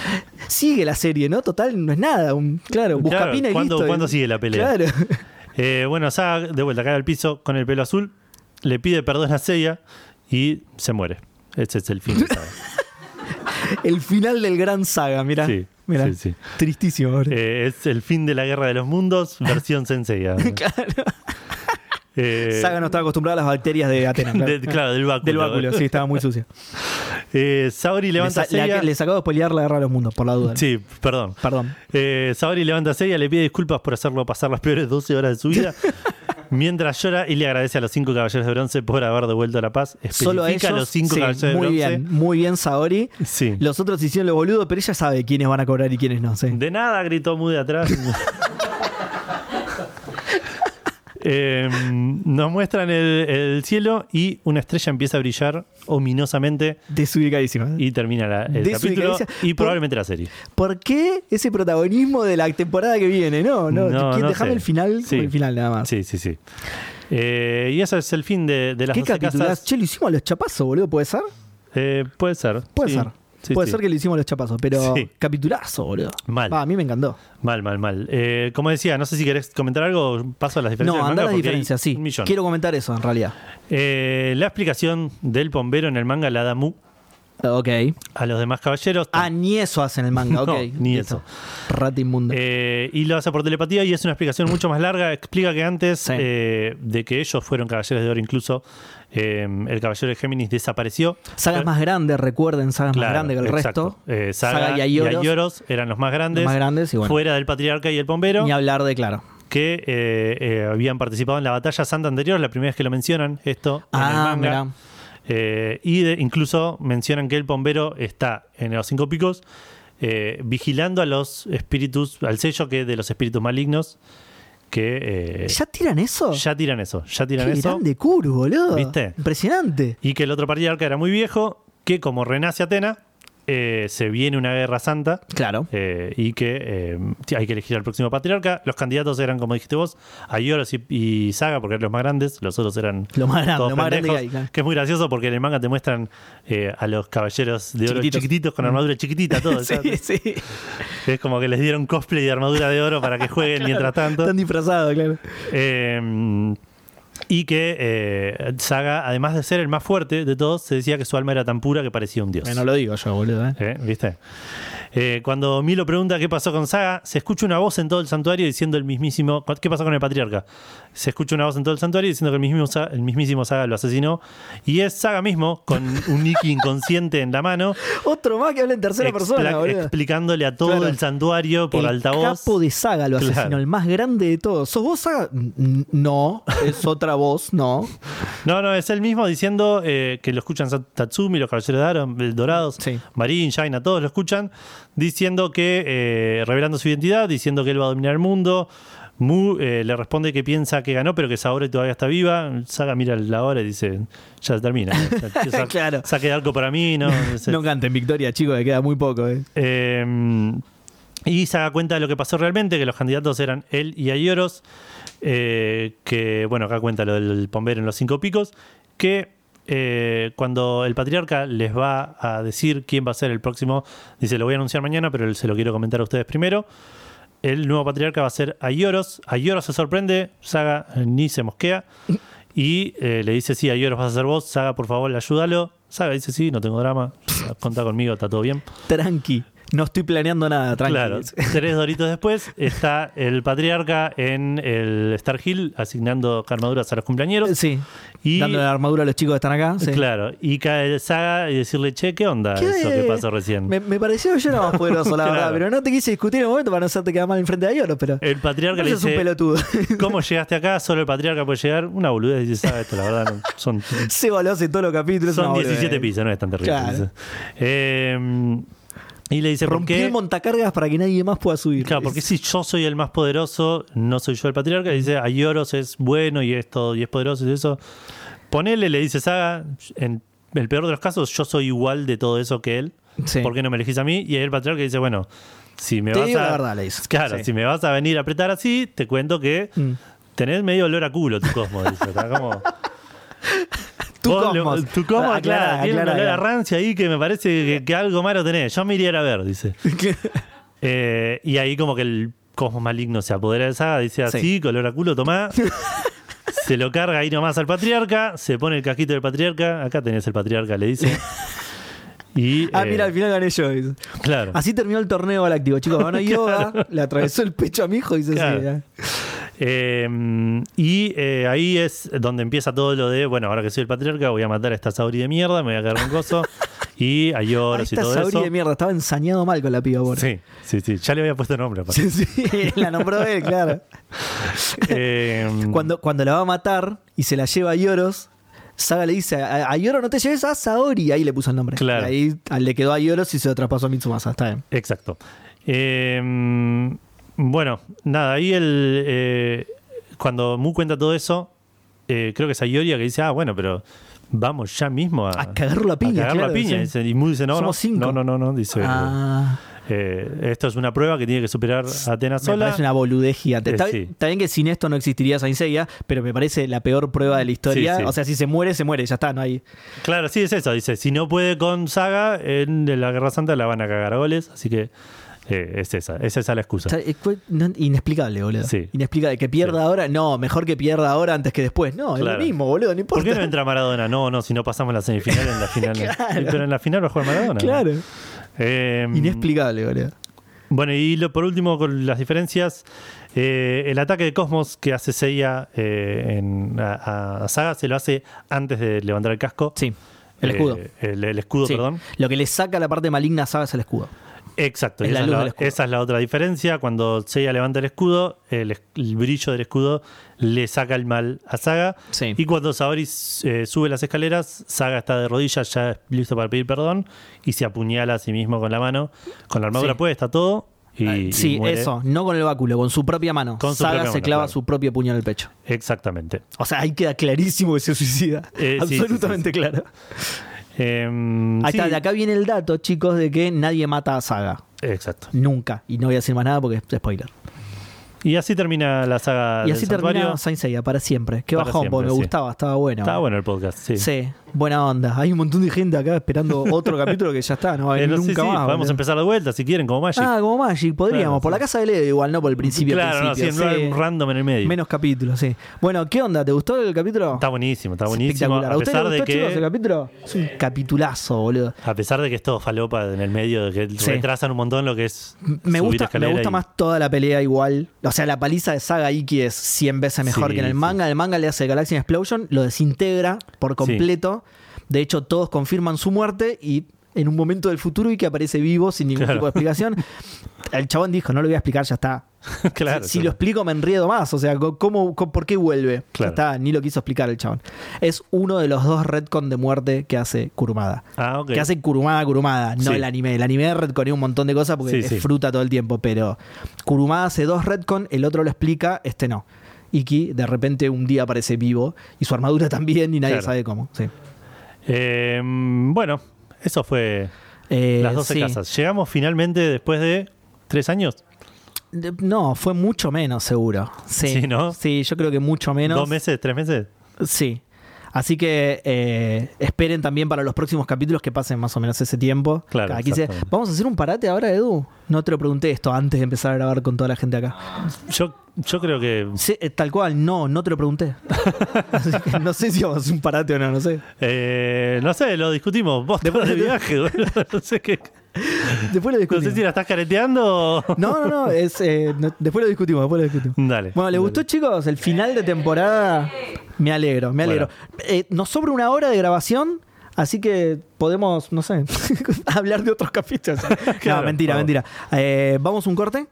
Speaker 8: Sigue la serie, ¿no? Total, no es nada. Un- claro, buscapina y
Speaker 1: ¿cuándo-
Speaker 8: listo.
Speaker 1: cuándo sigue la pelea?
Speaker 8: Claro.
Speaker 1: Eh, bueno, Saga de vuelta cae al piso con el pelo azul, le pide perdón a Seiya y se muere. Ese es el fin de Saga.
Speaker 8: El final del gran saga, mirá.
Speaker 1: Sí,
Speaker 8: Mirá.
Speaker 1: sí, sí.
Speaker 8: Tristísimo, boludo.
Speaker 1: Eh, es el fin de la guerra de los mundos, versión Senseiya.
Speaker 8: Claro.
Speaker 1: Eh,
Speaker 8: Saga no estaba acostumbrada a las bacterias de Atenas. Claro.
Speaker 1: de- claro, del báculo.
Speaker 8: Del báculo, sí, estaba muy sucia.
Speaker 1: Eh, Saori levanta a
Speaker 8: le, sa- la
Speaker 1: Seiya.
Speaker 8: que- les acabo de spoilear la guerra de los mundos, por la duda.
Speaker 1: Sí, perdón.
Speaker 8: Perdón.
Speaker 1: Eh, Saori levanta a Seiya, le pide disculpas por hacerlo pasar las peores 12 horas de su vida. Mientras llora y le agradece a los cinco caballeros de bronce por haber devuelto la paz.
Speaker 8: Solo a
Speaker 1: Especifica
Speaker 8: ellos.
Speaker 1: a los cinco
Speaker 8: sí,
Speaker 1: caballeros de
Speaker 8: muy
Speaker 1: bronce.
Speaker 8: bien, muy bien, Saori.
Speaker 1: Sí.
Speaker 8: Los otros hicieron los boludos, pero ella sabe quiénes van a cobrar y quiénes no. sí.
Speaker 1: De nada, gritó Mu de atrás. Eh, nos muestran el, el cielo y una estrella empieza a brillar ominosamente
Speaker 8: Desubicadísima.
Speaker 1: y termina la- el capítulo
Speaker 8: Desubicadísima.
Speaker 1: y
Speaker 8: Por-
Speaker 1: probablemente la serie.
Speaker 8: ¿Por qué ese protagonismo de la temporada que viene? No, no,
Speaker 1: No,
Speaker 8: ¿quién-
Speaker 1: no
Speaker 8: dejame
Speaker 1: sé.
Speaker 8: el final como
Speaker 1: Sí.
Speaker 8: el final nada más.
Speaker 1: Sí, sí, sí. Eh, y ese es el fin de, de las
Speaker 8: ¿Qué
Speaker 1: 12
Speaker 8: capítulas?
Speaker 1: casas.
Speaker 8: Che, lo hicimos a los chapazos, boludo, ¿puede ser?
Speaker 1: Eh, puede ser.
Speaker 8: Puede
Speaker 1: sí.
Speaker 8: ser.
Speaker 1: Sí,
Speaker 8: Puede
Speaker 1: sí.
Speaker 8: ser que lo hicimos a los chapazos, pero
Speaker 1: Sí.
Speaker 8: capitulazo, boludo.
Speaker 1: Mal.
Speaker 8: Va, a mí me encantó.
Speaker 1: Mal, mal, mal. Eh, como decía, no sé si querés comentar algo, paso a las diferencias.
Speaker 8: No,
Speaker 1: del manga
Speaker 8: andar las
Speaker 1: porque hay
Speaker 8: diferencias, sí.
Speaker 1: un millón.
Speaker 8: Quiero comentar eso en realidad.
Speaker 1: Eh, la explicación del bombero en el manga la da Mu
Speaker 8: Ok.
Speaker 1: a los demás caballeros.
Speaker 8: Ah, ni eso hacen el manga,
Speaker 1: No,
Speaker 8: ok.
Speaker 1: ni eso.
Speaker 8: Rata inmunda.
Speaker 1: Eh, y lo hace por telepatía y es una explicación mucho más larga. Explica que antes
Speaker 8: Sí.
Speaker 1: eh, de que ellos fueron caballeros de oro, incluso eh, el caballero de Géminis desapareció.
Speaker 8: sagas
Speaker 1: Eh,
Speaker 8: más grandes, recuerden, sagas más
Speaker 1: claro,
Speaker 8: grandes que el
Speaker 1: exacto.
Speaker 8: resto.
Speaker 1: Eh, Saga, y
Speaker 8: Aioros,
Speaker 1: Aioros eran los más grandes.
Speaker 8: los más grandes y bueno.
Speaker 1: Fuera del patriarca y el bombero,
Speaker 8: Ni hablar de claro.
Speaker 1: que eh, eh, habían participado en la batalla santa anterior, la primera vez que lo mencionan, esto en el
Speaker 8: Ah,
Speaker 1: manga.
Speaker 8: mirá.
Speaker 1: Eh, y de- incluso mencionan que el bombero está en los cinco picos eh, vigilando a los espíritus, al sello que de los espíritus malignos que eh,
Speaker 8: ¿Ya tiran eso?
Speaker 1: ya tiran eso, ya tiran
Speaker 8: Qué
Speaker 1: eso.
Speaker 8: grande Kuru, boludo.
Speaker 1: ¿Viste?
Speaker 8: Impresionante.
Speaker 1: Y que el otro patriarca era muy viejo, que como renace Atena, eh, se viene una guerra santa
Speaker 8: Claro.
Speaker 1: eh, y que eh, hay que elegir al próximo patriarca. Los candidatos eran, como dijiste vos, Aioros y, y Saga, porque eran los más grandes, los otros eran
Speaker 8: Lo más grande,
Speaker 1: todos
Speaker 8: lo más grande
Speaker 1: pendejos,
Speaker 8: que hay, claro.
Speaker 1: es muy gracioso porque en el manga te muestran eh, a los caballeros de oro
Speaker 8: Chiquititos. Mm.
Speaker 1: chiquititos, con armadura chiquitita, todo.
Speaker 8: sí,
Speaker 1: Eh, ya-
Speaker 8: sí.
Speaker 1: Es como que les dieron cosplay de armadura de oro para que jueguen mientras tanto.
Speaker 8: Están disfrazados, claro.
Speaker 1: Eh, y que eh, Saga, además de ser el más fuerte de todos, se decía que su alma era tan pura que parecía un dios.
Speaker 8: Eh, no lo digo yo, boludo. eh.
Speaker 1: ¿Eh? ¿Viste? Eh, cuando Milo pregunta qué pasó con Saga, se escucha una voz en todo el santuario diciendo el mismísimo. ¿Qué pasó con el patriarca? Se escucha una voz en todo el santuario diciendo que el mismísimo, Sa- el mismísimo Saga lo asesinó. Y es Saga mismo, con un Nikki inconsciente en la mano,
Speaker 8: Otro más que habla en tercera
Speaker 1: expla-
Speaker 8: persona, boludo.
Speaker 1: explicándole a todo
Speaker 8: Claro.
Speaker 1: el santuario por
Speaker 8: el
Speaker 1: altavoz.
Speaker 8: capo de Saga lo asesinó,
Speaker 1: Claro.
Speaker 8: el más grande de todos. ¿Sos vos, Saga? Mm, No, es otra voz, no.
Speaker 1: No, no, es él mismo diciendo eh, que lo escuchan Sa- Tatsumi, los caballeros de Aro, el Dorados,
Speaker 8: Sí.
Speaker 1: Marín, Jaina, todos lo escuchan, diciendo que, eh, revelando su identidad, diciendo que él va a dominar el mundo. Mu eh, le responde que piensa que ganó, pero que Saori todavía está viva. Saga mira la hora y dice, ya se termina. Ya- ya-
Speaker 8: Claro.
Speaker 1: Saque de arco para mí, ¿no? Se-
Speaker 8: No canten victoria, chicos, que queda muy poco. eh.
Speaker 1: eh, y se da cuenta de lo que pasó realmente, que los candidatos eran él y Ayoros, eh, que, bueno, acá cuenta lo del bombero en los cinco picos, que eh, cuando el patriarca les va a decir quién va a ser el próximo, dice, lo voy a anunciar mañana, pero se lo quiero comentar a ustedes primero. El nuevo patriarca va a ser Ayoros. Ayoros se sorprende, Saga eh, ni se mosquea. Y eh, le dice, sí, Ayoros vas a ser vos. Saga, por favor, ayúdalo. Saga dice, sí, no tengo drama. Conta conmigo, está todo bien.
Speaker 8: Tranqui, no estoy planeando nada, tranqui.
Speaker 1: Claro, tres doritos después está el patriarca en el Star Hill asignando armaduras a los cumpleañeros.
Speaker 8: Sí,
Speaker 1: y,
Speaker 8: dándole la armadura a los chicos que están acá. sí.
Speaker 1: Claro, y cae el Saga y decirle, che, ¿qué onda
Speaker 8: ¿Qué?
Speaker 1: eso que pasó recién?
Speaker 8: Me, me pareció que yo era más poderoso, la verdad,
Speaker 1: Claro.
Speaker 8: pero no te quise discutir en el momento para no hacerte quedar mal enfrente de ellos, pero.
Speaker 1: El patriarca
Speaker 8: Vos
Speaker 1: le
Speaker 8: sos un
Speaker 1: dice,
Speaker 8: pelotudo.
Speaker 1: ¿cómo llegaste acá? Solo el patriarca puede llegar. Una boludez dice, Saga, esto la verdad no- son
Speaker 8: Seba lo hace en todos los capítulos.
Speaker 1: Son
Speaker 8: no, boludo,
Speaker 1: 17
Speaker 8: eh.
Speaker 1: pisos, no es tan terrible.
Speaker 8: Claro.
Speaker 1: dice. Eh, y le dice, ¿por
Speaker 8: Rompí
Speaker 1: qué?
Speaker 8: el montacargas para que nadie más pueda subir.
Speaker 1: Claro, porque si yo soy el más poderoso, no soy yo el patriarca. Dice, Ayoros es bueno y es todo, y es poderoso y eso. Ponele, le dice Saga, en el peor de los casos, yo soy igual de todo eso que él.
Speaker 8: Sí.
Speaker 1: ¿Por qué no me elegís a mí? Y ahí el patriarca dice, bueno, si me
Speaker 8: Te
Speaker 1: vas
Speaker 8: digo
Speaker 1: a...
Speaker 8: la verdad, le dice.
Speaker 1: Claro,
Speaker 8: Sí.
Speaker 1: si me vas a venir a apretar así, te cuento que
Speaker 8: Mm.
Speaker 1: tenés medio olor a culo tu cosmo. Dice, está como...
Speaker 8: Tu Ah,
Speaker 1: Vos lo-
Speaker 8: cosmos.
Speaker 1: tu cosmos,
Speaker 8: Aclará,
Speaker 1: claro. Tiene un
Speaker 8: aclará,
Speaker 1: olor a
Speaker 8: aclará.
Speaker 1: rancia ahí que me parece que, que algo malo tenés. Yo me iría a ir a ver, dice. Eh, y ahí como que el cosmos maligno se apodera de Saga, dice así,
Speaker 8: Sí.
Speaker 1: color a culo, tomá. se lo carga ahí nomás al patriarca, se pone el casquito del patriarca, acá tenés el patriarca, le dice. Y,
Speaker 8: Ah,
Speaker 1: eh,
Speaker 8: mira, al final gané yo. dice.
Speaker 1: claro.
Speaker 8: Así terminó el torneo galáctico, chicos. Ganó Yoga, le atravesó el pecho a mi hijo y se
Speaker 1: Claro.
Speaker 8: así, ya.
Speaker 1: Eh, y eh, ahí es donde empieza todo lo de, bueno, ahora que soy el patriarca, voy a matar a esta Sauri de mierda, me voy a quedar un coso. y a
Speaker 8: Ahí
Speaker 1: Yoros y
Speaker 8: está
Speaker 1: todo
Speaker 8: Sabri
Speaker 1: eso.
Speaker 8: de mierda, estaba ensañado mal con la piba, por
Speaker 1: ¿eh? Sí, sí, sí. Ya le había puesto nombre. aparte.
Speaker 8: Sí, sí, la nombró él, claro.
Speaker 1: Eh,
Speaker 8: Cuando, cuando la va a matar y se la lleva a Yoros, Saga le dice, a, a Yoros no te lleves a Saori. Ahí le puso el nombre.
Speaker 1: Claro.
Speaker 8: Y ahí a- le quedó a Yoros y se lo traspasó a Mitsumasa. Está bien.
Speaker 1: Em, Exacto. Eh, bueno, nada, ahí el. eh, cuando Mu cuenta todo eso, eh, creo que es Ayoria que dice, ah, bueno, pero vamos ya mismo a,
Speaker 8: A cagar la piña,
Speaker 1: a cagar la
Speaker 8: claro,
Speaker 1: piña.
Speaker 8: sí.
Speaker 1: Dice- Y Mu dice, no, no,
Speaker 8: Somos cinco.
Speaker 1: no, no, no, no, dice.
Speaker 8: Ah,
Speaker 1: eh, esto es una prueba que tiene que superar Atenas
Speaker 8: me
Speaker 1: sola.
Speaker 8: parece una boludez gigante.
Speaker 1: Eh,
Speaker 8: Está,
Speaker 1: sí.
Speaker 8: está bien que sin esto no existiría Saint Seiya, pero me parece la peor prueba de la historia.
Speaker 1: Sí, sí.
Speaker 8: O sea, si se muere, se muere, ya está, no hay.
Speaker 1: Claro, sí, es eso. Dice, si no puede con Saga, en la Guerra Santa la van a cagar a goles. Así que eh, es esa, es esa la excusa.
Speaker 8: está- eh, cu- no- inexplicable, boludo.
Speaker 1: Sí.
Speaker 8: Inexplicable. Que pierda
Speaker 1: Sí.
Speaker 8: ahora, no, mejor que pierda ahora antes que después. No, es
Speaker 1: Claro.
Speaker 8: lo mismo, boludo, no
Speaker 1: ¿Por
Speaker 8: importa.
Speaker 1: qué no entra Maradona? No, no, si no pasamos la semifinal, en la final. no.
Speaker 8: Claro.
Speaker 1: Eh, Pero en la final va a jugar Maradona.
Speaker 8: Claro.
Speaker 1: Eh,
Speaker 8: Inexplicable, boludo.
Speaker 1: Bueno, y lo- por último, con las diferencias, eh, el ataque de Cosmos que hace Seiya eh, en- a, a Saga se lo hace antes de levantar el casco.
Speaker 8: Sí, el escudo.
Speaker 1: Eh, el, el escudo,
Speaker 8: Sí.
Speaker 1: perdón.
Speaker 8: Lo que le saca la parte maligna a Saga es el escudo.
Speaker 1: Exacto,
Speaker 8: Es
Speaker 1: y
Speaker 8: la
Speaker 1: esa,
Speaker 8: luz
Speaker 1: es
Speaker 8: del
Speaker 1: la,
Speaker 8: escudo.
Speaker 1: esa es la otra diferencia. Cuando Seiya levanta el escudo, el, es- el brillo del escudo le saca el mal a Saga.
Speaker 8: Sí.
Speaker 1: Y cuando Saori eh, sube las escaleras, Saga está de rodillas, ya listo para pedir perdón, y se apuñala a sí mismo con la mano, con la armadura
Speaker 8: Sí. Ah,
Speaker 1: puesta, todo. Y, y
Speaker 8: sí,
Speaker 1: muere.
Speaker 8: eso, no con el báculo, con su propia mano.
Speaker 1: Con su
Speaker 8: Saga
Speaker 1: propia
Speaker 8: se
Speaker 1: mano,
Speaker 8: clava
Speaker 1: claro.
Speaker 8: su propio puño en el pecho.
Speaker 1: Exactamente.
Speaker 8: O sea, ahí queda clarísimo que se suicida.
Speaker 1: Eh, sí,
Speaker 8: Absolutamente
Speaker 1: sí, sí,
Speaker 8: claro.
Speaker 1: Em,
Speaker 8: Ahí
Speaker 1: sí.
Speaker 8: está, de acá viene el dato, chicos, de que nadie mata a Saga.
Speaker 1: Exacto.
Speaker 8: Nunca. Y no voy a decir más nada porque es spoiler.
Speaker 1: Y así termina la saga.
Speaker 8: y
Speaker 1: del
Speaker 8: así
Speaker 1: santuario.
Speaker 8: termina Saint Seiya para siempre. Qué
Speaker 1: Para
Speaker 8: bajón,
Speaker 1: siempre,
Speaker 8: porque me
Speaker 1: sí.
Speaker 8: gustaba, estaba bueno.
Speaker 1: Está bueno el podcast, sí.
Speaker 8: Sí, buena onda. Hay un montón de gente acá esperando otro capítulo que ya está, no va a
Speaker 1: Eh,
Speaker 8: venir
Speaker 1: no sé,
Speaker 8: nunca
Speaker 1: sí,
Speaker 8: más.
Speaker 1: podemos
Speaker 8: boludo.
Speaker 1: empezar de vuelta si quieren, como Magic.
Speaker 8: Ah, como Magic, podríamos.
Speaker 1: Claro,
Speaker 8: por
Speaker 1: sí.
Speaker 8: la casa de Leo igual, no por el principio.
Speaker 1: claro, no,
Speaker 8: principio,
Speaker 1: sí,
Speaker 8: sí.
Speaker 1: un random en el medio.
Speaker 8: Menos capítulos, sí. Bueno, ¿qué onda? ¿Te gustó el capítulo?
Speaker 1: Está buenísimo, está
Speaker 8: Es
Speaker 1: buenísimo.
Speaker 8: espectacular.
Speaker 1: A
Speaker 8: usted le
Speaker 1: pesar de
Speaker 8: gustó, chicos, el
Speaker 1: que.
Speaker 8: capítulo? Es un capitulazo, boludo.
Speaker 1: A pesar de que es todo falopa en el medio, de que
Speaker 8: Sí.
Speaker 1: retrasan un montón lo que es.
Speaker 8: Me
Speaker 1: subir
Speaker 8: gusta, me
Speaker 1: escalera
Speaker 8: gusta
Speaker 1: y-
Speaker 8: más toda la pelea igual. O sea, la paliza de Saga Iki es 100 veces mejor
Speaker 1: Sí,
Speaker 8: que en el
Speaker 1: sí.
Speaker 8: manga. El manga le hace Galaxy Explosion, lo desintegra por completo. De hecho, todos confirman su muerte y en un momento del futuro Iki aparece vivo sin ningún
Speaker 1: Claro.
Speaker 8: tipo de explicación. El chabón dijo, no lo voy a explicar, ya está.
Speaker 1: claro.
Speaker 8: si, si lo explico me enriedo más. O sea, co- ¿cómo, co- ¿por qué vuelve?
Speaker 1: Claro.
Speaker 8: Ya está, ni lo quiso explicar el chabón. Es uno de los dos retcon de muerte que hace Kurumada.
Speaker 1: Ah, ok.
Speaker 8: Que hace Kurumada Kurumada, no
Speaker 1: Sí.
Speaker 8: el anime. El anime retconea un montón de cosas porque
Speaker 1: Sí, sí.
Speaker 8: es fruta todo el tiempo, pero Kurumada hace dos retcon, el otro lo explica, este no. Iki de repente un día aparece vivo y su armadura también y nadie
Speaker 1: Claro.
Speaker 8: sabe cómo. sí.
Speaker 1: Eh, bueno, eso fue
Speaker 8: Eh,
Speaker 1: las 12
Speaker 8: sí.
Speaker 1: casas. Llegamos finalmente después de tres años,
Speaker 8: De- No, fue mucho menos seguro. Sí,
Speaker 1: Sí, ¿no?
Speaker 8: Sí, yo creo que mucho menos.
Speaker 1: dos meses, tres meses.
Speaker 8: Sí. Así que eh, esperen también para los próximos capítulos que pasen más o menos ese tiempo.
Speaker 1: Claro,
Speaker 8: Cada 15.
Speaker 1: exactamente.
Speaker 8: Vamos a hacer un parate ahora, Edu. No te lo pregunté esto antes de empezar a grabar con toda la gente acá.
Speaker 1: Yo, yo creo que
Speaker 8: Sí, eh, tal cual, no, no te lo pregunté. Así que no sé si vamos a hacer un parate o no, no sé.
Speaker 1: Eh, no sé, lo discutimos. Vos te vas de viaje, boludo. No sé, qué-
Speaker 8: Después lo
Speaker 1: no
Speaker 8: discutimos.
Speaker 1: sé si la estás careteando o.
Speaker 8: No, no, no, es, eh, no- después lo discutimos, después lo discutimos.
Speaker 1: Dale.
Speaker 8: Bueno, ¿le gustó, chicos? El final de temporada. Me alegro, me alegro. Eh, nos sobra una hora de grabación, así que podemos, no sé, hablar de otros capítulos.
Speaker 1: Claro,
Speaker 8: no, mentira,
Speaker 1: vamos.
Speaker 8: mentira. Eh, vamos un corte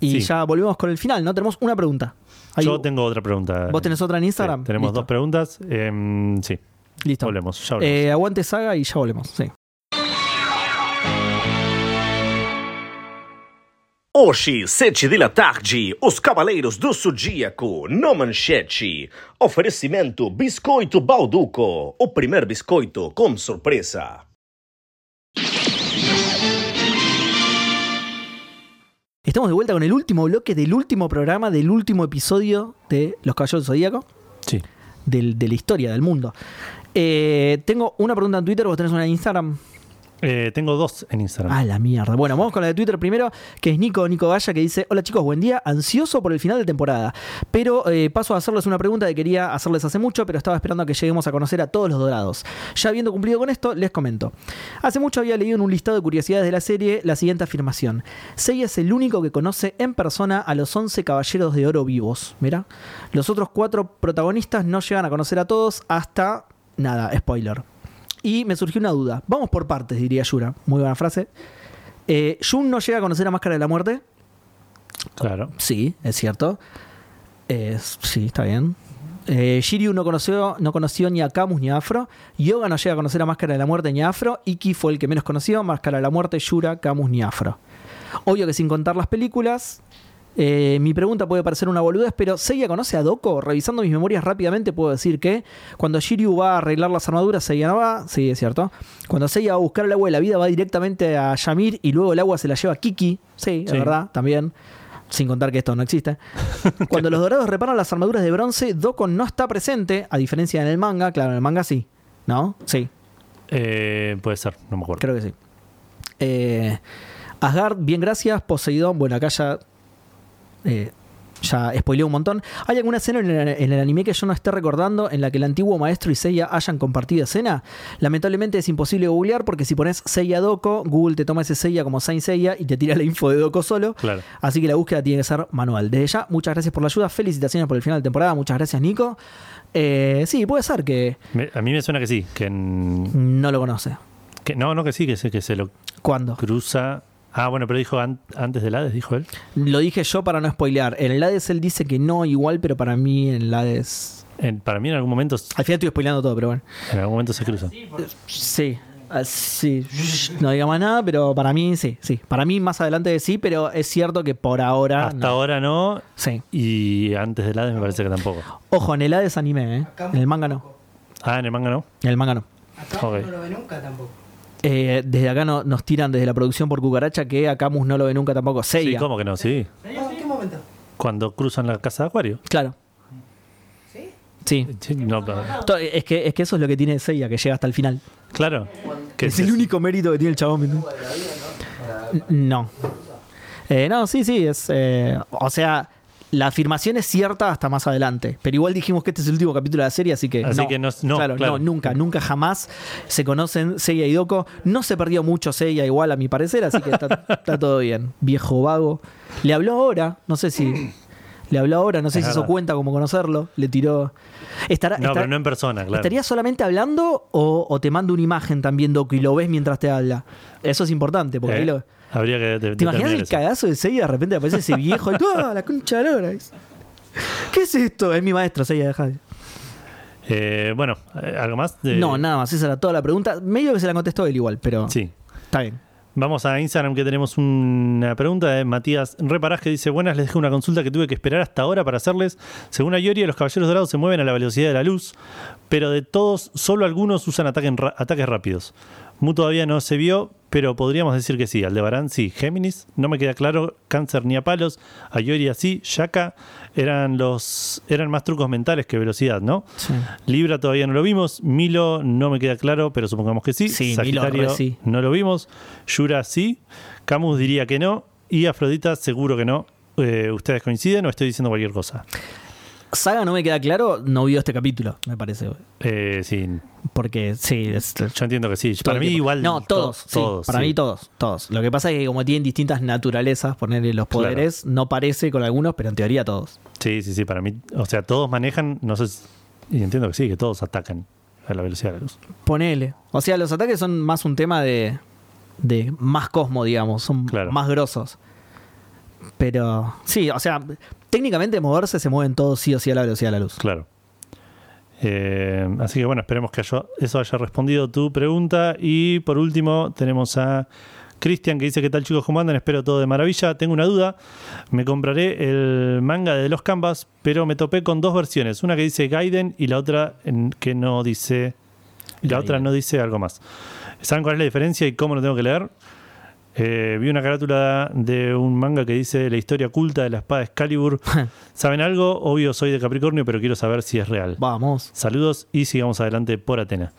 Speaker 8: y
Speaker 1: Sí.
Speaker 8: ya volvemos con el final, ¿no? Tenemos una pregunta. Ahí-
Speaker 1: Yo tengo otra pregunta.
Speaker 8: ¿Vos tenés otra en
Speaker 1: Sí,
Speaker 8: Instagram?
Speaker 1: tenemos
Speaker 8: Listo,
Speaker 1: dos preguntas. Em, sí,
Speaker 8: Listo.
Speaker 1: volvemos. Ya volvemos.
Speaker 8: Eh, aguante saga y ya volvemos, sí.
Speaker 2: Hoje, 7 da tarde, os Cavaleiros do Zodíaco, no manchete. Oferecimento Biscoito Balduco, o primeiro biscoito com surpresa.
Speaker 8: Estamos de vuelta con el último bloque del último programa, del último episodio de Los Caballeros del Zodíaco.
Speaker 1: Sí.
Speaker 8: del- de la historia, del mundo. Eh, tengo una pregunta en Twitter, vos tenés una en Instagram.
Speaker 1: Eh, tengo dos en Instagram.
Speaker 8: Ah, la mierda. Bueno, vamos con la de Twitter primero, que es Nico, Nico Gaya, que dice, hola chicos, buen día, ansioso por el final de temporada. Pero eh, paso a hacerles una pregunta que quería hacerles hace mucho, pero estaba esperando a que lleguemos a conocer a todos los dorados. Ya habiendo cumplido con esto, les comento. Hace mucho había leído en un listado de curiosidades de la serie la siguiente afirmación. Seiya es el único que conoce en persona a los 11 caballeros de oro vivos. Mira, los otros cuatro protagonistas no llegan a conocer a todos hasta... Nada, spoiler. Y me surgió una duda. Vamos por partes, diría Yura. Muy buena frase. Eh, ¿Jun no llega a conocer a Máscara de la Muerte?
Speaker 1: claro.
Speaker 8: Sí, es cierto. Eh, sí, está bien. Eh, Shiryu no conoció, no conoció ni a Camus ni a Afro. Yoga no llega a conocer a Máscara de la Muerte ni a Afro. Iki fue el que menos conoció. Máscara de la Muerte, Yura, Camus ni Afro. Obvio que sin contar las películas, Eh, mi pregunta puede parecer una boludez, pero Seiya conoce a Doko. Revisando mis memorias rápidamente, puedo decir que cuando Shiryu va a arreglar las armaduras, Seiya no va. Sí, es cierto. Cuando Seiya va a buscar el agua de la vida, va directamente a Yamir y luego el agua se la lleva a Kiki. Sí, es
Speaker 1: Sí.
Speaker 8: verdad, también. Sin contar que esto no existe. Cuando los dorados reparan las armaduras de bronce, Doko no está presente, a diferencia en el manga. Claro, en el manga sí. ¿No? Sí.
Speaker 1: Eh, puede ser, no me acuerdo.
Speaker 8: Creo que sí. Eh, Asgard, bien gracias. Poseidón, bueno, acá ya. eh, ya spoileé un montón. Hay alguna escena en el, en el anime que yo no esté recordando en la que el antiguo maestro y Seiya hayan compartido escena. Lamentablemente es imposible googlear porque si pones Seiya Doko, Google te toma ese Seiya como Saint Seiya y te tira la info de Doko solo.
Speaker 1: Claro.
Speaker 8: Así que la búsqueda tiene que ser manual. Desde ya, muchas gracias por la ayuda. Felicitaciones por el final de temporada. Muchas gracias, Nico. Eh, sí, puede ser que
Speaker 1: Me- a mí me suena que sí, que, en-
Speaker 8: no lo conoce.
Speaker 1: que- no, no que sí, que se, que se lo
Speaker 8: ¿Cuándo?
Speaker 1: cruza. Ah, bueno, pero dijo an- antes del Hades, dijo él.
Speaker 8: Lo dije yo para no spoilear. En el Hades él dice que no igual, pero para mí en el Hades...
Speaker 1: En- para mí en algún momento,
Speaker 8: Al final estoy spoileando todo, pero bueno.
Speaker 1: en algún momento se cruza.
Speaker 8: Sí. Ah, Sí, no diga más nada, pero para mí sí, sí. Para mí más adelante sí, pero es cierto que por ahora...
Speaker 1: Hasta
Speaker 8: Ah, no.
Speaker 1: ahora no,
Speaker 8: Sí.
Speaker 1: y antes del Hades me parece que tampoco.
Speaker 8: Ojo, en el Hades anime, ¿eh? En el manga no.
Speaker 1: Ah, en el manga no.
Speaker 8: En el manga no.
Speaker 1: Ok.
Speaker 4: ve nunca tampoco.
Speaker 8: Eh, desde acá no, nos tiran desde la producción por cucaracha que Akamus no lo ve nunca tampoco.
Speaker 1: Sí,
Speaker 8: Seiya.
Speaker 1: ¿cómo que no? Sí.
Speaker 4: ¿En qué momento?
Speaker 1: Cuando cruzan la casa de Acuario.
Speaker 8: claro. Sí.
Speaker 1: Sí, no, no.
Speaker 8: To- Es que, es que eso es lo que tiene Seiya, que llega hasta el final.
Speaker 1: Claro. Que
Speaker 8: es
Speaker 1: se-
Speaker 8: el único mérito que tiene el chabón. ¿no? No. Eh, no, sí, sí, es. eh, o sea, la afirmación es cierta hasta más adelante. Pero igual dijimos que este es el último capítulo de la serie, así que.
Speaker 1: Así
Speaker 8: no.
Speaker 1: que no- no,
Speaker 8: claro,
Speaker 1: claro.
Speaker 8: no, nunca, nunca jamás se conocen Seiya y Doko. No se perdió mucho Seiya, igual a mi parecer, así que está, está todo bien. Viejo vago. Le habló ahora, no sé si. Le habló ahora, no sé
Speaker 1: Es
Speaker 8: si se hizo
Speaker 1: verdad.
Speaker 8: cuenta como conocerlo. Le tiró. Estará,
Speaker 1: No,
Speaker 8: estará-
Speaker 1: pero no en persona, claro.
Speaker 8: ¿Estaría solamente hablando o, o te mando una imagen también, Doku, y lo ves mientras te habla? Eso es importante, porque ahí
Speaker 1: Eh,
Speaker 8: lo.
Speaker 1: Habría que de- de-
Speaker 8: ¿Te imaginas
Speaker 1: determinar
Speaker 8: el
Speaker 1: eso.
Speaker 8: cagazo de Seiya? De repente aparece ese viejo y ¡Ah, la concha de la lora! ¿Qué es esto? Es mi maestro, Seiya, dejá.
Speaker 1: Eh, bueno, eh, ¿algo más? De-
Speaker 8: No, nada más, esa era toda la pregunta. Medio que se la contestó él igual, pero.
Speaker 1: Sí.
Speaker 8: Está bien.
Speaker 1: Vamos a Instagram que tenemos una pregunta de Matías Reparás que dice, buenas, les dejo una consulta que tuve que esperar hasta ahora para hacerles. Según Ayoria, los caballeros dorados se mueven a la velocidad de la luz, pero de todos, solo algunos usan ataque en ra- ataques rápidos. Mu todavía no se vio, pero podríamos decir que sí. Aldebarán sí, Géminis, no me queda claro, Cáncer ni a palos, Ayoria sí, Shaka, eran, los, eran más trucos mentales que velocidad, ¿no?
Speaker 8: Sí.
Speaker 1: Libra todavía no lo vimos. Milo no me queda claro, pero supongamos que sí.
Speaker 8: Sí, Milo re sí.
Speaker 1: no lo vimos. Yura sí. Camus diría que no. Y Afrodita seguro que no. Eh, ¿Ustedes coinciden o estoy diciendo cualquier cosa?
Speaker 8: Saga no me queda claro, no vio este capítulo, me parece.
Speaker 1: Eh, sí,
Speaker 8: Porque sí, es-
Speaker 1: yo entiendo que sí.
Speaker 8: todo
Speaker 1: Para
Speaker 8: el
Speaker 1: mí
Speaker 8: tiempo.
Speaker 1: igual.
Speaker 8: No,
Speaker 1: to-
Speaker 8: todos. sí, para
Speaker 1: sí.
Speaker 8: mí todos, todos. Lo que pasa es que como tienen distintas naturalezas, ponerle los poderes, no parece con algunos, pero en teoría todos.
Speaker 1: Sí, sí, sí. Para mí. O sea, todos manejan. No sé. si- y entiendo que sí, que todos atacan a la velocidad de la luz.
Speaker 8: Ponele. O sea, los ataques son más un tema de, de más cosmo, digamos. Son
Speaker 1: Claro.
Speaker 8: más grosos. Pero sí, o sea, técnicamente moverse se mueven todos sí o sí a la velocidad de la luz.
Speaker 1: Claro. Eh, así que bueno, esperemos que haya- eso haya respondido tu pregunta. Y por último, tenemos a Cristian que dice: ¿Qué tal, chicos? ¿Cómo andan? Espero todo de maravilla. Tengo una duda. Me compraré el manga de los Canvas, pero me topé con dos versiones: una que dice Gaiden y la otra en- que no dice. y La otra no dice algo más. ¿Saben cuál es la diferencia y cómo lo tengo que leer? Eh, vi una carátula de un manga que dice la historia oculta de la espada Excalibur. ¿Saben algo? Obvio, soy de Capricornio, pero quiero saber si es real.
Speaker 8: Vamos.
Speaker 1: Saludos y sigamos adelante por Atena.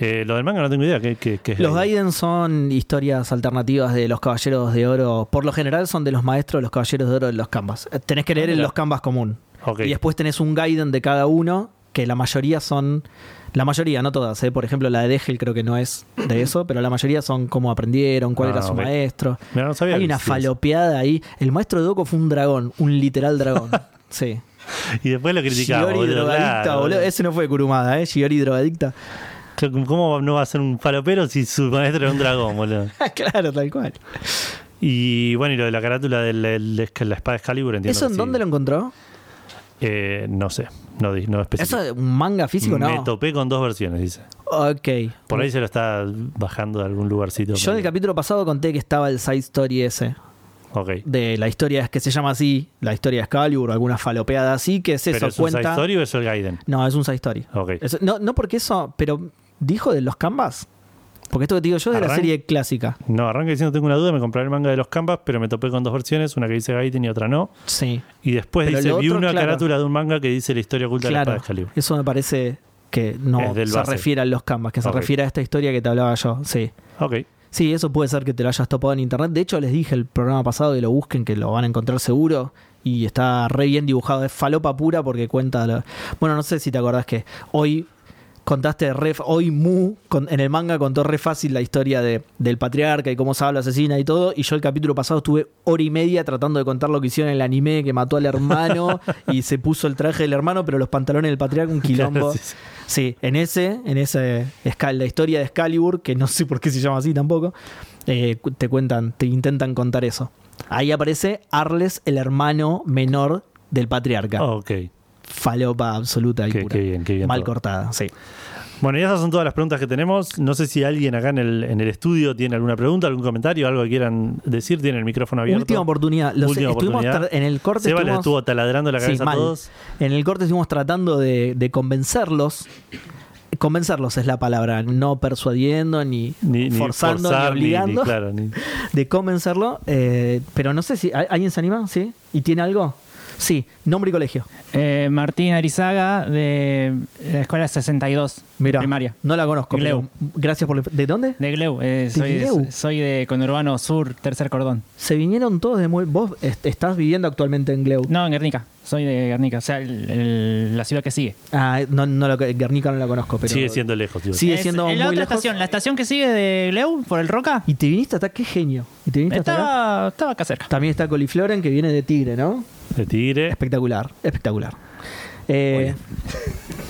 Speaker 1: Eh, lo del manga no tengo idea. ¿Qué, qué- qué es
Speaker 8: Los
Speaker 1: Gaiden?
Speaker 8: Gaiden son historias alternativas de los Caballeros de Oro. Por lo general son de los maestros de los Caballeros de Oro de los Canvas. Eh, Tenés que leer en los Canvas común.
Speaker 1: Ok.
Speaker 8: Y después tenés un Gaiden de cada uno, que la mayoría son... La mayoría, no todas. ¿eh? Por ejemplo, la de Degel creo que no es de eso, pero la mayoría son cómo aprendieron, cuál
Speaker 1: Ah,
Speaker 8: era su
Speaker 1: ok.
Speaker 8: maestro.
Speaker 1: Mirá, no sabía
Speaker 8: Hay
Speaker 1: que
Speaker 8: una
Speaker 1: existía eso.
Speaker 8: falopeada ahí. El maestro Doco fue un dragón, un literal dragón. sí.
Speaker 1: Y después lo criticamos.
Speaker 8: Shiori
Speaker 1: boludo,
Speaker 8: drogadicta,
Speaker 1: claro,
Speaker 8: boludo.
Speaker 1: boludo.
Speaker 8: Ese no fue de Kurumada, ¿eh? Shiori drogadicta.
Speaker 1: ¿Cómo no va a ser un falopero si su maestro es un dragón, boludo?
Speaker 8: claro, tal cual.
Speaker 1: Y bueno, y lo de la carátula de la, la espada Excalibur, entiendo.
Speaker 8: ¿Eso
Speaker 1: que
Speaker 8: en
Speaker 1: sí.
Speaker 8: dónde lo encontró?
Speaker 1: Eh, no sé, no, di- no especifico.
Speaker 8: ¿Eso es un manga físico?
Speaker 1: Me
Speaker 8: No.
Speaker 1: topé con dos versiones, dice.
Speaker 8: Ok.
Speaker 1: Por ahí se lo está bajando de algún lugarcito.
Speaker 8: Yo en el capítulo pasado conté que estaba el side story ese.
Speaker 1: Ok.
Speaker 8: de la historia es que se llama así, la historia de Excalibur, alguna falopeada así, que es eso,
Speaker 1: ¿Pero es un side
Speaker 8: cuenta.
Speaker 1: story o es el Gaiden?
Speaker 8: No, es un side story.
Speaker 1: Ok.
Speaker 8: Es- no, no porque eso, pero dijo de los canvas. Porque esto que te digo yo es de la
Speaker 1: Arran-
Speaker 8: serie clásica.
Speaker 1: No, arranca diciendo tengo una duda, me compré el manga de los Canvas, pero me topé con dos versiones, una que dice Gaiden y otra no.
Speaker 8: Sí.
Speaker 1: Y después
Speaker 8: Pero
Speaker 1: dice,
Speaker 8: lo
Speaker 1: vi
Speaker 8: otro,
Speaker 1: una
Speaker 8: claro.
Speaker 1: carátula de un manga que dice la historia oculta de la
Speaker 8: Claro.
Speaker 1: espada de Excalibur.
Speaker 8: Eso me parece que no
Speaker 1: Es del
Speaker 8: se
Speaker 1: base.
Speaker 8: refiere a los canvas, que se
Speaker 1: Ok.
Speaker 8: refiere a esta historia que te hablaba yo. Sí.
Speaker 1: Ok.
Speaker 8: Sí, eso puede ser que te lo hayas topado en internet. De hecho, les dije el programa pasado que lo busquen, que lo van a encontrar seguro. Y está re bien dibujado. Es falopa pura porque cuenta. lo- Bueno, no sé si te acordás que hoy contaste re. Hoy Mu con- en el manga contó re fácil la historia de, del patriarca y cómo se habla asesina y todo. Y yo el capítulo pasado estuve hora y media tratando de contar lo que hicieron en el anime que mató al hermano y se puso el traje del hermano, pero los pantalones del patriarca un quilombo.
Speaker 1: Claro, sí, sí.
Speaker 8: Sí, en ese, en ese escal- la historia de Excalibur, que no sé por qué se llama así tampoco, eh, cu- te cuentan, te intentan contar eso. Ahí aparece Arles, el hermano menor del patriarca.
Speaker 1: Ok.
Speaker 8: Falopa absoluta y
Speaker 1: Oh. Qué-
Speaker 8: pura.
Speaker 1: qué bien, qué bien
Speaker 8: Mal
Speaker 1: todo.
Speaker 8: cortada, sí.
Speaker 1: Bueno, y esas son todas las preguntas que tenemos. No sé si alguien acá en el, en el estudio tiene alguna pregunta, algún comentario, algo que quieran decir. Tienen el micrófono abierto.
Speaker 8: Última oportunidad. Lo sé,
Speaker 1: Última
Speaker 8: estuvimos
Speaker 1: oportunidad.
Speaker 8: tar- en el corte.
Speaker 1: Seba les
Speaker 8: estuvimos-
Speaker 1: estuvo taladrando la
Speaker 8: Sí,
Speaker 1: cabeza
Speaker 8: mal.
Speaker 1: a todos.
Speaker 8: En el corte estuvimos tratando de, de convencerlos. Convencerlos es la palabra, no persuadiendo, ni,
Speaker 1: Ni, ni
Speaker 8: forzando,
Speaker 1: forzar,
Speaker 8: ni
Speaker 1: ni- ni-
Speaker 8: obligando.
Speaker 1: claro, ni-
Speaker 8: de convencerlo, eh, pero no sé si ¿al- alguien se anima, ¿sí? ¿Y tiene algo? Sí, nombre y colegio.
Speaker 9: Eh, Martín Arizaga, de la escuela 62,
Speaker 8: Mira,
Speaker 9: primaria.
Speaker 8: no la conozco.
Speaker 9: Gleu.
Speaker 8: pero Gracias por la- ¿De dónde?
Speaker 9: De Gleu, eh, soy,
Speaker 8: Gleu?
Speaker 9: De, soy de Conurbano Sur, tercer cordón.
Speaker 8: Se vinieron todos de muy. Vos est- estás viviendo actualmente en Gleu.
Speaker 9: No, en Guernica, soy de Guernica, o sea, el- el- la ciudad que sigue.
Speaker 8: Ah, no, no la- Guernica no la conozco, pero.
Speaker 1: Sigue siendo lejos, tío.
Speaker 8: Sigue
Speaker 9: Es
Speaker 8: siendo
Speaker 9: en la
Speaker 8: muy
Speaker 9: otra
Speaker 8: lejos.
Speaker 9: estación, la estación que sigue de Gleu, por el Roca,
Speaker 8: Y te viniste hasta qué genio. Y te viniste hasta acá.
Speaker 9: estaba, estaba acá cerca.
Speaker 8: También está Colifloren que viene de Tigre, ¿no?
Speaker 1: De tigre.
Speaker 8: Espectacular, espectacular. Eh,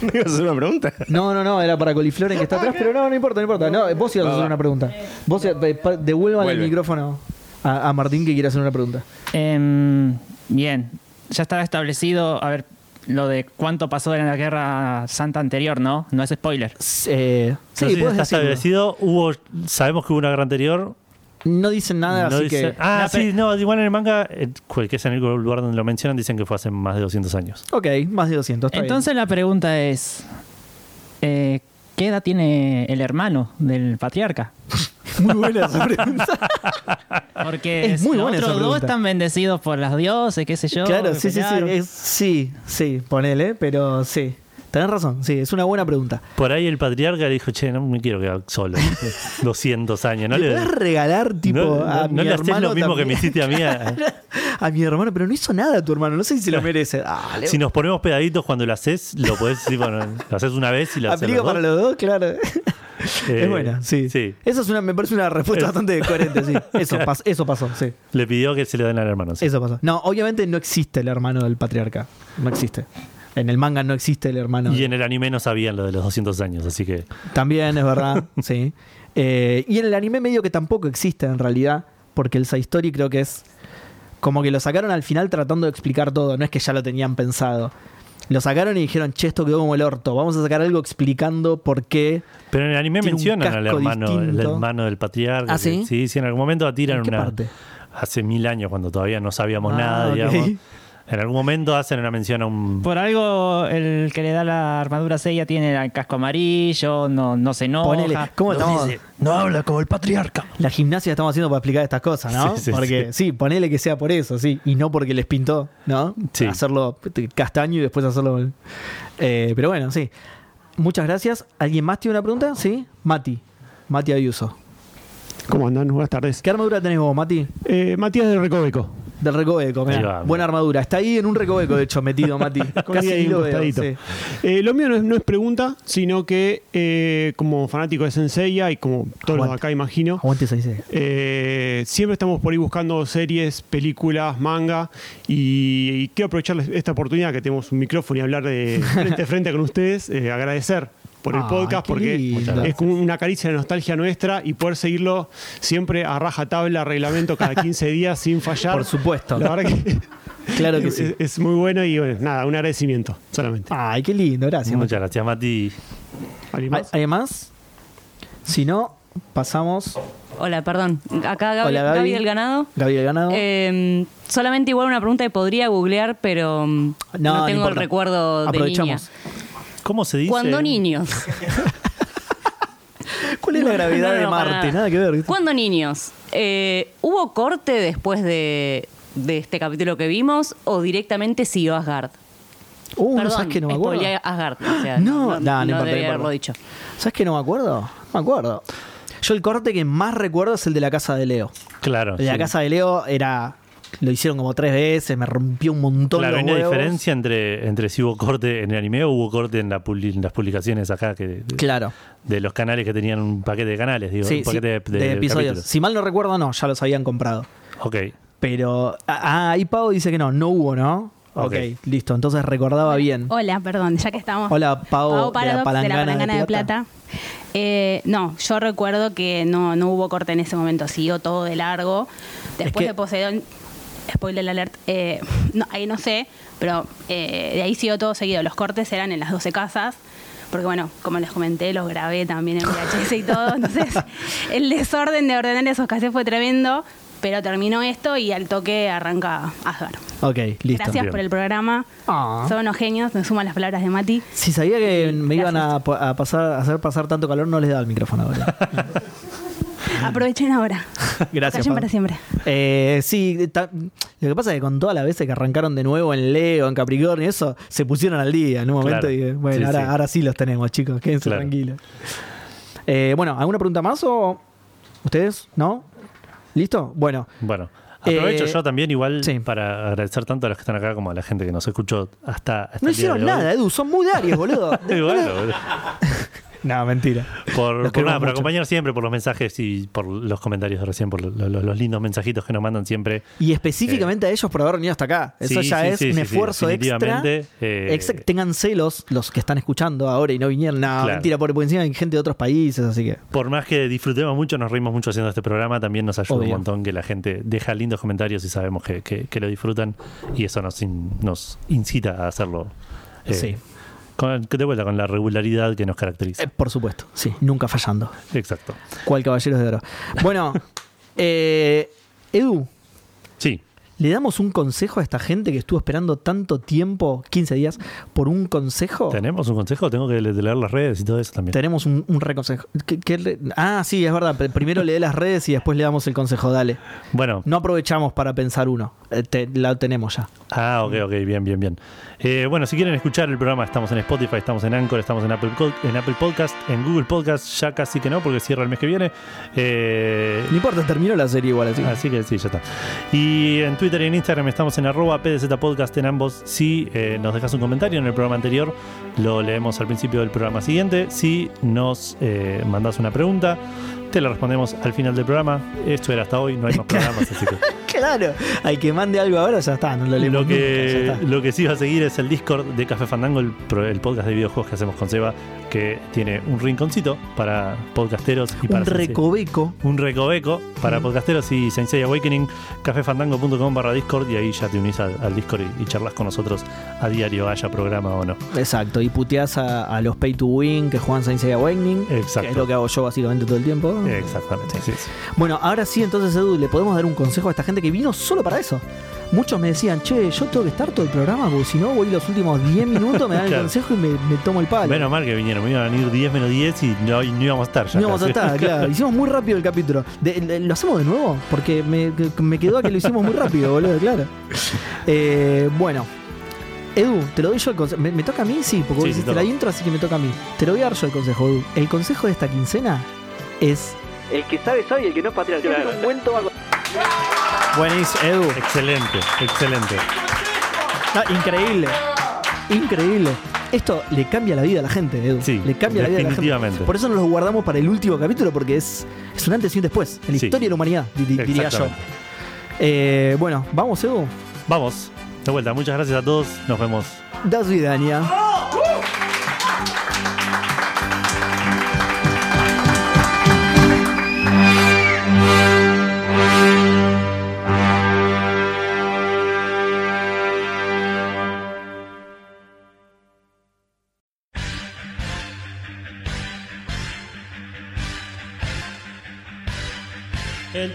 Speaker 2: ¿No ibas a hacer una pregunta?
Speaker 8: No, no, no, era para Colifloren que está atrás, pero no, no importa, no importa. No, vos ibas a hacer una pregunta. Vos ibas- eh, pa- devuelvan el
Speaker 2: Vuelve.
Speaker 8: micrófono a, a Martín que quiere hacer una pregunta.
Speaker 9: Em, bien, ya está establecido, a ver, lo de cuánto pasó en la Guerra Santa anterior, ¿no? No es spoiler.
Speaker 8: S- eh, sí,
Speaker 1: no sé si
Speaker 8: podés
Speaker 1: está
Speaker 8: decirlo.
Speaker 1: establecido. Hubo, sabemos que hubo una guerra anterior.
Speaker 8: No dicen nada,
Speaker 1: No
Speaker 8: así
Speaker 1: dice-
Speaker 8: que.
Speaker 1: ah,
Speaker 9: No,
Speaker 1: sí, no, igual en el manga, eh, cual- que es en el lugar donde lo mencionan, dicen que fue hace más de 200 años.
Speaker 8: Ok, más de 200. está bien.
Speaker 9: Entonces la pregunta es, eh, ¿qué edad tiene el hermano del patriarca?
Speaker 8: Muy buena esa pregunta.
Speaker 9: Porque
Speaker 8: Es muy
Speaker 9: los
Speaker 8: buena esa
Speaker 9: otros dos
Speaker 8: pregunta.
Speaker 9: están bendecidos por las dioses, qué sé yo.
Speaker 8: claro,
Speaker 9: que
Speaker 8: sí, sí, sí.
Speaker 9: pelearon.
Speaker 8: es- sí, sí, ponele, pero sí. Tenés razón, sí, es una buena pregunta.
Speaker 1: Por ahí el patriarca le dijo, che, no me quiero quedar solo. 200 años, ¿no?
Speaker 8: ¿Le
Speaker 1: Le,
Speaker 8: podés regalar, tipo,
Speaker 1: no- no-
Speaker 8: a
Speaker 1: no
Speaker 8: mi
Speaker 1: le haces
Speaker 8: hermano
Speaker 1: lo mismo que me
Speaker 8: también?
Speaker 1: hiciste a mí. a-
Speaker 8: a mi hermano, pero no hizo nada tu hermano, no sé si se lo merece. Dale,
Speaker 1: si nos ponemos pedaditos cuando lo haces, lo podés decir, bueno, lo haces una vez y lo haces
Speaker 8: Aplica para los dos, claro.
Speaker 1: Eh,
Speaker 8: es buena, sí.
Speaker 1: sí.
Speaker 8: Esa es una, me parece una respuesta
Speaker 1: Eh.
Speaker 8: bastante coherente, sí. Eso, pas- eso pasó, sí.
Speaker 1: Le pidió que se le den al hermano. sí.
Speaker 8: Eso pasó. No, obviamente no existe el hermano del patriarca. No existe. En el manga no existe el hermano.
Speaker 1: Y en el anime no sabían lo de los 200 años, así que...
Speaker 8: También es verdad, sí. Eh, y en el anime medio que tampoco existe en realidad, porque el side story creo que es como que lo sacaron al final tratando de explicar todo, no es que ya lo tenían pensado. Lo sacaron y dijeron, che, esto quedó como el orto, vamos a sacar algo explicando por qué.
Speaker 1: Pero en el anime
Speaker 8: Tiene un
Speaker 1: mencionan al
Speaker 8: casco
Speaker 1: hermano, el
Speaker 8: distinto.
Speaker 1: hermano del patriarca.
Speaker 8: ¿Ah,
Speaker 1: que-
Speaker 8: sí?
Speaker 1: sí, sí, en algún momento tiran
Speaker 8: ¿En qué
Speaker 1: una...
Speaker 8: parte?
Speaker 1: Hace mil años, cuando todavía no sabíamos
Speaker 8: Ah,
Speaker 1: nada,
Speaker 8: ok.
Speaker 1: digamos. En algún momento hacen una mención a un...
Speaker 9: Por algo el que le da la armadura sella tiene el casco amarillo, no, no se enoja.
Speaker 8: Ponele, ¿cómo estamos?
Speaker 9: no habla como el patriarca.
Speaker 8: La gimnasia estamos haciendo para explicar estas cosas, ¿no?
Speaker 1: Sí, sí,
Speaker 8: porque sí. ponele que sea por eso, sí, y no porque les pintó, ¿no?
Speaker 1: Sí.
Speaker 8: Hacerlo castaño y después hacerlo. eh, pero bueno, sí. Muchas gracias. ¿Alguien más tiene una pregunta? Sí, Mati. Mati Ayuso.
Speaker 13: ¿Cómo andan? Buenas tardes.
Speaker 8: ¿Qué armadura tenés vos, Mati?
Speaker 13: Eh, Matías de Recoveco.
Speaker 8: Del recoveco, mirá.
Speaker 1: Ahí va, mirá.
Speaker 8: Buena armadura. Está ahí en un recoveco, de hecho, metido, Mati.
Speaker 13: Con
Speaker 8: Casi
Speaker 13: ahí
Speaker 8: ni
Speaker 13: un
Speaker 8: lo veo.
Speaker 13: costadito.
Speaker 8: sí.
Speaker 13: Eh, lo mío no es, no es pregunta, sino que eh, como fanático de Senseiya y como todos los de
Speaker 8: Aguante.
Speaker 13: acá imagino,
Speaker 8: Aguante esa idea.
Speaker 13: eh, siempre estamos por ahí buscando series, películas, manga y, y quiero aprovechar esta oportunidad que tenemos un micrófono y hablar de frente a frente con ustedes, eh, agradecer por el
Speaker 8: Ay,
Speaker 13: podcast
Speaker 8: qué
Speaker 13: porque
Speaker 8: lindo.
Speaker 13: es como una caricia de nostalgia nuestra y poder seguirlo siempre a raja tabla, reglamento cada 15 días sin fallar.
Speaker 8: Por supuesto.
Speaker 13: La verdad que
Speaker 8: Claro que sí.
Speaker 13: es, es muy bueno y bueno, nada, un agradecimiento solamente.
Speaker 8: Ay, qué lindo, gracias. Mati.
Speaker 1: Muchas gracias, Mati.
Speaker 13: ¿Alguien más?
Speaker 8: Además, si no, pasamos.
Speaker 14: Hola, perdón. Acá Gaby,
Speaker 8: Hola, Gaby.
Speaker 14: Gaby del Ganado.
Speaker 8: Gaby del Ganado.
Speaker 14: Eh, solamente igual una pregunta que podría googlear, pero mm, no, tengo el
Speaker 8: importa.
Speaker 14: recuerdo de niña.
Speaker 8: Aprovechamos.
Speaker 1: ¿Cómo se dice?
Speaker 14: Cuando niños.
Speaker 8: ¿Cuál es la gravedad
Speaker 14: No, no,
Speaker 8: de
Speaker 14: no,
Speaker 8: Marte?
Speaker 14: para
Speaker 8: Nada. que ver.
Speaker 14: Cuando niños, eh, ¿hubo corte después de, de este capítulo que vimos o directamente siguió Asgard?
Speaker 8: Uh, no,
Speaker 14: Perdón,
Speaker 8: ¿sabes que no me acuerdo?
Speaker 14: spoileé Asgard. o sea,
Speaker 8: No,
Speaker 14: no,
Speaker 8: no, no,
Speaker 14: no
Speaker 8: importa,
Speaker 14: debería
Speaker 8: no
Speaker 14: haberlo
Speaker 8: importa.
Speaker 14: dicho.
Speaker 8: ¿Sabes que no me acuerdo? No me acuerdo. Yo el corte que más recuerdo es el de la casa de Leo.
Speaker 1: Claro.
Speaker 8: El de la
Speaker 1: Ah, sí.
Speaker 8: casa de Leo era. Lo hicieron como tres veces, me rompió un montón
Speaker 1: Claro,
Speaker 8: los
Speaker 1: hay una
Speaker 8: huevos.
Speaker 1: diferencia entre, entre si hubo corte en el anime o hubo corte en, la publi- en las publicaciones acá que de,
Speaker 8: Claro.
Speaker 1: de los canales que tenían un paquete de canales, digo,
Speaker 8: Sí,
Speaker 1: un
Speaker 8: sí,
Speaker 1: paquete de, de-
Speaker 8: de
Speaker 1: de
Speaker 8: episodios.
Speaker 1: capítulos.
Speaker 8: Si mal no recuerdo, no, ya los habían comprado.
Speaker 1: Ok.
Speaker 8: Pero. Ah, ahí Pau dice que no, no hubo, ¿no? Ok,
Speaker 1: Ok.
Speaker 8: listo. Entonces recordaba bien.
Speaker 15: Hola, perdón, ya que estamos.
Speaker 8: Hola, Pau,
Speaker 15: Pau
Speaker 8: de la
Speaker 15: Paradox,
Speaker 8: Palangana, de, plata.
Speaker 15: Eh, no, yo recuerdo que no, no hubo corte en ese momento, siguió todo de largo. Después
Speaker 8: que-
Speaker 15: de Poseidón, spoiler alert, eh, no, ahí no sé, pero eh, de ahí siguió todo seguido. Los cortes eran en las 12 casas. Porque bueno, como les comenté, los grabé también en VHS y todo. Entonces, el desorden de ordenar esos cassettes fue tremendo. Pero terminó esto y al toque arranca Asgard.
Speaker 8: Ok, listo. Ah.
Speaker 15: Gracias por el programa. Son unos genios, nos suman las palabras de Mati.
Speaker 8: Si sabía que me iban a, po- a pasar, a hacer pasar tanto calor, no les daba el micrófono ahora.
Speaker 15: Aprovechen ahora.
Speaker 8: Gracias.
Speaker 15: Callen
Speaker 8: Pau.
Speaker 15: para siempre.
Speaker 8: Eh, sí, ta- lo que pasa es que con todas las veces que arrancaron de nuevo en Leo, en Capricornio, eso, se pusieron al día en un momento
Speaker 1: Claro.
Speaker 8: y dije, bueno,
Speaker 1: Sí,
Speaker 8: ahora,
Speaker 1: sí.
Speaker 8: ahora sí los tenemos, chicos, quédense
Speaker 1: Claro.
Speaker 8: tranquilos. Eh, bueno, ¿alguna pregunta más o ustedes? ¿No? ¿Listo? Bueno,
Speaker 1: Bueno, aprovecho
Speaker 8: Eh,
Speaker 1: yo también igual para agradecer tanto a los que están acá como a la gente que nos escuchó hasta, hasta
Speaker 8: no
Speaker 1: el día
Speaker 8: hicieron
Speaker 1: de hoy.
Speaker 8: nada, Edu, son muy de Aries, boludo.
Speaker 1: Y bueno, boludo.
Speaker 8: no, mentira.
Speaker 1: Por, por
Speaker 8: queremos
Speaker 1: nada, por
Speaker 8: mucho.
Speaker 1: acompañar siempre por los mensajes y por los comentarios de recién, por lo- lo- los lindos mensajitos que nos mandan siempre.
Speaker 8: Y específicamente a ellos por haber venido hasta acá. Eso
Speaker 1: Sí,
Speaker 8: ya
Speaker 1: sí,
Speaker 8: es
Speaker 1: sí,
Speaker 8: un
Speaker 1: sí,
Speaker 8: esfuerzo extra.
Speaker 1: definitivamente, eh,
Speaker 8: Exa- tengan celos los que están escuchando ahora y no vinieron. No,
Speaker 1: Claro.
Speaker 8: mentira, por, por encima hay gente de otros países, así que.
Speaker 1: Por más que disfrutemos mucho, nos reímos mucho haciendo este programa, también nos ayuda un
Speaker 8: Obvio.
Speaker 1: montón que la gente deja lindos comentarios y sabemos que, que- que lo disfrutan y eso nos, in- nos incita a hacerlo. eh,
Speaker 8: Sí.
Speaker 1: con- de vuelta, con la regularidad que nos caracteriza.
Speaker 8: eh, por supuesto, sí, nunca fallando.
Speaker 1: Exacto.
Speaker 8: ¿Cuál Caballeros de Oro? Bueno, eh, Edu.
Speaker 1: Sí.
Speaker 8: ¿Le damos un consejo a esta gente que estuvo esperando tanto tiempo, 15 días, por un consejo?
Speaker 1: ¿Tenemos un consejo? Tengo que le- leer las redes y todo eso también.
Speaker 8: Tenemos un, un reconsejo. ¿Qué- qué le- Ah, sí, es verdad. Pr- Primero lee las redes y después le damos el consejo. Dale.
Speaker 1: Bueno.
Speaker 8: No aprovechamos para pensar uno. Eh, te- la tenemos ya.
Speaker 1: Ah, ok, ok, bien, bien, bien. Eh, bueno, si quieren escuchar el programa, estamos en Spotify, estamos en Anchor, estamos en Apple, Col- en Apple Podcast, en Google Podcast, ya casi que no, porque cierra el mes que viene. Eh, no
Speaker 8: importa, terminó la serie igual así.
Speaker 1: Así que sí, ya está. Y en Twitter y en Instagram estamos en arroba PDZ Podcast en ambos. Si eh, nos dejas un comentario en el programa anterior, lo leemos al principio del programa siguiente. Si nos eh, mandas una pregunta, te la respondemos al final del programa. Esto era hasta hoy, no hay más programas, así que...
Speaker 8: Claro, al que mande algo ahora ya está, no lo leemos
Speaker 1: Lo que,
Speaker 8: nunca, ya está.
Speaker 1: lo que sí va a seguir es el Discord de Café Fandango, el, pro- el podcast de videojuegos que hacemos con Seba, que tiene un rinconcito para podcasteros y para.
Speaker 8: Un
Speaker 1: sensei-
Speaker 8: recoveco.
Speaker 1: Un recoveco
Speaker 8: Mm.
Speaker 1: para podcasteros y Sensei Awakening, cafefandango.com barra Discord, y ahí ya te unís al, al Discord y, y charlas con nosotros a diario, haya programa o no.
Speaker 8: Exacto, y puteás a, a los pay to win que juegan Saints Awakening. Que es lo que hago yo básicamente todo el tiempo.
Speaker 1: Exactamente. sí, sí.
Speaker 8: Bueno, ahora Mm. sí, entonces, Edu, le podemos dar un consejo a esta gente que vino solo para eso. Muchos me decían, che, yo tengo que estar todo el programa, porque si no voy los últimos 10 minutos, me dan el
Speaker 1: Claro.
Speaker 8: consejo y me, me tomo el palo.
Speaker 1: Menos mal que vinieron, me iban a venir 10 menos 10 y no, y no íbamos a estar ya.
Speaker 8: No vamos a
Speaker 1: casi.
Speaker 8: estar, claro. Hicimos muy rápido el capítulo. De- de- ¿Lo hacemos de nuevo? Porque me, que- me quedó a que lo hicimos muy rápido, boludo, claro. Eh, bueno. Edu, te lo doy yo el consejo. ¿Me, me toca a mí? Sí, porque vos
Speaker 1: Sí, te
Speaker 8: hiciste
Speaker 1: toca.
Speaker 8: la intro, así que me toca a mí. Te lo voy a dar yo el consejo, Edu. El consejo de esta quincena es... El que sabe, sabe y el que no es patriarca. Un buen tobaco. Buenísimo, Edu.
Speaker 1: Excelente, excelente.
Speaker 8: Ah, increíble. Increíble. Esto le cambia la vida a la gente, Edu. le cambia la vida a la gente.
Speaker 1: definitivamente.
Speaker 8: Por eso nos lo guardamos para el último capítulo, porque es, es un antes y un después. En la
Speaker 1: Sí.
Speaker 8: historia de la humanidad, di- di- diría yo.
Speaker 1: Exactamente.
Speaker 8: Eh, bueno, vamos, Edu.
Speaker 1: Vamos, de vuelta, muchas gracias a todos, nos vemos.
Speaker 8: Das vidania.
Speaker 1: El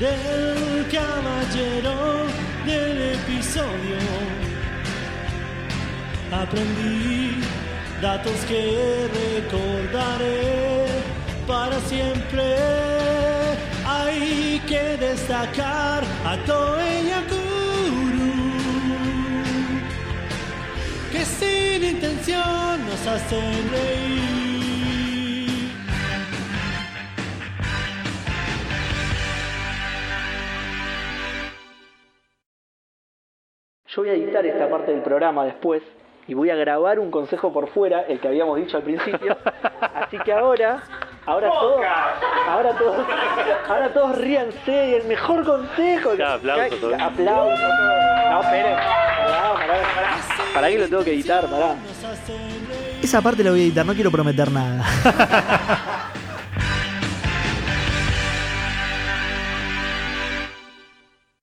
Speaker 1: del caballero del episodio. Aprendí datos que recordaré para siempre. Hay que destacar a Toe Yakuru que sin intención nos hacen reír.
Speaker 8: Yo voy a editar esta parte del programa después y voy a grabar un consejo por fuera, el que habíamos dicho al principio. Así que ahora, ahora todos, ahora todos, ahora todos ríanse y el mejor consejo.
Speaker 16: aplauso, todo.
Speaker 8: Aplausos, todo. No, esperen. Pará, pará, pará. ¿Para qué lo tengo que editar? Pará.
Speaker 17: Esa parte la voy a editar, no quiero prometer nada.